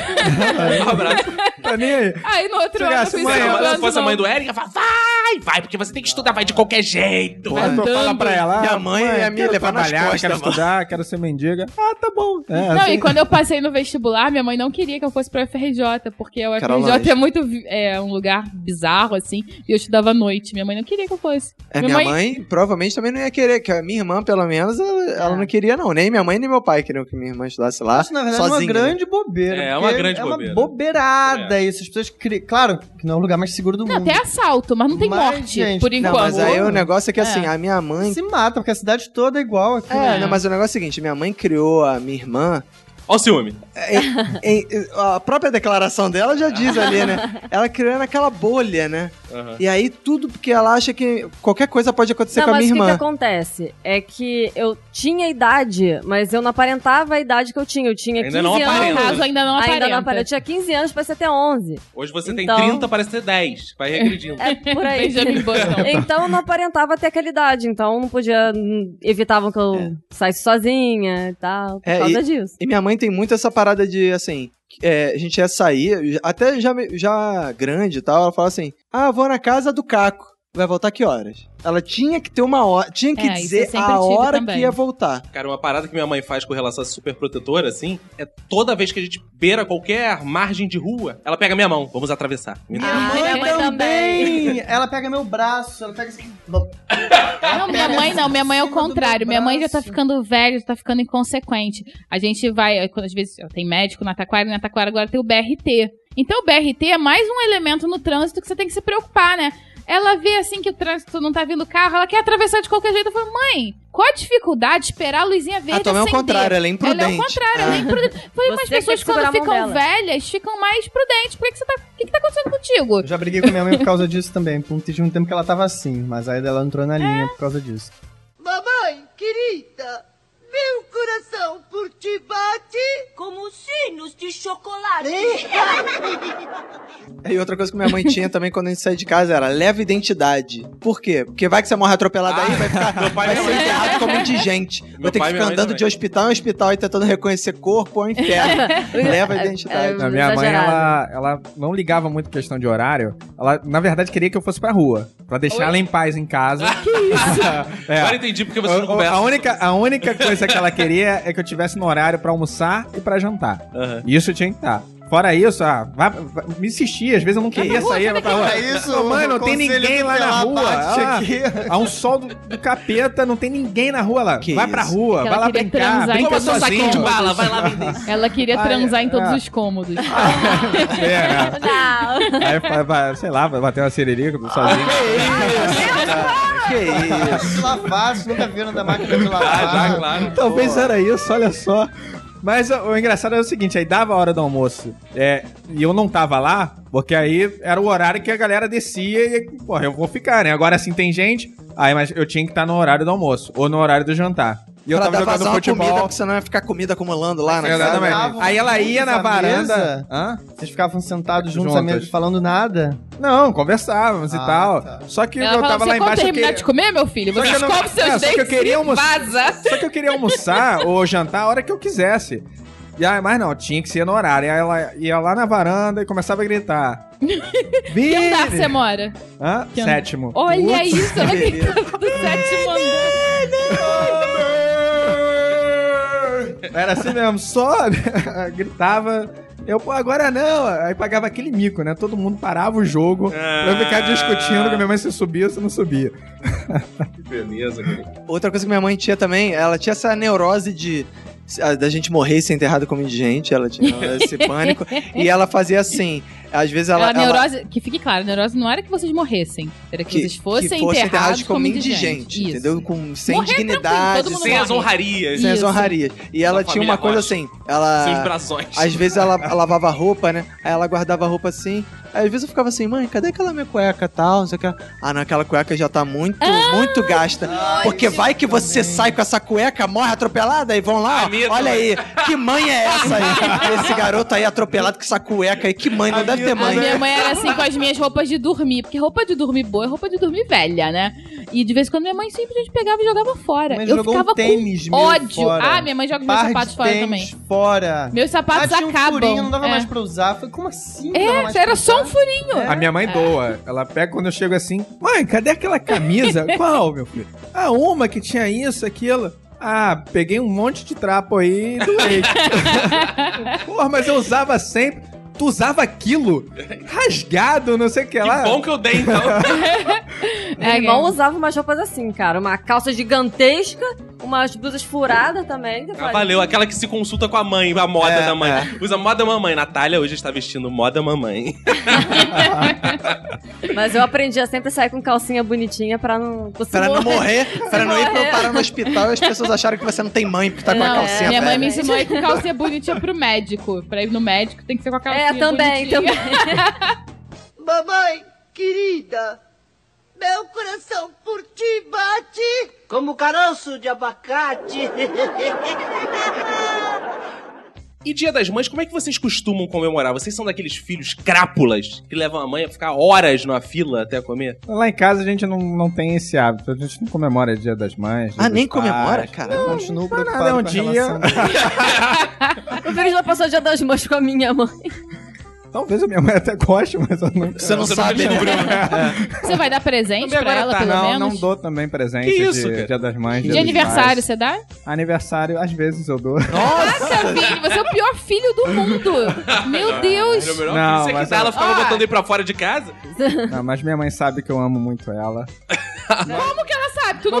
A: Um abraço.
E: Tá nem aí.
I: Aí no outro ano eu
A: Chegasse,
I: fiz
A: mãe, é
I: segundo
A: ah, se
I: ano
A: fosse a
I: de
A: mãe do
I: novo.
A: Eric, ela fala, vai, vai, porque você tem que estudar, vai de qualquer jeito.
E: Pô, eu falo pra ela. "Ah,
A: "Ah,
B: Minha mãe
E: "Mãe,
B: ia me
E: quero
B: levar nas
E: trabalhar,
B: costas,
E: Quero
B: mano."
E: estudar, quero ser mendiga. Ah, tá bom. É,
I: Não,
E: assim-
I: e quando eu passei no vestibular, minha mãe não queria que eu fosse pra UFRJ, porque o
B: Carol
I: UFRJ
B: Lange.
I: é muito vi- é um lugar bizarro, assim, e eu estudava à noite. Minha mãe não queria que eu fosse.
B: É, minha mãe... provavelmente também não ia querer, que a minha irmã, pelo menos, ela, ela não queria, não. Nem minha mãe, nem meu pai queriam que minha irmã estudasse lá.
F: Isso, na verdade, é uma
B: sozinha, né?
F: grande bobeira.
A: É, é uma
F: porque
A: grande
F: é uma
A: bobeira.
F: bobeirada isso. As pessoas. cri- Claro que não é o lugar mais seguro do
I: Não,
F: mundo.
I: até assalto, mas não tem
F: Mas,
I: morte,
F: gente,
I: por
F: não,
I: enquanto.
B: Não, mas aí o negócio é que,
I: É.
B: assim, a minha mãe...
F: Se mata, porque a
I: [LAUGHS]
F: cidade toda é igual aqui.
B: É, não, mas o negócio é o seguinte, minha mãe criou a minha irmã... É,
A: Ó o ciúme.
B: em- em- a própria declaração dela já diz ali, né? Ela criou naquela bolha, né?
A: Aham.
B: E aí tudo porque ela acha que qualquer coisa pode acontecer
D: Não,
B: é com a
D: mas
B: minha
D: o que, que
B: irmã.
D: acontece? É que eu tinha idade, mas eu não aparentava a idade que eu tinha. Eu tinha
A: Ainda
D: 15
A: não
I: No
A: aparenta.
D: anos.
I: caso, ainda não aparenta.
D: Ainda não aparenta. Eu tinha 15 anos, parecia até 11.
A: Hoje você tem
D: Então-
A: 30, parece ter 10.
D: [LAUGHS]
A: Vai regredindo.
D: É por aí.
I: Benjamin Button.
D: [LAUGHS] então eu não aparentava até aquela idade. Então não podia. hum, Evitavam que eu
A: É.
D: saísse sozinha e tal. Por
B: É,
D: causa
B: e- [LAUGHS]
D: disso.
B: E minha mãe tem muito essa parada de, assim, é, a gente ia sair, até já, me- já grande e tal, ela fala assim, ah, vou na casa do Caco, vai voltar que horas? Ela tinha que ter uma hora, tinha que
I: É, isso eu
B: dizer
I: sempre
B: a
I: tive
B: hora
I: também.
B: que ia voltar.
A: Cara, uma parada que minha mãe faz com relação a super protetora, assim, é toda vez que a gente beira qualquer margem de rua, ela pega minha mão. Vamos atravessar.
F: Minha
I: Ah,
F: mãe,
I: minha mãe
F: também. Ela pega meu braço, ela pega assim.
I: Não, minha mãe não, minha mãe é o
F: Em cima do
I: contrário.
F: meu
I: Minha mãe já tá
F: braço.
I: ficando velha, já tá ficando inconsequente. A gente vai, quando às vezes ó, tem médico na Taquara, e na Taquara agora tem o BRT. Então o BRT é mais um elemento no trânsito que você tem que se preocupar, né? Ela vê assim que o trânsito não tá vindo carro, ela quer atravessar de qualquer jeito. Eu falo, mãe, qual a dificuldade de esperar a luzinha
B: a
I: verde?
B: tua mãe é o
I: acender?
B: contrário, ela é imprudente.
I: Ela é o contrário, ela é imprudente. Eu Falei,
D: Você
I: mas as
D: que tem
I: pessoas
D: que segurar
I: quando
D: a mão
I: ficam
D: dela."
I: velhas ficam mais prudentes. Por que, que você tá. O que, que tá acontecendo contigo?
F: Eu já briguei com minha mãe por causa disso também. Por um tive um tempo que ela tava assim, mas aí ela entrou
I: É.
F: na linha por causa disso.
G: Mamãe, querida, meu coração por ti bate como sinos de chocolate.
B: E outra coisa que minha mãe tinha também quando a gente saía de casa era, leva identidade. Por quê? Porque vai que você morre atropelado
E: Ah,
B: aí, vai ficar...
A: Meu pai e
B: Vai
A: minha
B: ser
A: mãe.
B: enterrado como indigente. Vou ter
A: pai e minha
B: que ficar
A: mãe
B: andando
A: também.
B: de hospital em hospital e tentando reconhecer corpo ao inferno. Leva a identidade.
E: é, A minha mãe,
D: Exagerado.
E: ela, ela não ligava muito pra questão de horário. Ela, na verdade, queria que eu fosse pra rua. Pra deixar ela em paz em casa. que [LAUGHS] isso?
A: Agora entendi porque você não
E: O- o-
A: conversa.
E: A única, a única coisa que ela queria é que eu tivesse no horário pra almoçar e pra jantar.
A: Aham.
E: Isso eu tinha que estar. Fora isso, ah, vá- vá- me insistia, às vezes eu não
F: Tá
E: queria
F: rua,
E: sair.
F: sai
E: eu tava-
F: daqui. É isso,
E: Não, mãe, não
F: o
E: tem
F: conselho
E: ninguém lá na
F: tutelar
E: rua.
F: bate
E: Ah,
F: aqui.
E: Há um sol do, do capeta, não tem ninguém na rua lá. vai pra
F: isso.
E: rua,
I: Ela
E: vai lá
I: queria
E: brincar.
I: transar em
E: Brinca
I: todos os
E: sozinho.
I: cômodos. Ela queria
E: Ai,
I: transar em todos
E: é.
I: os cômodos.
E: [LAUGHS] É,
I: [LAUGHS] Não.
E: Aí, vai- vai, sei lá, vai bater uma sererê
F: Ah, [LAUGHS]
E: sozinho.
A: é
F: Que isso? Lavar, vocês nunca viram da máquina de lavar.
E: Talvez era isso, olha só. Mas ó, o engraçado é o seguinte, aí dava a hora do almoço. É, e eu não tava lá, porque aí era o horário que a galera descia e, porra, eu vou ficar, né? Agora assim tem gente. Aí, mas eu tinha que estar no horário do almoço ou no horário do jantar. E eu
B: pra dar
E: tava
B: vazão
E: jogando
B: à
E: futebol.
B: comida, porque senão ia ficar comida acumulando lá na
E: Exatamente. Aí ela ia na varanda.
F: Vocês ficavam sentados juntos à
E: Juntas.
F: mesa falando nada?
E: Não, conversávamos
F: Ah,
E: e tal. Só que
I: Ela
E: eu
I: falava,
E: tava lá
I: você quando
E: embaixo. eu
I: terminar
E: queria-
I: de comer, meu filho,
E: Só
I: você
E: que eu não-
I: come seus
E: é, só
I: dentes
E: que eu queria
I: e
E: almoçar.
I: vaza.
E: [LAUGHS] Só que eu queria almoçar ou jantar a hora que eu quisesse. E aí, mas não, tinha que ser no horário. E aí ela ia lá na varanda e começava a gritar.
I: Que
E: Vini!
I: andar você mora?
E: Hã?
I: Que andar?
E: Sétimo.
I: Olha
E: Putz, [LAUGHS]
I: isso, olha quem tá do [LAUGHS] sétimo andar.
E: Era assim mesmo, só [LAUGHS] gritava. Eu, pô, agora não. Aí pagava aquele mico, né? Todo mundo parava o
B: É.
E: jogo pra eu ficar
A: Ah,
E: discutindo que minha mãe se subia ou se não subia. [LAUGHS]
A: Que beleza, cara.
B: Outra coisa que minha mãe tinha também, ela tinha essa neurose de a- da gente morrer e ser enterrado como indigente, ela tinha esse pânico. E ela fazia assim, às vezes ela...
I: a
B: ela-
I: neurose, que fique claro, a neurose não era que vocês morressem. Era que, vocês fossem
B: que fossem
I: enterrados como
B: indigentes,
I: indigente.
B: entendeu? Com, sem
I: Morrer tranquilo,
B: dignidade.
I: todo mundo Sem morre. as honrarias.
B: Sem as
I: Isso.
B: honrarias. E ela tinha
A: família
B: uma coisa
A: gosta.
B: assim, ela...
A: Seus brasões.
B: Às vezes ela ela lavava a roupa, né? Aí ela guardava a roupa assim. Aí às vezes eu ficava assim, mãe, cadê aquela minha cueca e tal? Não sei o que. Ah, não, aquela cueca já tá muito,
I: Ah,
B: muito gasta. Porque vai que você sai com essa cueca, morre atropelada e vão lá, ó, olha aí, que mãe é essa aí? Esse garoto aí atropelado com essa cueca aí, que mãe, não deve ter
I: A
B: mãe.
I: minha mãe era assim com as minhas roupas de dormir, porque roupa de dormir boa é roupa de dormir velha, né? E de vez em quando minha mãe simplesmente pegava e jogava fora.
F: Mas
I: eu
F: jogou um
I: ficava
F: tênis
I: com
F: meu
I: ódio.
F: fora.
I: Ah, minha mãe joga os meus
F: Par de
I: sapatos fora
F: tênis
I: também.
F: fora.
I: Meus sapatos
F: ah, tinha um
I: acabam.
F: furinho, não dava
I: É.
F: mais pra usar. Falei, como assim? não dava mais
I: É,
F: pra
I: era
F: usar?
I: só um furinho.
E: A minha mãe doa. Ela pega quando eu chego assim. Mãe, cadê aquela camisa? Qual, meu filho? Ah, uma que tinha isso, aquilo. Ah, peguei um monte de trapo aí e doei. Porra, mas eu usava sempre. Tu usava aquilo? Rasgado, não sei o que lá.
A: bom que eu dei, então.
I: É
D: Meu irmão É usava umas roupas assim, cara. Uma calça gigantesca, umas blusas furadas também. que eu
A: Ah,
D: falei,
A: valeu, aquela que se consulta com a mãe, a moda
B: É,
A: da mãe.
B: é.
A: Usa moda mamãe. Natália hoje está vestindo moda mamãe.
D: Mas eu aprendi a sempre sair com calcinha bonitinha pra não...
B: Pra não morrer, pra não ir pra- parar no hospital e as pessoas acharem que você não tem mãe porque tá com a
I: Não, é.
B: calcinha
I: minha mãe
B: velha.
I: me ensinou aí
B: [LAUGHS]
I: com calcinha bonitinha pro médico. Pra ir no médico tem que ser com a calcinha
D: É, também,
I: bonitinha.
G: [LAUGHS] Mamãe, querida, meu coração por ti bate como caroço de abacate.
A: E Dia das Mães, como é que vocês costumam comemorar? Vocês são daqueles filhos crápulas que levam a mãe a ficar horas na fila até comer?
E: Lá em casa a gente não, não tem esse hábito. A gente não comemora Dia das Mães. Dia
B: Ah,
E: dos
B: nem
E: Pais.
B: comemora, cara?
F: Eu continuo preocupado
E: Nada, é um
F: com a
E: dia.
F: relação.
D: Eu vejo já passou [LAUGHS] o dia das mães com a minha mãe.
E: Talvez a minha mãe até goste, mas eu não. Tá,
B: Você não Você não sabe, né? descobriu.
A: [LAUGHS]
I: [LAUGHS]
A: É.
I: Você vai dar presente pra ela, pelo
E: não,
I: menos?
E: não dou também presente
I: Que isso,
E: de
I: cara?
E: Dia das Mães.
I: De
E: Dia dos
I: aniversário,
E: Pais.
I: você dá?
E: Aniversário, às vezes eu dou.
I: Nossa, filho, você é o pior filho do mundo. Meu Deus.
A: Era Ah, é o melhor
E: Não,
A: não, que
E: mas
A: dá, ela
E: eu-
A: ficava
E: Ah!
A: botando ele pra fora de casa?
E: [LAUGHS] Não, mas minha mãe sabe que eu amo muito ela.
I: Como que ela sabe? Tu não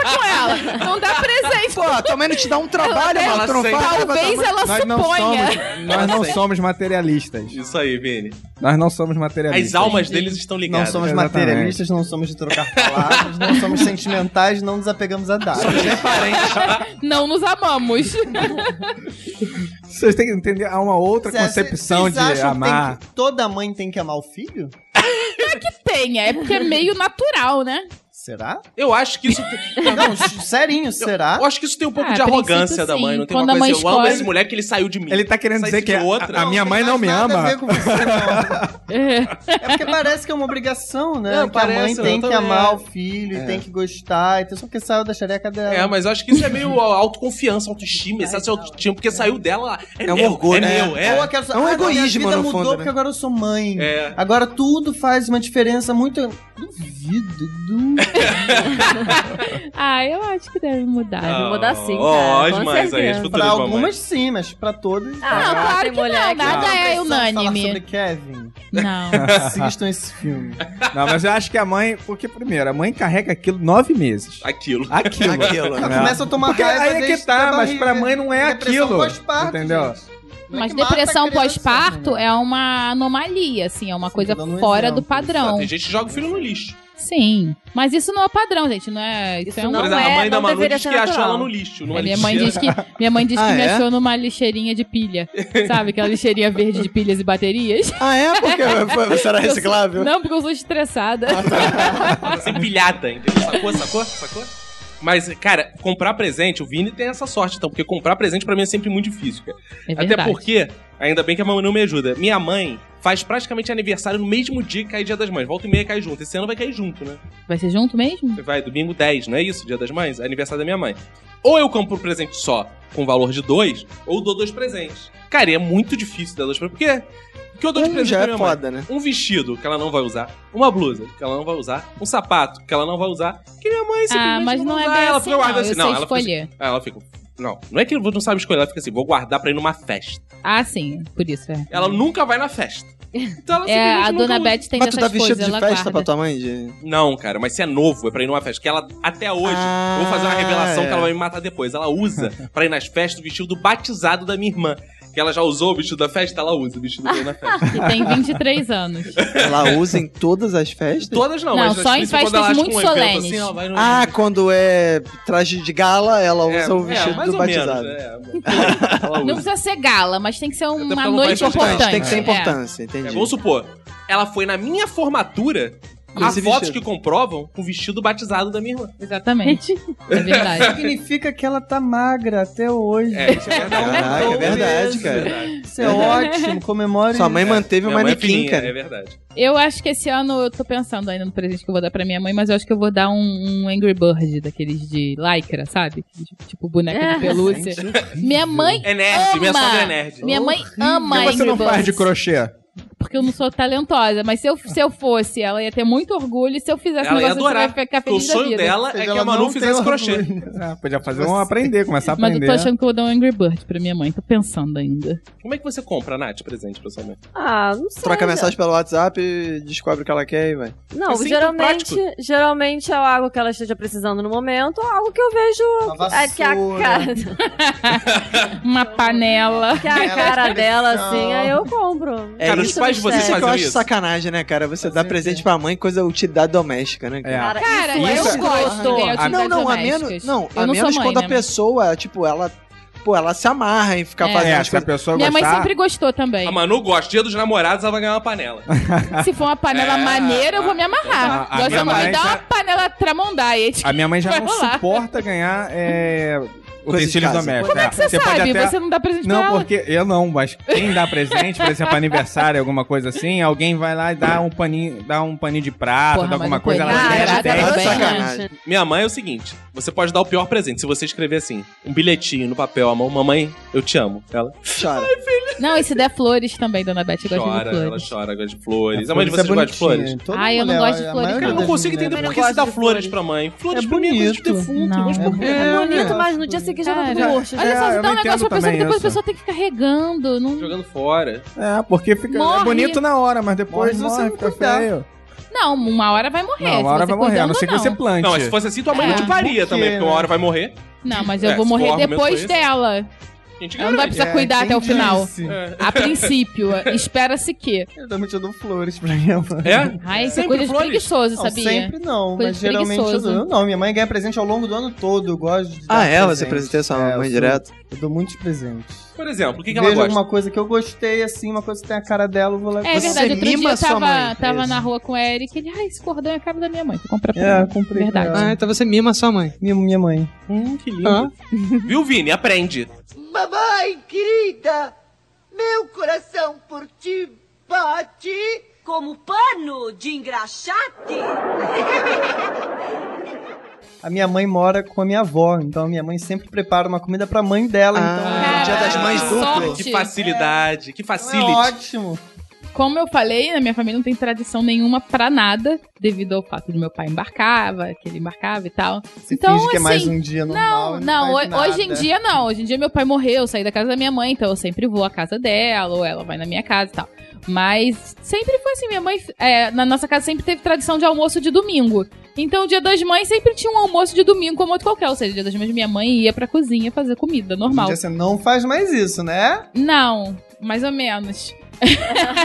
B: [LAUGHS]
I: com ela. Não dá presente.
B: Pô, tua mãe não te dá um trabalho, mano.
I: Ela-
B: Tu não
I: ela-
B: fala pra tua
I: Talvez
B: mãe.
I: ela suponha.
E: somos, nós não somos materialistas.
A: Isso aí, Vini.
E: Nós não somos
A: As
E: materialistas.
A: almas deles estão ligadas.
E: Não somos
F: Materialistas
E: materialistas.
F: não somos de trocar palavras, não somos sentimentais, não nos apegamos a dados.
I: [LAUGHS] Não nos amamos.
E: [LAUGHS] Vocês têm que entender, há uma outra
F: é, Cê-
E: concepção
F: cês acham que
E: de
F: tem
E: amar.
F: que toda mãe tem que amar o filho?
I: Não que tenha, é porque é meio natural, né?
F: Será?
A: Eu acho que isso.
F: não, [LAUGHS] serinho, será?
A: Eu acho que isso tem um pouco
I: Ah,
A: de
I: a princípio,
A: arrogância da
I: sim.
A: mãe. Não tem
I: Quando
A: uma
I: a
A: coisa,
I: mãe
A: eu amo
I: escolhe-
A: esse moleque que ele saiu de mim.
E: Ele tá querendo dizer
A: Sai-se
E: que
A: de
E: a,
A: outra.
E: a minha mãe não me
F: nada a
E: ama.
F: ver com você, não. É porque parece que é uma obrigação, né?
A: Não,
F: que a mãe
A: parece, eu
F: tem que
A: também
F: amar
A: acho.
F: o filho,
A: É.
F: tem que gostar, então só porque saiu da xereca dela.
A: É, mas eu acho que isso é
F: [LAUGHS]
A: meio autoconfiança, autoestima, excesso de autoestima, porque saiu dela. É,
B: É um
A: meu,
B: orgulho,
A: é,
B: né?
A: meu, é.
F: Ou aquela-
B: É um
F: "Ah, não,
B: egoísmo,
F: Minha vida
B: no
F: mudou
B: fundo, né?
F: porque agora eu sou mãe.
A: É.
F: Agora tudo faz uma diferença muito. Duvido, duvido.
I: ah, eu acho que deve mudar.
D: Deve mudar sim,
A: ó,
D: cara.
A: as
D: com
B: é
A: mais aí, as
D: certeza.
A: futuras
F: Pra
A: mamães.
F: algumas sim, mas pra todas.
D: Ah, não, claro tem que mulher não, que- nada
I: é
F: Precisamos falar
I: unânime.
F: sobre Kevin. [LAUGHS]
I: Não.
E: [LAUGHS]
F: Assistam esse filme.
E: Não, mas eu acho que a mãe. Porque, primeiro, a mãe carrega aquilo nove meses.
A: Aquilo.
B: [LAUGHS]
E: Aquilo.
F: Aquilo.
B: né?
F: Ela começa a tomar
E: Porque
F: raiva
E: Aí é que
F: desde
E: tá,
F: da
E: mas
F: barriga.
E: pra mãe não é
F: Depressão
E: aquilo.
F: pós-parto,
E: Entendeu?
I: Mas
F: mata
I: depressão
F: a criança,
I: pós-parto é uma anomalia, assim, é uma coisa
F: dando um
I: fora
F: exemplo.
I: do padrão.
A: Tem gente que joga o filho no lixo.
I: Sim. Mas isso não é padrão, gente. Não é. Isso, é um.
A: Por exemplo, a mãe da Manu diz que achou ela no lixo. Numa
I: É, minha mãe diz
A: lixeira.
I: que, minha mãe diz
A: Ah,
I: que me
A: é?
I: achou numa lixeirinha de pilha. Sabe? Aquela lixeirinha verde de pilhas e
A: [LAUGHS]
I: baterias.
B: Ah, é?
I: [LAUGHS]
B: Porque foi- você era
I: Eu sou-
B: reciclável?
I: não, porque eu sou
A: [LAUGHS]
I: estressada.
A: Ela Ah, tá empilhada, entendeu? Sacou, sacou, sacou? Mas, cara, comprar presente, o Vini tem essa sorte, então, porque comprar presente pra mim é sempre muito difícil, cara.
I: É
A: Até
I: verdade.
A: porque, ainda bem que a mamãe não me ajuda. Minha mãe faz praticamente aniversário no mesmo dia que cai Dia das Mães. Volta e meia cai junto. Esse ano vai cair junto, né?
I: [LAUGHS] Vai ser junto mesmo?
A: Vai, domingo 10, não é isso? Dia das Mães? É aniversário da minha mãe. Ou eu compro um presente só com valor de dois, ou dou dois presentes. Cara, e é muito difícil dar dois presentes. Por quê? Porque eu dou de
B: Um
A: presente
B: já
A: pra
B: é
A: minha mãe.
B: foda, né?
A: Um vestido que ela não vai usar, uma blusa que ela não vai usar, um sapato que ela não vai usar, que minha mãe simplesmente
I: Ah, mas não, é
A: usar.
I: bem
A: ela
I: assim,
A: fica
I: não.
A: guardando
I: Eu
A: assim.
I: sei
A: Não, ela fica assim-
I: escolher.
A: ela fica. Não, não é que não sabe escolher, ela fica assim, vou guardar pra ir numa festa.
I: Ah, sim. Por isso, é.
A: Ela
B: Uhum.
A: nunca vai na festa. Então ela
I: É,
A: simplesmente
I: a dona
A: nunca usa.
I: Beth tem
B: Mas tu dá
I: dessas
B: vestido
I: coisas.
B: de
I: Ela
B: festa
I: guarda.
B: pra tua mãe? de-
A: Não, cara, mas se é novo, é pra ir numa festa. Que ela, até hoje, eu vou fazer uma revelação
B: é.
A: que ela vai me matar depois. Ela
B: [LAUGHS]
A: usa pra ir nas festas o vestido do batizado da minha irmã. Que ela já usou o vestido da festa, ela usa o vestido dela na festa.
I: E
A: [LAUGHS]
I: Ah, tem 23 anos.
B: Ela usa em todas as festas?
A: Todas não,
I: Não,
A: mas
I: só em
A: tipo, quando
I: festas
A: ela acha
I: muito
A: um evento
I: solenes.
A: Assim, ela vai no...
B: Ah, quando é traje de gala, [LAUGHS] ela usa o
A: é,
B: vestido
A: mais
B: do
A: ou menos, é.
B: batizado.
I: Não precisa ser gala, mas tem que ser
A: porque
I: uma
A: ela não
I: noite
A: vai gostar.
I: importante.
B: Tem que ter
I: É.
B: importância, entendi.
A: É, vamos supor, ela foi na minha formatura. Há
B: esse
A: fotos
B: vestido.
A: que comprovam o vestido batizado da minha irmã. [LAUGHS]
I: Exatamente. É verdade.
F: Significa que ela tá magra até hoje.
A: É, isso é verdade.
B: Caraca, é verdade, cara.
F: Isso é ótimo, comemore.
B: Sua mãe manteve
A: Minha
B: uma
A: mãe é
B: manequim,
A: fininha,
B: cara.
A: É verdade.
I: Eu acho que esse ano eu tô pensando ainda no presente que eu vou dar pra minha mãe, mas eu acho que eu vou dar um, um Angry Bird daqueles de lycra, sabe? Tipo boneca
D: Ah,
I: de pelúcia.
A: [LAUGHS]
I: Minha mãe
A: É nerd,
I: ama.
A: minha sogra é nerd.
I: Minha mãe ama
E: Por que você
I: Angry
E: não faz de
I: Birds.
E: crochê?
I: Porque eu não sou talentosa, mas se eu, se eu fosse, ela ia ter muito orgulho. E se eu fizesse
A: Ela
I: um
A: ia
I: negócio,
A: adorar.
I: ela ia ficar
A: porque o
I: feliz da
A: sonho
I: vida.
A: dela é
F: Seja,
A: que a
F: ela
A: Manu
F: não tem
A: fizesse crochê.
E: [LAUGHS] Ah, podia fazer um aprender, começar a
I: Mas eu
E: aprender.
I: tô achando que eu vou dar um Angry Bird pra minha mãe. Tô pensando ainda.
A: Como é que você compra, Nath, presente pra sua mãe?
D: Ah, não sei.
B: Troca
D: já-
B: mensagem pelo WhatsApp e descobre o que ela quer e vai.
D: Não,
A: Assim, tão
D: geralmente, geralmente é algo que ela esteja precisando no momento, ou algo que eu vejo
F: Uma
D: é, que, a
F: vassoura.
I: [LAUGHS]
D: cara,
I: Uma panela.
D: que a cara dela, assim, aí eu compro.
B: É
A: Cara, os
B: isso,
A: pais de vocês
B: isso é que eu
A: faziam
B: acho
A: isso?
B: sacanagem, né, cara? Você dá presente pra mãe, coisa utilidade doméstica, né, cara?
E: É.
I: Cara,
D: isso
I: eu
D: é-
I: gosto. de ganhar
E: Ah,
B: Não,
I: utilidades
B: não, a
I: domésticas.
B: menos, não,
I: eu
B: a
I: não
B: menos
I: sou mãe,
B: quando
I: né,
B: a
I: mãe?
B: pessoa, tipo, ela, pô, ela se amarra em ficar
I: É.
B: fazendo
E: É,
B: as
E: se a
B: coisas.
E: pessoa
I: Minha mãe
E: gostar...
I: sempre gostou também.
A: A Manu gosta. Dia dos namorados, ela vai ganhar uma panela.
I: [LAUGHS] Se for uma panela
A: É,
I: maneira, eu vou me
E: a-
I: amarrar.
E: a
I: Agora se
E: minha
I: a mãe
E: mãe
I: dá
E: já-
I: uma panela tramondaia.
E: A minha mãe já
I: Vai
E: não
I: rolar.
E: suporta ganhar é,
B: Coisa de
E: utensílios
B: casa.
E: domésticos.
I: Como é que você,
E: pode
I: sabe?
E: até-
I: Você não dá presente pra
E: Não,
I: ela?
E: porque eu não, mas quem dá presente, por exemplo, aniversário, alguma coisa assim, alguém vai lá e dá um paninho, dá um paninho de prata,
I: Porra,
E: dá alguma
I: mas
E: coisa,
I: não
E: ela
I: foi
E: ganha
I: nada,
A: Ah,
E: de 10.
B: Olha a
I: bem,
B: sacanagem.
A: tá Minha mãe é o seguinte: você pode dar o pior presente se você escrever assim, um bilhetinho no papel, a mão, mamãe, eu te amo. Ela
B: Chora.
I: Não, e se der flores também, dona Beth, gosta
A: chora,
I: de
A: ela
I: flores.
A: chora, gosta de flores. A mãe de vocês gosta de flores?
I: Ai, eu não gosto de flores,
A: Cara, eu não consigo entender por que você dá flores pra mãe. Flores
F: É
A: pra mim é coisa de
F: bonito.
A: defunto.
I: Não.
A: mas por quê?
D: É bonito, mas no dia seguinte já tá
I: Cara,
D: tudo murcho.
I: Olha só,
E: É,
I: você
E: eu
I: dá um
E: não entendo
I: negócio pra pessoa que
E: também
I: depois a
E: isso.
I: pessoa tem que ficar regando. Não,
A: tá Jogando fora.
E: É, porque fica
I: Morre.
E: é bonito na hora, mas depois
F: Morre, você
E: morre,
F: não
E: fica
F: cuidar.
E: feio.
I: não, uma hora vai morrer.
E: Não,
I: É, se
E: uma hora
I: você
E: vai morrer, a
I: cuidando
E: não ser que
I: ou
E: você plante.
A: Não, mas se fosse assim, tua mãe
I: É.
A: não paria
F: Por quê,
A: também, porque uma
F: né?
A: hora vai morrer.
I: Não, mas
A: É,
I: eu
A: se
I: vou
A: for um
I: morrer
A: argumento
I: depois
A: esse.
I: dela.
A: A gente
I: Ela não vai
A: garante.
E: é.
I: precisar cuidar até o final. A princípio, espera-se que.
F: Eu também eu dou flores pra minha mãe.
A: É?
I: Ai, isso é
A: Sempre
I: coisa de
A: flores?
I: preguiçoso,
F: Não,
I: sabia?
F: sempre não,
I: Coisa
F: mas
I: de
F: geralmente eu
I: preguiçoso.
F: dou. Eu Não, minha mãe é ganha presente ao longo do ano todo, eu gosto de
B: Ah,
F: dar
B: é? Você
F: presente.
B: presenteia sua
F: É, eu
B: mãe
F: sou-
B: direto?
F: Eu dou muitos presentes.
A: Por exemplo, o que, que
F: Vejo
A: ela gosta?
F: alguma coisa que eu gostei, assim, uma coisa que tem a cara dela, eu vou lá e
I: É
F: compro.
I: verdade, outro
B: mima
I: dia eu
B: sua mãe,
I: tava, tava
B: Tereza.
I: na rua com o Eric ele, ai, esse cordão é caro da minha mãe, vou comprar pra
F: É,
I: ela.
F: eu comprei.
I: Verdade.
F: pra ela.
B: Ah, então você mima sua mãe.
F: Minha, minha mãe.
A: Hum, que
F: Ah,
A: lindo. Viu, Vini? Aprende.
G: [LAUGHS] Mamãe querida, meu coração por ti bate. Como pano de [LAUGHS] engraxate?
F: A minha mãe mora com a minha avó, então a minha mãe sempre prepara uma comida pra mãe dela,
B: Ah,
F: então...
B: Dia das
I: Caraca,
B: Mães
I: que
B: duplas.
I: sorte.
A: Que facilidade, que
F: Então É
A: facility.
F: ótimo.
I: Como eu falei, na minha família não tem tradição nenhuma pra nada, devido ao fato de meu pai embarcava, que ele embarcava e tal. então,
F: Finge
I: assim,
F: que é mais um dia normal.
I: não, não,
F: faz
I: ho-
F: nada.
I: hoje em dia é não. Hoje em dia meu pai morreu, eu saí da casa da minha mãe, então eu sempre vou à casa dela, ou ela vai na minha casa e tal. Mas sempre foi assim, minha mãe, é, na nossa casa sempre teve tradição de almoço de domingo. Então o dia das mães sempre tinha um almoço de domingo como outro qualquer, ou seja, o dia das mães minha mãe ia pra cozinha fazer comida,
F: Hoje em
I: normal.
F: dia você não faz mais isso, né?
I: Não, mais ou menos.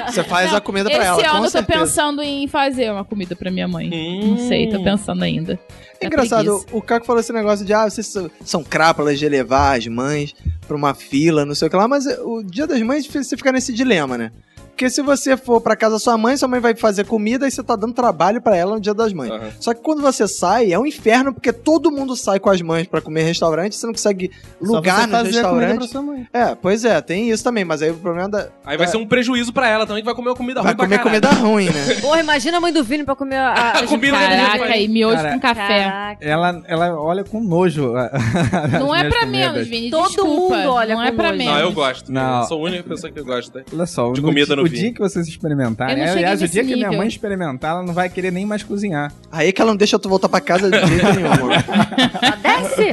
B: Você faz a comida pra
I: Esse
B: ela,
I: ano
B: com
I: eu tô
B: certeza.
I: pensando em fazer uma comida pra minha mãe. Não sei, tô pensando ainda.
B: É
I: Dá
B: engraçado,
I: preguiça.
B: o Caco falou esse negócio de, ah, vocês são- são crápulas de levar as mães pra uma fila, não sei o que lá, mas eh, o dia das mães você fica nesse dilema, né? Porque se você for pra casa da sua mãe, sua mãe vai fazer comida e você tá dando trabalho pra ela no dia das mães. Só que quando você sai, é um inferno, porque todo mundo sai com as mães pra comer em restaurante, você não consegue lugar
F: você
B: nos
F: fazer a comida
B: restaurantes.
F: pra sua mãe.
B: É, pois é, tem isso também, mas aí o problema da.
A: Aí vai
B: da-
A: ser um prejuízo pra ela também, que vai comer uma comida
B: É. Vai
A: ruim pra
B: comer
A: caralho.
B: comida ruim, né?
D: Porra, imagina a mãe do Vini pra comer a, a
A: Comida
D: de-
A: dele
D: Caraca,
A: depois.
I: E miojo
E: Cara,
I: com café.
D: Caraca.
E: Ela, ela olha com nojo. a- [LAUGHS] as
I: Não é
E: minhas
I: pra
E: comidas.
I: menos,
D: [LAUGHS]
I: Vini.
D: Todo
I: desculpa.
D: mundo olha
I: Não é
D: com
I: pra
D: nojo.
I: menos.
A: Não, eu gosto.
E: Não.
A: Sou a única pessoa que gosta.
E: Olha só,
A: De
E: no
A: comida
E: di-
A: no
E: o
A: vinho.
E: dia que vocês experimentarem,
I: Eu não
E: né?
I: cheguei
E: aliás, o
I: nesse
E: dia que minha
I: nível.
E: mãe experimentar, ela não vai querer nem mais cozinhar.
B: Aí é que ela não deixa tu voltar pra casa de jeito nenhum. mano.
I: [LAUGHS]
D: Desce!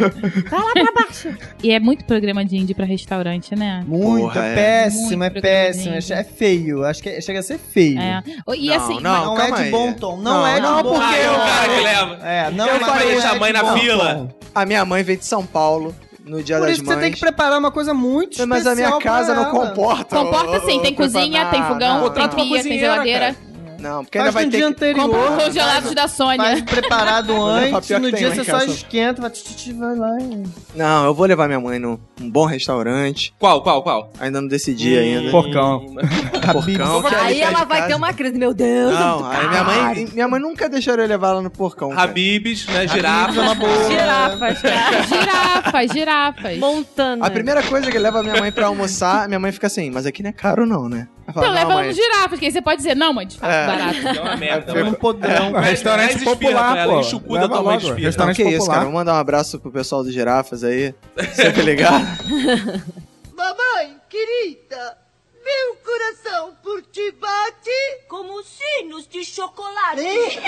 D: Vai lá pra baixo.
I: E é muito programa de indie pra restaurante, né?
F: Muito,
B: Porra,
F: é
B: é.
F: péssimo, é
I: Muito
F: péssimo.
D: [LAUGHS]
I: programa, gente.
F: É feio. Acho que é- chega a ser feio.
I: É. E
B: Não,
I: assim,
B: não,
F: Não
B: calma
F: é de
B: aí.
F: bom tom. Não, é de
B: não,
F: bom
B: porque
F: tom.
B: eu-
A: Cara que leva.
F: [LAUGHS] É, não,
A: Ah, Eu
F: mas
A: falei
F: não
A: deixar
F: é
A: a mãe
F: de
A: na
F: bom
A: fila.
F: tom.
B: A minha mãe veio de São Paulo no dia
F: Por
B: das
F: isso que
B: mães.
F: você tem que preparar uma coisa muito especial
B: mas a minha
F: pra
B: casa não
F: ela.
B: comporta.
I: Comporta sim, tem cozinha, tem fogão,
B: Contrata
I: tem
F: uma
I: pia, tem
F: cozinheira,
I: geladeira.
B: Não, porque ainda
F: Faz
B: vai
E: um
F: no
B: ter
F: dia
B: que... né?
F: anterior.
I: Compra os congelados da
F: Faz um
I: Sônia.
F: preparado
B: Olha,
F: antes,
B: papel que
F: no
B: tem
F: dia
B: lá
F: você
B: em
F: só
B: casa.
F: esquenta, vai, tch, tch, tch, vai lá. e-
B: Não, eu vou levar minha mãe num um bom restaurante.
A: Qual, qual, qual?
B: Ainda não decidi ainda.
E: Porcão.
B: [LAUGHS] Porcão. que é ali
D: Aí
B: perto
D: ela
B: de
D: vai
B: casa.
D: ter uma crise. Meu Deus, é
B: Não,
D: muito
B: aí minha
D: caro.
B: mãe, minha mãe nunca deixaram eu levar ela no porcão. cara.
A: Habibs, né? Girafa.
F: Uma boa.
D: Girafas, cara.
I: girafas, girafas.
D: Montana.
B: A primeira coisa que leva minha mãe pra almoçar, minha mãe fica assim, mas aqui não é caro não, né? Eu falo,
I: Então leva
B: não,
I: ela
D: um
B: mãe.
I: no girafas, que aí você pode dizer, não, mãe, de fato,
B: É.
I: barato.
A: É [LAUGHS] uma merda.
F: Pega um
E: [LAUGHS]
F: podrão.
E: É um restaurante
A: mas espirra pra
E: popular,
A: ela,
E: pô.
A: enche o cu da
E: Leva
A: tua mãe
E: logo.
A: de espirra.
B: Não,
E: Restaurante
B: que isso, cara.
E: popular.
B: Vou mandar um abraço pro pessoal do
A: [LAUGHS]
B: Girafas aí. Sempre ligado.
G: Mamãe, querida, meu coração por ti bate como sinos de [LAUGHS] chocolate.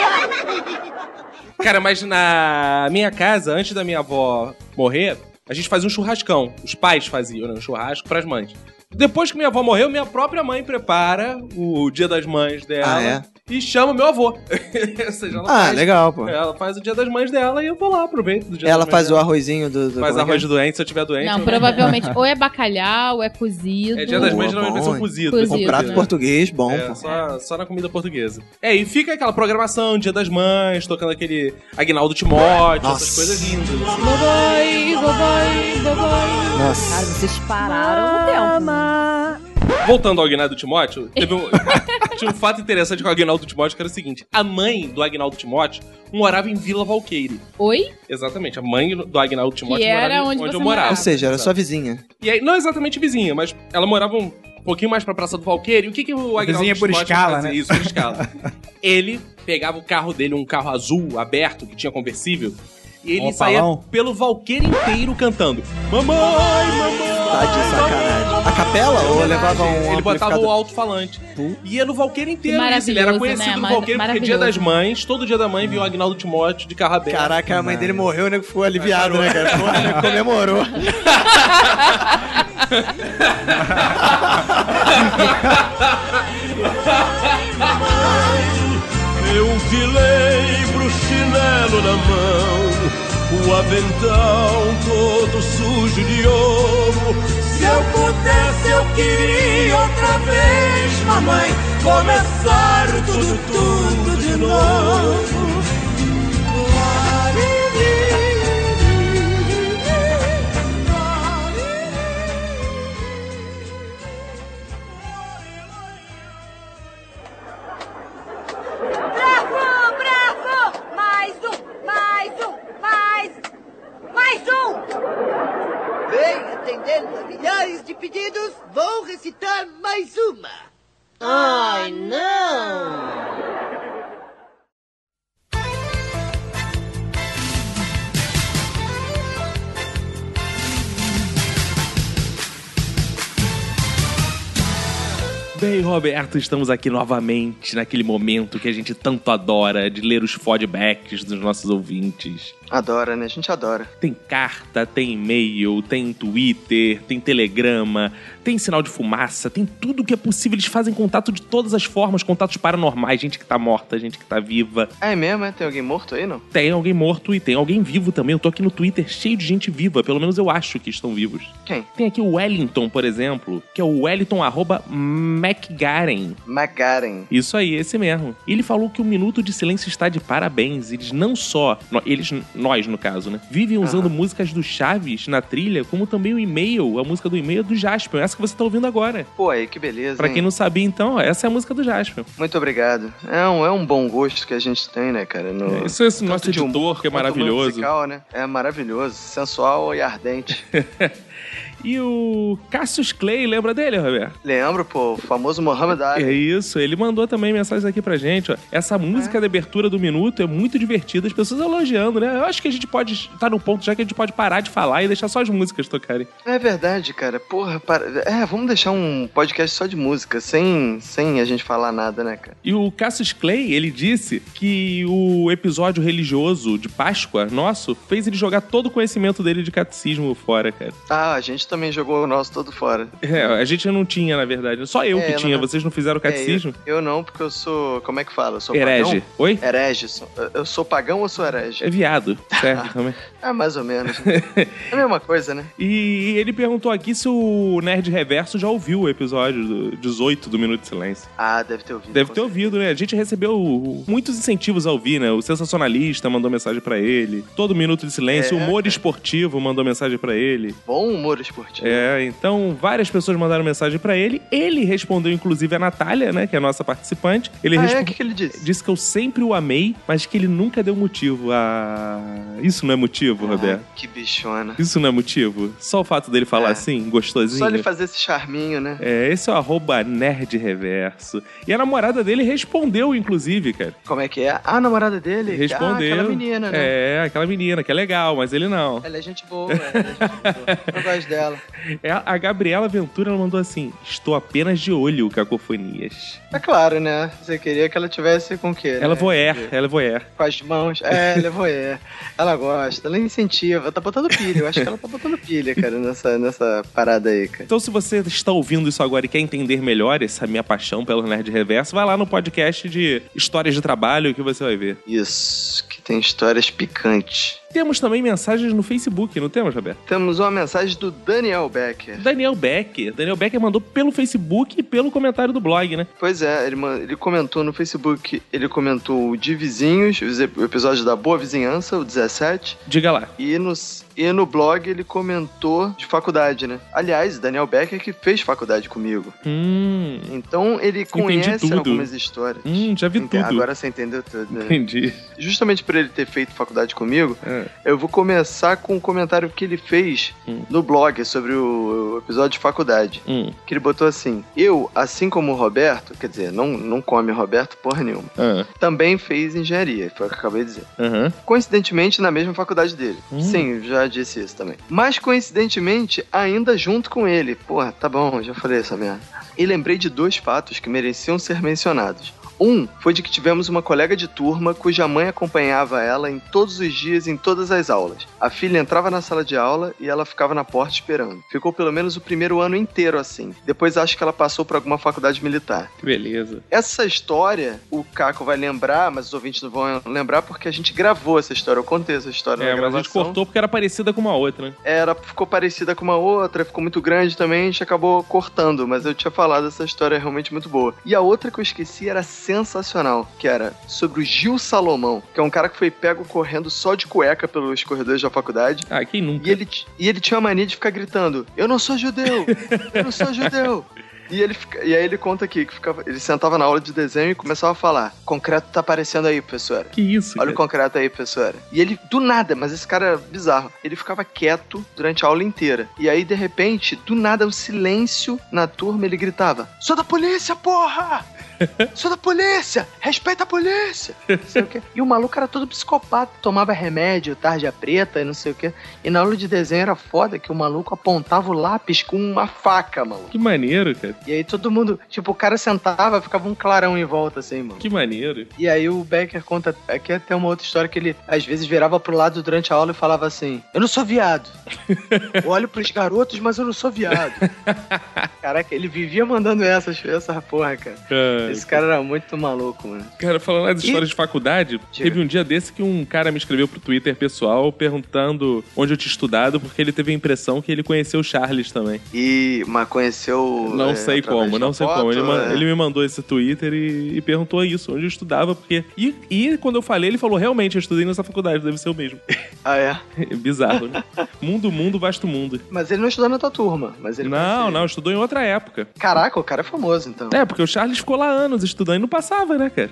A: Cara, mas na minha casa, antes da minha avó morrer, a gente fazia um churrascão. Os pais faziam né, um churrasco pras mães. Depois que minha avó morreu, minha própria mãe prepara o dia das mães dela
B: Ah, é?
A: e chama meu avô. [LAUGHS] Ou seja, ela
B: Ah,
A: faz,
B: legal, pô.
A: Ela faz o dia das mães dela e eu vou lá, aproveito do dia
B: Ela
A: das mães
B: faz o
A: dela.
B: arrozinho do... do
A: Faz
B: como é que é?
A: arroz de doente, se eu tiver doente.
I: Não,
A: eu-
I: provavelmente ou é bacalhau, ou é cozido.
A: É dia das mães,
B: Boa,
A: geralmente vai ser um
B: bom.
A: cozido. vai
I: Cozido,
A: ser
B: Um
A: um
I: né?
B: prato português bom,
A: É,
B: pô.
A: só, só na comida portuguesa. É, e fica aquela programação, Dia das Mães, tocando aquele Agnaldo Timóteo, essas
B: Nossa.
A: coisas lindas. assim.
I: Babai, babai, babai.
D: Cara,
B: Nossa.
D: vocês pararam no tempo. né?
A: Voltando ao Agnaldo Timóteo, teve um, [LAUGHS] tinha um fato interessante com o Agnaldo Timóteo, que era o seguinte. A mãe do Agnaldo Timóteo morava em Vila Valqueire.
I: Oi?
A: Exatamente, a mãe do Agnaldo Timóteo
I: Que era
A: morava
I: onde
A: onde,
I: você
A: eu morava.
I: morava.
B: Ou seja, era
A: Exato.
B: sua vizinha.
A: E aí, não exatamente vizinha, mas ela morava um pouquinho mais pra Praça do Valqueiro. E o que, que o Agnaldo
E: Vizinha por
A: Timóteo
E: escala,
A: fazia?
E: né?
A: Isso, por
E: [LAUGHS]
A: escala. ele pegava o carro dele, um carro azul, aberto, que tinha conversível, e ele
E: Ó,
A: saía
E: palão.
A: pelo Valqueiro inteiro cantando Mamãe, mamãe!
B: Tá de sacanagem. A capela ou levava um
A: Ele botava o
B: amplificador?
A: alto-falante. E ia no Valqueiro inteiro.
I: Que
A: isso. Ele era
I: maravilhoso,
A: conhecido
I: né?
A: no
I: Mar-
A: Valqueiro porque Dia das
I: maravilhoso.
A: Mães, todo dia da mãe, viu o Agnaldo Timóteo de carro aberto.
B: Caraca, a mãe dele morreu, o nego ficou aliviado, né, cara? Pô, o nego comemorou.
Q: Eu filei pro chinelo na mão, o avental todo sujo de ouro. Se eu pudesse, eu queria outra vez, mamãe, é- começar tudo, tudo de novo.
G: Bravo, bravo! Mais um, mais um, mais. Mais um! Bem, atendendo a milhares de pedidos, vou recitar mais uma. Ai,
B: [LAUGHS]
G: não!
A: Bem, Roberto, estamos aqui novamente naquele momento que a gente tanto adora de ler os feedbacks dos nossos ouvintes.
B: Adora, né? A gente adora.
A: Tem carta, tem e-mail, tem Twitter, tem telegrama, tem sinal de fumaça, tem tudo que é possível. Eles fazem contato de todas as formas, contatos paranormais, gente que tá morta, gente que tá viva.
B: É mesmo, é? Tem alguém morto aí, não?
A: Tem alguém morto e tem alguém vivo também. Eu tô aqui no Twitter cheio de gente viva, pelo menos eu acho que estão vivos.
B: Quem?
A: Tem aqui o Wellington, por exemplo, que é o Wellington arroba MacGaren.
B: McGaren.
A: Isso aí, esse mesmo. E Ele falou que o minuto de silêncio está de parabéns. Eles não só, no- eles, nós no caso, né? Vivem usando músicas do Chaves na trilha, como também o e-mail, a música do e-mail é do Jasper, essa que você tá ouvindo agora.
B: Pô, aí, que beleza.
A: Pra
B: hein?
A: quem não sabia, então, ó, essa é a música do Jasper.
B: Muito obrigado. É um, é um bom gosto que a gente tem, né, cara? No...
A: É, Isso é esse nosso
B: tanto de
A: editor,
B: humor
A: que é
B: quanto
A: maravilhoso.
B: musical, né? É maravilhoso, sensual e [LAUGHS] ardente.
A: E o Cassius Clay, lembra dele, Roberto?
B: Lembro, pô, o famoso Mohamed Ali.
A: É isso, ele mandou também mensagens aqui pra gente. Ó. Essa música de abertura do minuto é muito divertida, as pessoas elogiando, né? Eu acho que a gente pode estar no ponto já que a gente pode parar de falar e deixar só as músicas tocarem.
B: É verdade, cara. Porra, para... é, vamos deixar um podcast só de música, sem, sem a gente falar nada, né, cara?
A: E o Cassius Clay, ele disse que o episódio religioso de Páscoa nosso fez ele jogar todo o conhecimento dele de catecismo fora, cara.
B: Ah, a gente também jogou o nosso todo fora.
A: É, a gente não tinha, na verdade. Só Ah, eu
B: É,
A: que
B: eu
A: tinha,
B: não-
A: vocês não fizeram
B: É,
A: catecismo?
B: eu, eu não, porque eu sou. Como é que fala? Eu sou
A: Herege.
B: pagão?
A: Oi?
B: Herege. sou- Eu sou pagão ou sou herege?
A: É viado, certo
B: [LAUGHS]
A: também.
B: É mais ou
A: [LAUGHS]
B: menos. né? é a mesma coisa, né?
A: E ele perguntou aqui se o Nerd Reverso já ouviu o episódio do 18 do Minuto de Silêncio.
B: Ah, deve ter ouvido.
A: Deve ter ouvido, né? A gente recebeu muitos incentivos a ouvir, né? O Sensacionalista mandou mensagem pra ele. Todo Minuto de Silêncio.
B: É,
A: o Humor Esportivo mandou mensagem pra ele.
B: Bom humor esportivo.
A: É, então várias pessoas mandaram mensagem pra ele. Ele respondeu, inclusive, a Natália, né? Que é a nossa participante. Ele
B: Ah, é?
A: respon-
B: O que que ele disse?
A: Disse que eu sempre o amei, mas que ele nunca deu motivo. Ah, isso não é motivo, Roberto.
B: Que bichona.
A: Isso não é motivo? Só o fato dele falar assim, gostosinho.
B: Só ele fazer esse charminho, né?
A: É, esse é o arroba nerd reverso. E a namorada dele respondeu, inclusive, cara.
B: Como é que é? Ah, a namorada dele?
A: Respondeu.
B: Ah, aquela menina, né?
A: É, aquela menina, que é legal, mas ele não.
B: Ela é [LAUGHS] gente boa, ela é gente boa. Eu gosto dela.
A: É, a Gabriela Ventura ela mandou assim: Estou apenas de olho, cacofonias.
B: É claro, né? Você queria que ela tivesse com o quê?
A: Ela
B: né?
A: voer, ela é voer.
B: Com as mãos. É, ela é voyeur. Ela gosta, ela incentiva. Ela tá botando pilha. Eu acho que ela tá botando pilha, cara, nessa, nessa parada aí, cara.
A: Então, se você está ouvindo isso agora e quer entender melhor essa minha paixão pelo Nerd Reverso, vai lá no podcast de histórias de trabalho que você vai ver.
B: Isso, que tem histórias picantes.
A: Temos também mensagens no Facebook, não temos, Roberto?
B: Temos uma mensagem do Daniel Becker.
A: Daniel Becker. Daniel Becker mandou pelo Facebook e pelo comentário do blog, né?
B: Pois é, ele, man- ele comentou no Facebook, ele comentou o de vizinhos, os ep- o episódio da Boa Vizinhança, o 17.
A: Diga lá.
B: E no, e no blog ele comentou de faculdade, né? Aliás, Daniel Becker que fez faculdade comigo.
A: Hum.
B: Então ele conhece
A: tudo.
B: algumas histórias.
A: Hum, já vi
B: Ente-
A: tudo.
B: Então, Agora você entendeu tudo, né?
A: Entendi. É.
B: Justamente por ele ter feito faculdade comigo, eu vou começar com um comentário que ele fez
A: Hum.
B: no blog sobre o o episódio de faculdade.
E: Um Hum.
B: Que ele botou assim: Eu, assim como o Roberto, quer dizer, não, não come Roberto porra nenhuma,
A: Ah.
B: também fez engenharia, foi o que eu acabei de dizer.
A: Aham.
B: Coincidentemente, na mesma faculdade dele.
A: Hum.
B: Sim, já disse isso também. Mas coincidentemente, ainda junto com ele. Porra, tá bom, já falei essa merda. E lembrei de dois fatos que mereciam ser mencionados. Um foi de que tivemos uma colega de turma cuja mãe acompanhava ela em todos os dias, em todas as aulas. A filha entrava na sala de aula e ela ficava na porta esperando. Ficou pelo menos o primeiro ano inteiro assim. Depois acho que ela passou por alguma faculdade militar.
A: Que beleza.
B: Essa história, o Caco vai lembrar, mas os ouvintes não vão lembrar porque a gente gravou essa história. Eu contei essa história
A: É,
B: na
A: mas a
B: gravação.
A: gente cortou porque era parecida com uma outra, né?
B: Era, ficou parecida com uma outra, ficou muito grande também, a gente acabou cortando, mas eu tinha falado essa história é realmente muito boa. E a outra que eu esqueci era sensacional, que era sobre o Gil Salomão, que é um cara que foi pego correndo só de cueca pelos corredores da faculdade.
A: Ah, quem nunca?
B: E ele, t- e ele tinha a mania de ficar gritando: Eu não sou judeu! Eu não sou judeu! E, ele fica- e aí ele conta aqui que ficava, ele sentava na aula de desenho e começava a falar: concreto tá aparecendo aí, professora.
A: Que isso?
B: Olha o concreto aí, professora. E ele, do nada, mas esse cara é bizarro. Ele ficava quieto durante a aula inteira. E aí, de um repente, do nada, o silêncio na turma, ele gritava: Sou da polícia, porra! Sou da polícia! Respeita a polícia! Não sei o quê. E o maluco era todo psicopata, tomava remédio, tarja preta e não sei o quê. E na aula de desenho era foda que o maluco apontava o lápis com uma faca, maluco.
A: Que maneiro, cara.
B: E aí todo mundo, tipo, o cara sentava, ficava um clarão em volta, assim, mano.
A: Que maneiro.
B: E aí o Becker conta aqui até uma outra história que ele às vezes virava pro lado durante a aula e falava assim: Eu não sou
A: [LAUGHS]
B: viado. eu olho pros garotos, mas eu não sou viado. Caraca, ele vivia mandando essas, essa porra, cara.
A: Cara,
B: Esse cara era muito maluco, mano.
A: É, Cara, falando lá de histórias de faculdade, teve um dia desse que um cara me escreveu pro Twitter pessoal perguntando onde eu tinha estudado, porque ele teve a impressão que ele conheceu o Charles também.
B: E, mas conheceu.
A: Não
B: é,
A: sei
B: através
A: como,
B: da
A: não sei
B: foto,
A: como. Ele, ma-
B: é.
A: ele me mandou esse Twitter e, e perguntou isso, onde eu estudava, porque. E, e quando eu falei, ele falou: realmente, eu estudei nessa faculdade, deve ser o mesmo.
B: [LAUGHS] Ah, é?
A: Bizarro,
B: [LAUGHS]
A: né? Mundo, mundo, vasto mundo.
B: Mas ele não estudou na tua turma. Mas ele
A: não, não, estudou em outra época.
B: Caraca, o cara é famoso, então.
A: É, porque o Charles ficou lá anos estudando e não passava, né,
B: [LAUGHS]
A: cara?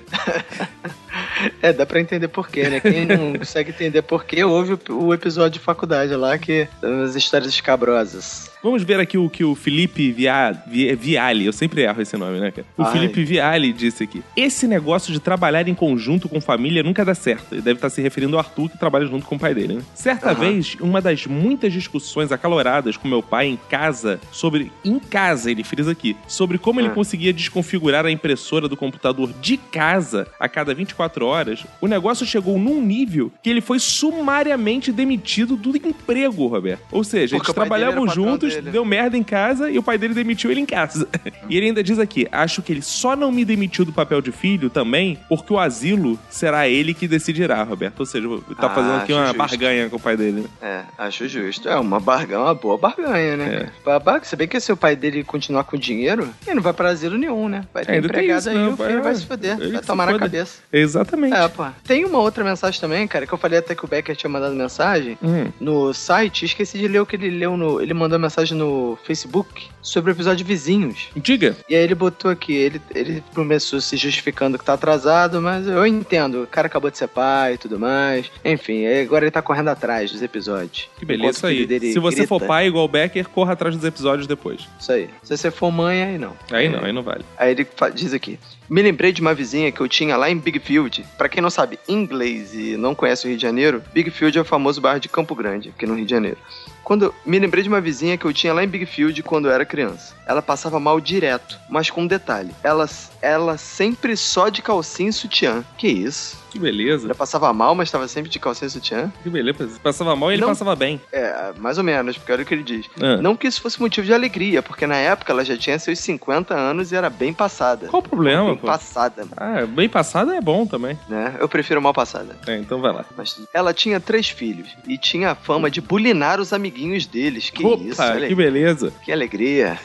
B: É, dá pra entender porquê, né? Quem [LAUGHS] não consegue entender porquê, ouve o, o episódio de faculdade lá, que as histórias escabrosas.
A: Vamos ver aqui o que o Felipe Via, Vi- Viale, eu sempre erro esse nome, né, cara? O
B: Ai.
A: Felipe Viale disse aqui: Esse negócio de trabalhar em conjunto com família nunca dá certo. Ele deve estar se referindo ao Arthur que trabalha junto com o pai dele, né? Certa
B: Aham.
A: vez, uma das muitas discussões acaloradas com meu pai em casa sobre. Em casa, ele frisa aqui, sobre como ele
B: Ah.
A: conseguia desconfigurar a impressora do computador de casa a cada 24 horas, o negócio chegou num nível que ele foi sumariamente demitido do emprego, Roberto. Ou seja,
B: Porque
A: eles
B: o pai dele era
A: trabalhavam
B: patrão
A: juntos,
B: dele.
A: deu merda em casa e o pai dele demitiu ele em
B: [LAUGHS]
A: casa. E ele ainda diz aqui: acho que ele só não me demitiu do papel de filho também, porque o asilo será ele que decidirá, Roberto. Ou seja, tá
B: Ah,
A: fazendo aqui
B: acho
A: uma
B: justo.
A: barganha com o pai dele.
B: É, acho justo. É uma barganha, uma boa barganha, né? cara?
A: É.
B: Babaca, se bem que se o pai dele continuar com dinheiro, ele não vai pra asilo nenhum, né? Vai ter
A: Ainda tem
B: empregado
A: isso,
B: aí,
A: né?
B: o filho
A: Vai-
B: vai se foder,
A: ele
B: vai
A: que
B: tomar
A: se
B: na
A: foda.
B: cabeça.
A: Exatamente.
B: É, pô. Tem uma outra mensagem também, cara, que eu falei até que o Becker tinha mandado mensagem
A: Hum.
B: no site. Esqueci de ler o que ele leu no. Ele mandou mensagem no Facebook sobre o episódio Vizinhos.
A: Diga.
B: E aí ele botou aqui, ele, ele começou se justificando que tá atrasado, mas eu entendo. O cara acabou de ser pai e tudo mais. Enfim, aí agora ele tá correndo atrás dos episódios.
A: Que beleza
B: Enquanto
A: isso
B: o filho
A: aí.
B: dele
A: Se você for
B: grita.
A: pai igual o Becker, corra atrás dos episódios depois.
B: Isso aí. Se você for mãe, aí não.
A: Aí não, aí não vale.
B: Aí ele fa- diz aqui: Me lembrei de uma vizinha que eu tinha lá em Bigfield. Pra quem não sabe inglês e não conhece o Rio de Janeiro, Bigfield é o famoso bairro de Campo Grande, aqui no Rio de Janeiro. Quando me lembrei de uma vizinha que eu tinha lá em Bigfield quando eu era criança. Ela passava mal direto, mas com um detalhe: ela, ela sempre só de calcinha e sutiã. Que isso?
A: Que beleza.
B: Ela passava mal, mas estava sempre de calcinha e sutiã.
A: Que beleza. Passava mal e ele
B: Não-
A: passava bem.
B: É, mais ou menos, porque olha o que ele diz.
A: Ah.
B: Não que isso fosse motivo de alegria, porque na época ela já tinha seus 50 anos e era bem passada.
A: Qual o problema,
B: Bem
A: pô?
B: passada, mano,
A: Ah, bem passado é bom também.
B: né? Eu prefiro mal passada.
A: É, então vai lá.
B: Mas ela tinha três filhos e tinha a fama de bulinar os amiguinhos deles. Que
A: Opa,
B: isso, olha aí.
A: que beleza.
B: Que
A: [LAUGHS]
B: alegria.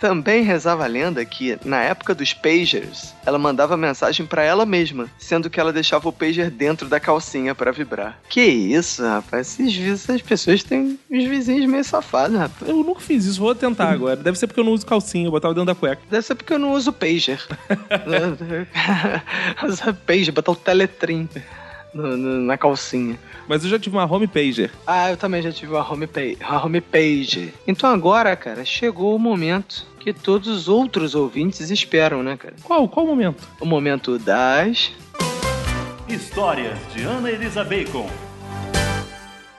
B: Também rezava a lenda que, na época dos pagers, ela mandava mensagem pra ela mesma, sendo que ela deixava o pager dentro da calcinha pra vibrar. Que isso, rapaz. Esses vi- Essas pessoas têm uns vizinhos meio safados, rapaz. Uhum.
A: Eu nunca fiz isso, vou tentar agora. Deve ser porque eu não uso calcinha, eu botava dentro da cueca.
B: Deve ser porque eu não uso
A: [LAUGHS]
B: pager. [LAUGHS] Usar pager, botar o teletrim no- no- na calcinha.
A: Mas eu já tive uma home pager.
B: Ah, eu também já tive uma homepage. A homepage. Então agora, cara, chegou o momento que todos os outros ouvintes esperam, né, cara?
A: Qual? Qual o momento?
B: O momento das.
G: Histórias de Ana Elisa Bacon.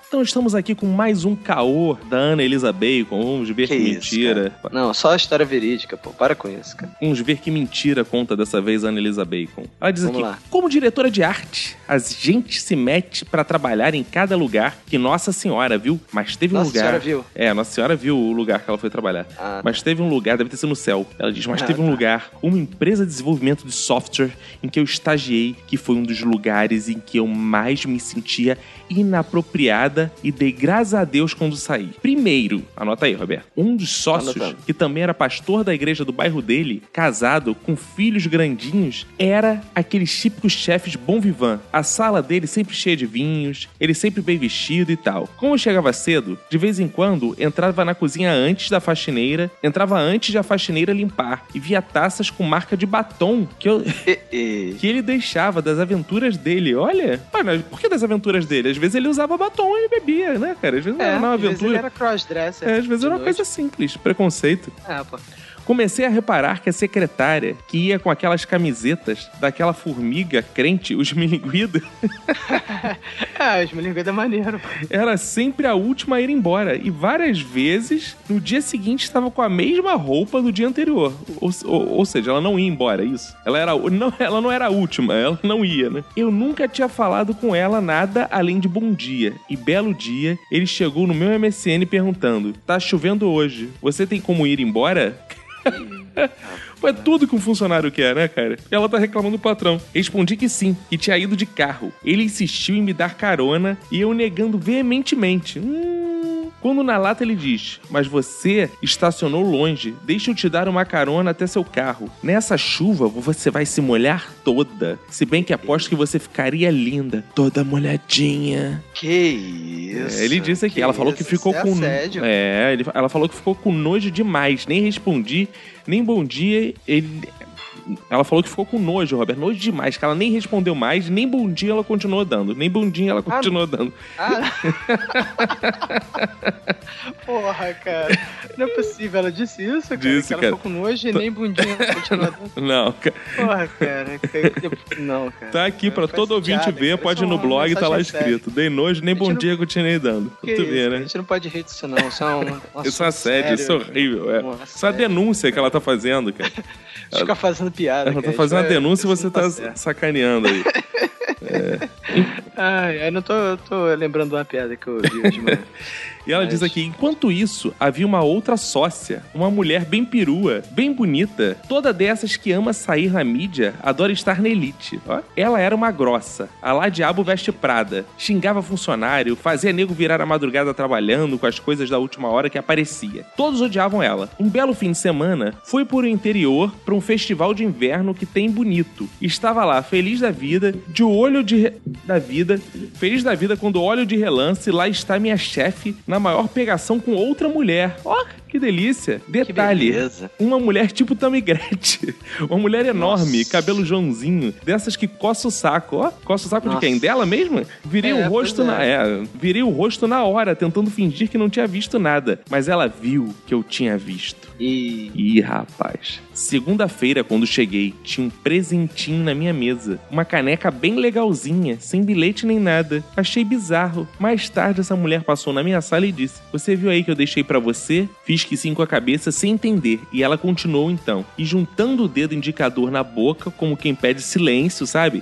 A: Então estamos aqui com mais um caô da Ana Elisa Bacon. Vamos ver que, mentira.
B: Não, só a história verídica, pô. Para com isso, cara.
A: Vamos ver que mentira conta dessa vez a Ana Elisa Bacon. Ela diz
B: Vamos
A: aqui:
B: lá.
A: Como diretora de arte, a gente se mete pra trabalhar em cada lugar que Nossa Senhora viu, mas teve um
B: Nossa
A: lugar.
B: Senhora viu.
A: É, Nossa Senhora viu o lugar que ela foi trabalhar.
B: Ah,
A: mas teve um lugar, deve ter sido no céu. Ela diz: Mas
B: Ah,
A: teve um lugar, uma empresa de desenvolvimento de software em que eu estagiei, que foi um dos lugares em que eu mais me sentia inapropriada e dei graças a Deus quando saí. Primeiro, anota aí, Roberto, um dos sócios,
B: Anotando.
A: que também era pastor da igreja do bairro dele, casado, com filhos grandinhos, era aqueles típicos chefes bom vivant. A sala dele sempre cheia de vinhos, ele sempre bem vestido e tal. Como eu chegava cedo, de vez em quando entrava na cozinha antes da faxineira, entrava antes da faxineira limpar e via taças com marca de batom que [LAUGHS] eu que ele deixava das aventuras dele. Olha, mano, por que das aventuras dele? Às vezes ele usava batom e bebia, né, cara? Às vezes não
B: É,
A: era uma
B: às vezes
A: aventura.
B: ele era crossdresser.
A: É, às vezes
B: de
A: era uma
B: noite.
A: coisa simples, preconceito.
B: É, pô.
A: Comecei a reparar que a secretária, que ia com aquelas camisetas daquela formiga crente, os [LAUGHS] milinguidos,
B: Ah, os melinguidos é maneiro.
A: era sempre a última a ir embora. E várias vezes, no dia seguinte, estava com a mesma roupa do dia anterior. Ou, ou- ou seja, ela não ia embora, é isso. Ela, era, não, ela não era a última, ela não ia, né? Eu nunca tinha falado com ela nada além de bom dia. E belo dia, ele chegou no meu MSN perguntando: Tá chovendo hoje, você tem como ir embora? [LAUGHS] Pô, É tudo que um funcionário quer, né, cara? Ela tá reclamando do patrão. Respondi que sim, que tinha ido de carro. Ele insistiu em me dar carona e eu negando veementemente. Hum. Quando na lata ele diz: Mas você estacionou longe, deixa eu te dar uma carona até seu carro. Nessa chuva você vai se molhar toda. Se bem que aposto que você ficaria linda, toda molhadinha.
B: Que isso?
A: É, ele disse aqui, ela falou que
B: isso?
A: ficou
B: Isso é
A: com.
B: assédio.
A: É, ele- ela falou que ficou com nojo demais. Nem respondi, nem bom dia. Ele. Ela falou que ficou com nojo, Robert. Nojo demais, que ela nem respondeu mais, nem bom dia ela continuou dando. Nem bom dia ela
B: Ah,
A: continuou dando. [LAUGHS]
B: Porra, cara. Não é possível, ela disse isso, cara.
A: Disse,
B: que ela
A: cara. Tá
B: ficou com nojo e nem bundinha ela
A: [LAUGHS]
B: continua dando.
A: Não, cara.
B: Porra, cara. que- Não, cara.
A: Tá aqui pra
B: Faz
A: todo ouvinte
B: piada,
A: ver,
B: cara.
A: pode
B: Isso é
A: ir no
B: uma
A: blog, tá lá
B: mensagem séria.
A: escrito. Dei nojo, nem bom dia, continuei dando. Pra
B: Que
A: tu
B: isso,
A: ver,
B: cara,
A: né?
B: A gente não pode rir disso, não. Isso é um. um
A: [LAUGHS] Isso é
B: assunto
A: assédio, isso é
B: sério.
A: horrível. É. Isso é uma denúncia que ela tá fazendo,
B: [LAUGHS]
A: cara.
B: Fica fazendo piada.
A: Ela tá
B: cara.
A: fazendo uma
B: Isso é-
A: denúncia e
B: isso
A: você
B: não tá
A: tá
B: certo.
A: sacaneando aí.
B: [LAUGHS] Ai, ai, não tô, eu tô lembrando de uma piada que eu vi hoje, mano.
A: [LAUGHS] E ela diz aqui: enquanto isso, havia uma outra sócia, uma mulher bem perua, bem bonita, toda dessas que ama sair na mídia, adora estar na elite. Ó. Ela era uma grossa, a lá diabo veste prada, xingava funcionário, fazia nego virar a madrugada trabalhando com as coisas da última hora que aparecia. Todos odiavam ela. Um belo fim de semana, fui por o interior para um festival de inverno que tem bonito. Estava lá, feliz da vida, de olho de re- da vida, feliz da vida quando olho de relance, lá está minha chefe na maior pegação com outra mulher. Ó, que delícia! Detalhe, uma mulher tipo Tamigrete. [LAUGHS] Uma mulher enorme, cabelo jonzinho, dessas que coça o saco. Ó, coça o saco
B: Nossa.
A: de quem? Dela mesma? Virei
B: É,
A: o rosto
B: pois
A: na. é, virei o rosto na hora, tentando fingir que não tinha visto nada. Mas ela viu que eu tinha visto.
B: E.
A: Ih, rapaz. Segunda-feira, quando cheguei, tinha um presentinho na minha mesa. Uma caneca bem legalzinha, sem bilhete nem nada. Achei bizarro. Mais tarde, essa mulher passou na minha sala e disse: Você viu aí que eu deixei pra você? Fiz que sim com a cabeça sem entender. E ela continuou então. E juntando o dedo indicador na boca, como quem pede silêncio, sabe?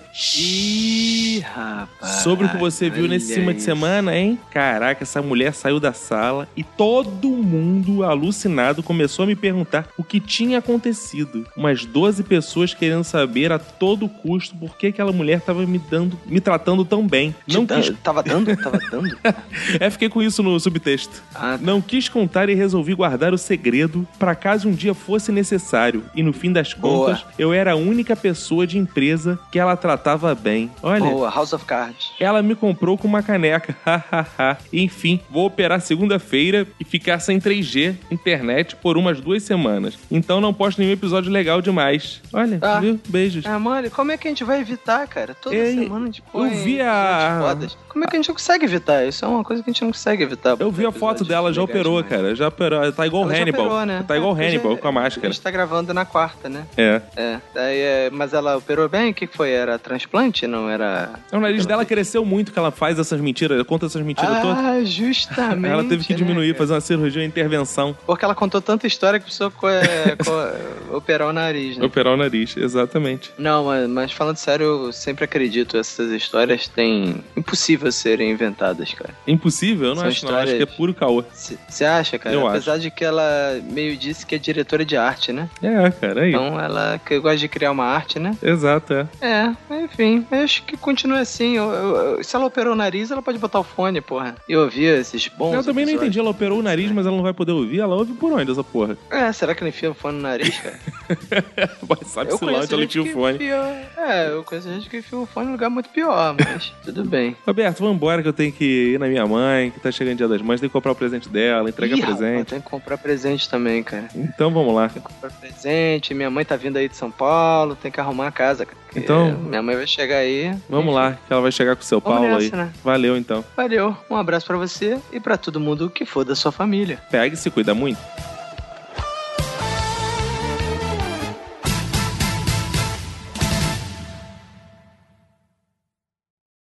B: Ih, rapaz.
A: Sobre o que você viu nesse
B: olha
A: cima de
B: isso.
A: semana, hein? Ah, Caraca, essa mulher saiu da sala e todo mundo alucinado começou a me perguntar o que tinha acontecido. Umas 12 pessoas querendo saber a todo custo por que aquela mulher tava me dando, me tratando tão bem. Não
B: dan-
A: Tava dando? Tava dando? [LAUGHS] Ah, tá. é, fiquei com isso no subtexto. Não quis contar e resolvi guardar o segredo pra caso um dia fosse necessário. E no fim das
B: Boa.
A: contas, eu era a única pessoa de empresa que ela tratava bem. Olha.
B: Boa, House of Cards.
A: Ela me comprou com uma caneca. [LAUGHS] hahaha. Enfim, vou operar segunda-feira e ficar sem 3G, internet, por umas duas semanas. Então não posto nenhum episódio legal demais. Olha, viu? Beijos.
B: Ah, mano, e como é que a gente vai evitar, cara? Toda
A: Ei,
B: semana a gente
A: eu
B: põe
A: vi a.
B: fodas. Como é que a gente não consegue evitar? Isso é uma coisa que a gente não consegue evitar.
A: Eu vi a foto dela, já
B: legais
A: operou, cara. Já operou. Tá igual o
B: Ela já
A: Hannibal.
B: operou, né?
A: Tá igual o
B: É,
A: Hannibal
B: porque
A: com a
B: A
A: máscara.
B: gente tá gravando na quarta, né?
A: É.
B: É, daí, é, mas ela operou bem? O que que foi? Era transplante? Não era.
A: Então, O nariz dela cresceu muito, que ela faz essas mentiras, ela conta essas mentiras todas.
B: Ah, justamente.
A: Ela teve que
B: né?
A: diminuir, fazer uma cirurgia, uma intervenção.
B: Porque ela contou tanta história que precisou co- é, co- [LAUGHS] operar o nariz, né?
A: Operar o nariz, exatamente.
B: Não, mas, mas falando sério, eu sempre acredito. Essas histórias têm. Impossível serem inventadas, cara.
A: Impossível? Eu não
B: São
A: acho, não. Eu Acho que é
B: histórias-
A: puro caô.
B: Você acha, cara?
A: Eu
B: Apesar de que ela meio disse que é diretora de arte, né?
A: É, cara, aí.
B: Então ela que gosta de criar uma arte, né?
A: Exato, é.
B: É, enfim, eu acho que continua assim. Eu- eu- eu- se ela operou o nariz, ela pode botar o fone, porra. E ouvir esses bons.
A: eu também não
B: episódios.
A: entendi. Ela operou o nariz, mas ela não vai poder ouvir. Ela ouve por onde essa porra? [LAUGHS]
B: É, será que ele enfia o fone no nariz, cara?
A: Mas sabe se lá então
B: conheço
A: onde ela
B: gente
A: enfia o
B: que
A: um fone.
B: enfia- É, eu conheço gente que enfia o fone em um lugar muito pior,
A: [LAUGHS]
B: mas tudo bem.
A: Roberto, vambora que eu tenho que ir na minha mãe, que tá chegando o dia das mães, tem que comprar o presente dela, entregar
B: Ih, rapaz,
A: presente.
B: Tem que comprar presente também, cara.
A: Então vamos lá.
B: Comprar presente, minha mãe tá vindo aí de São Paulo, tem que arrumar a casa, cara. porque
A: Então-
B: Minha mãe vai chegar aí.
A: Vamos lá, que ela vai chegar com o seu
B: Vamos
A: Paulo aí.
B: nessa, né?
A: Valeu então.
B: Valeu, um abraço pra você e pra todo mundo que for da sua família.
A: Pega e se cuida muito.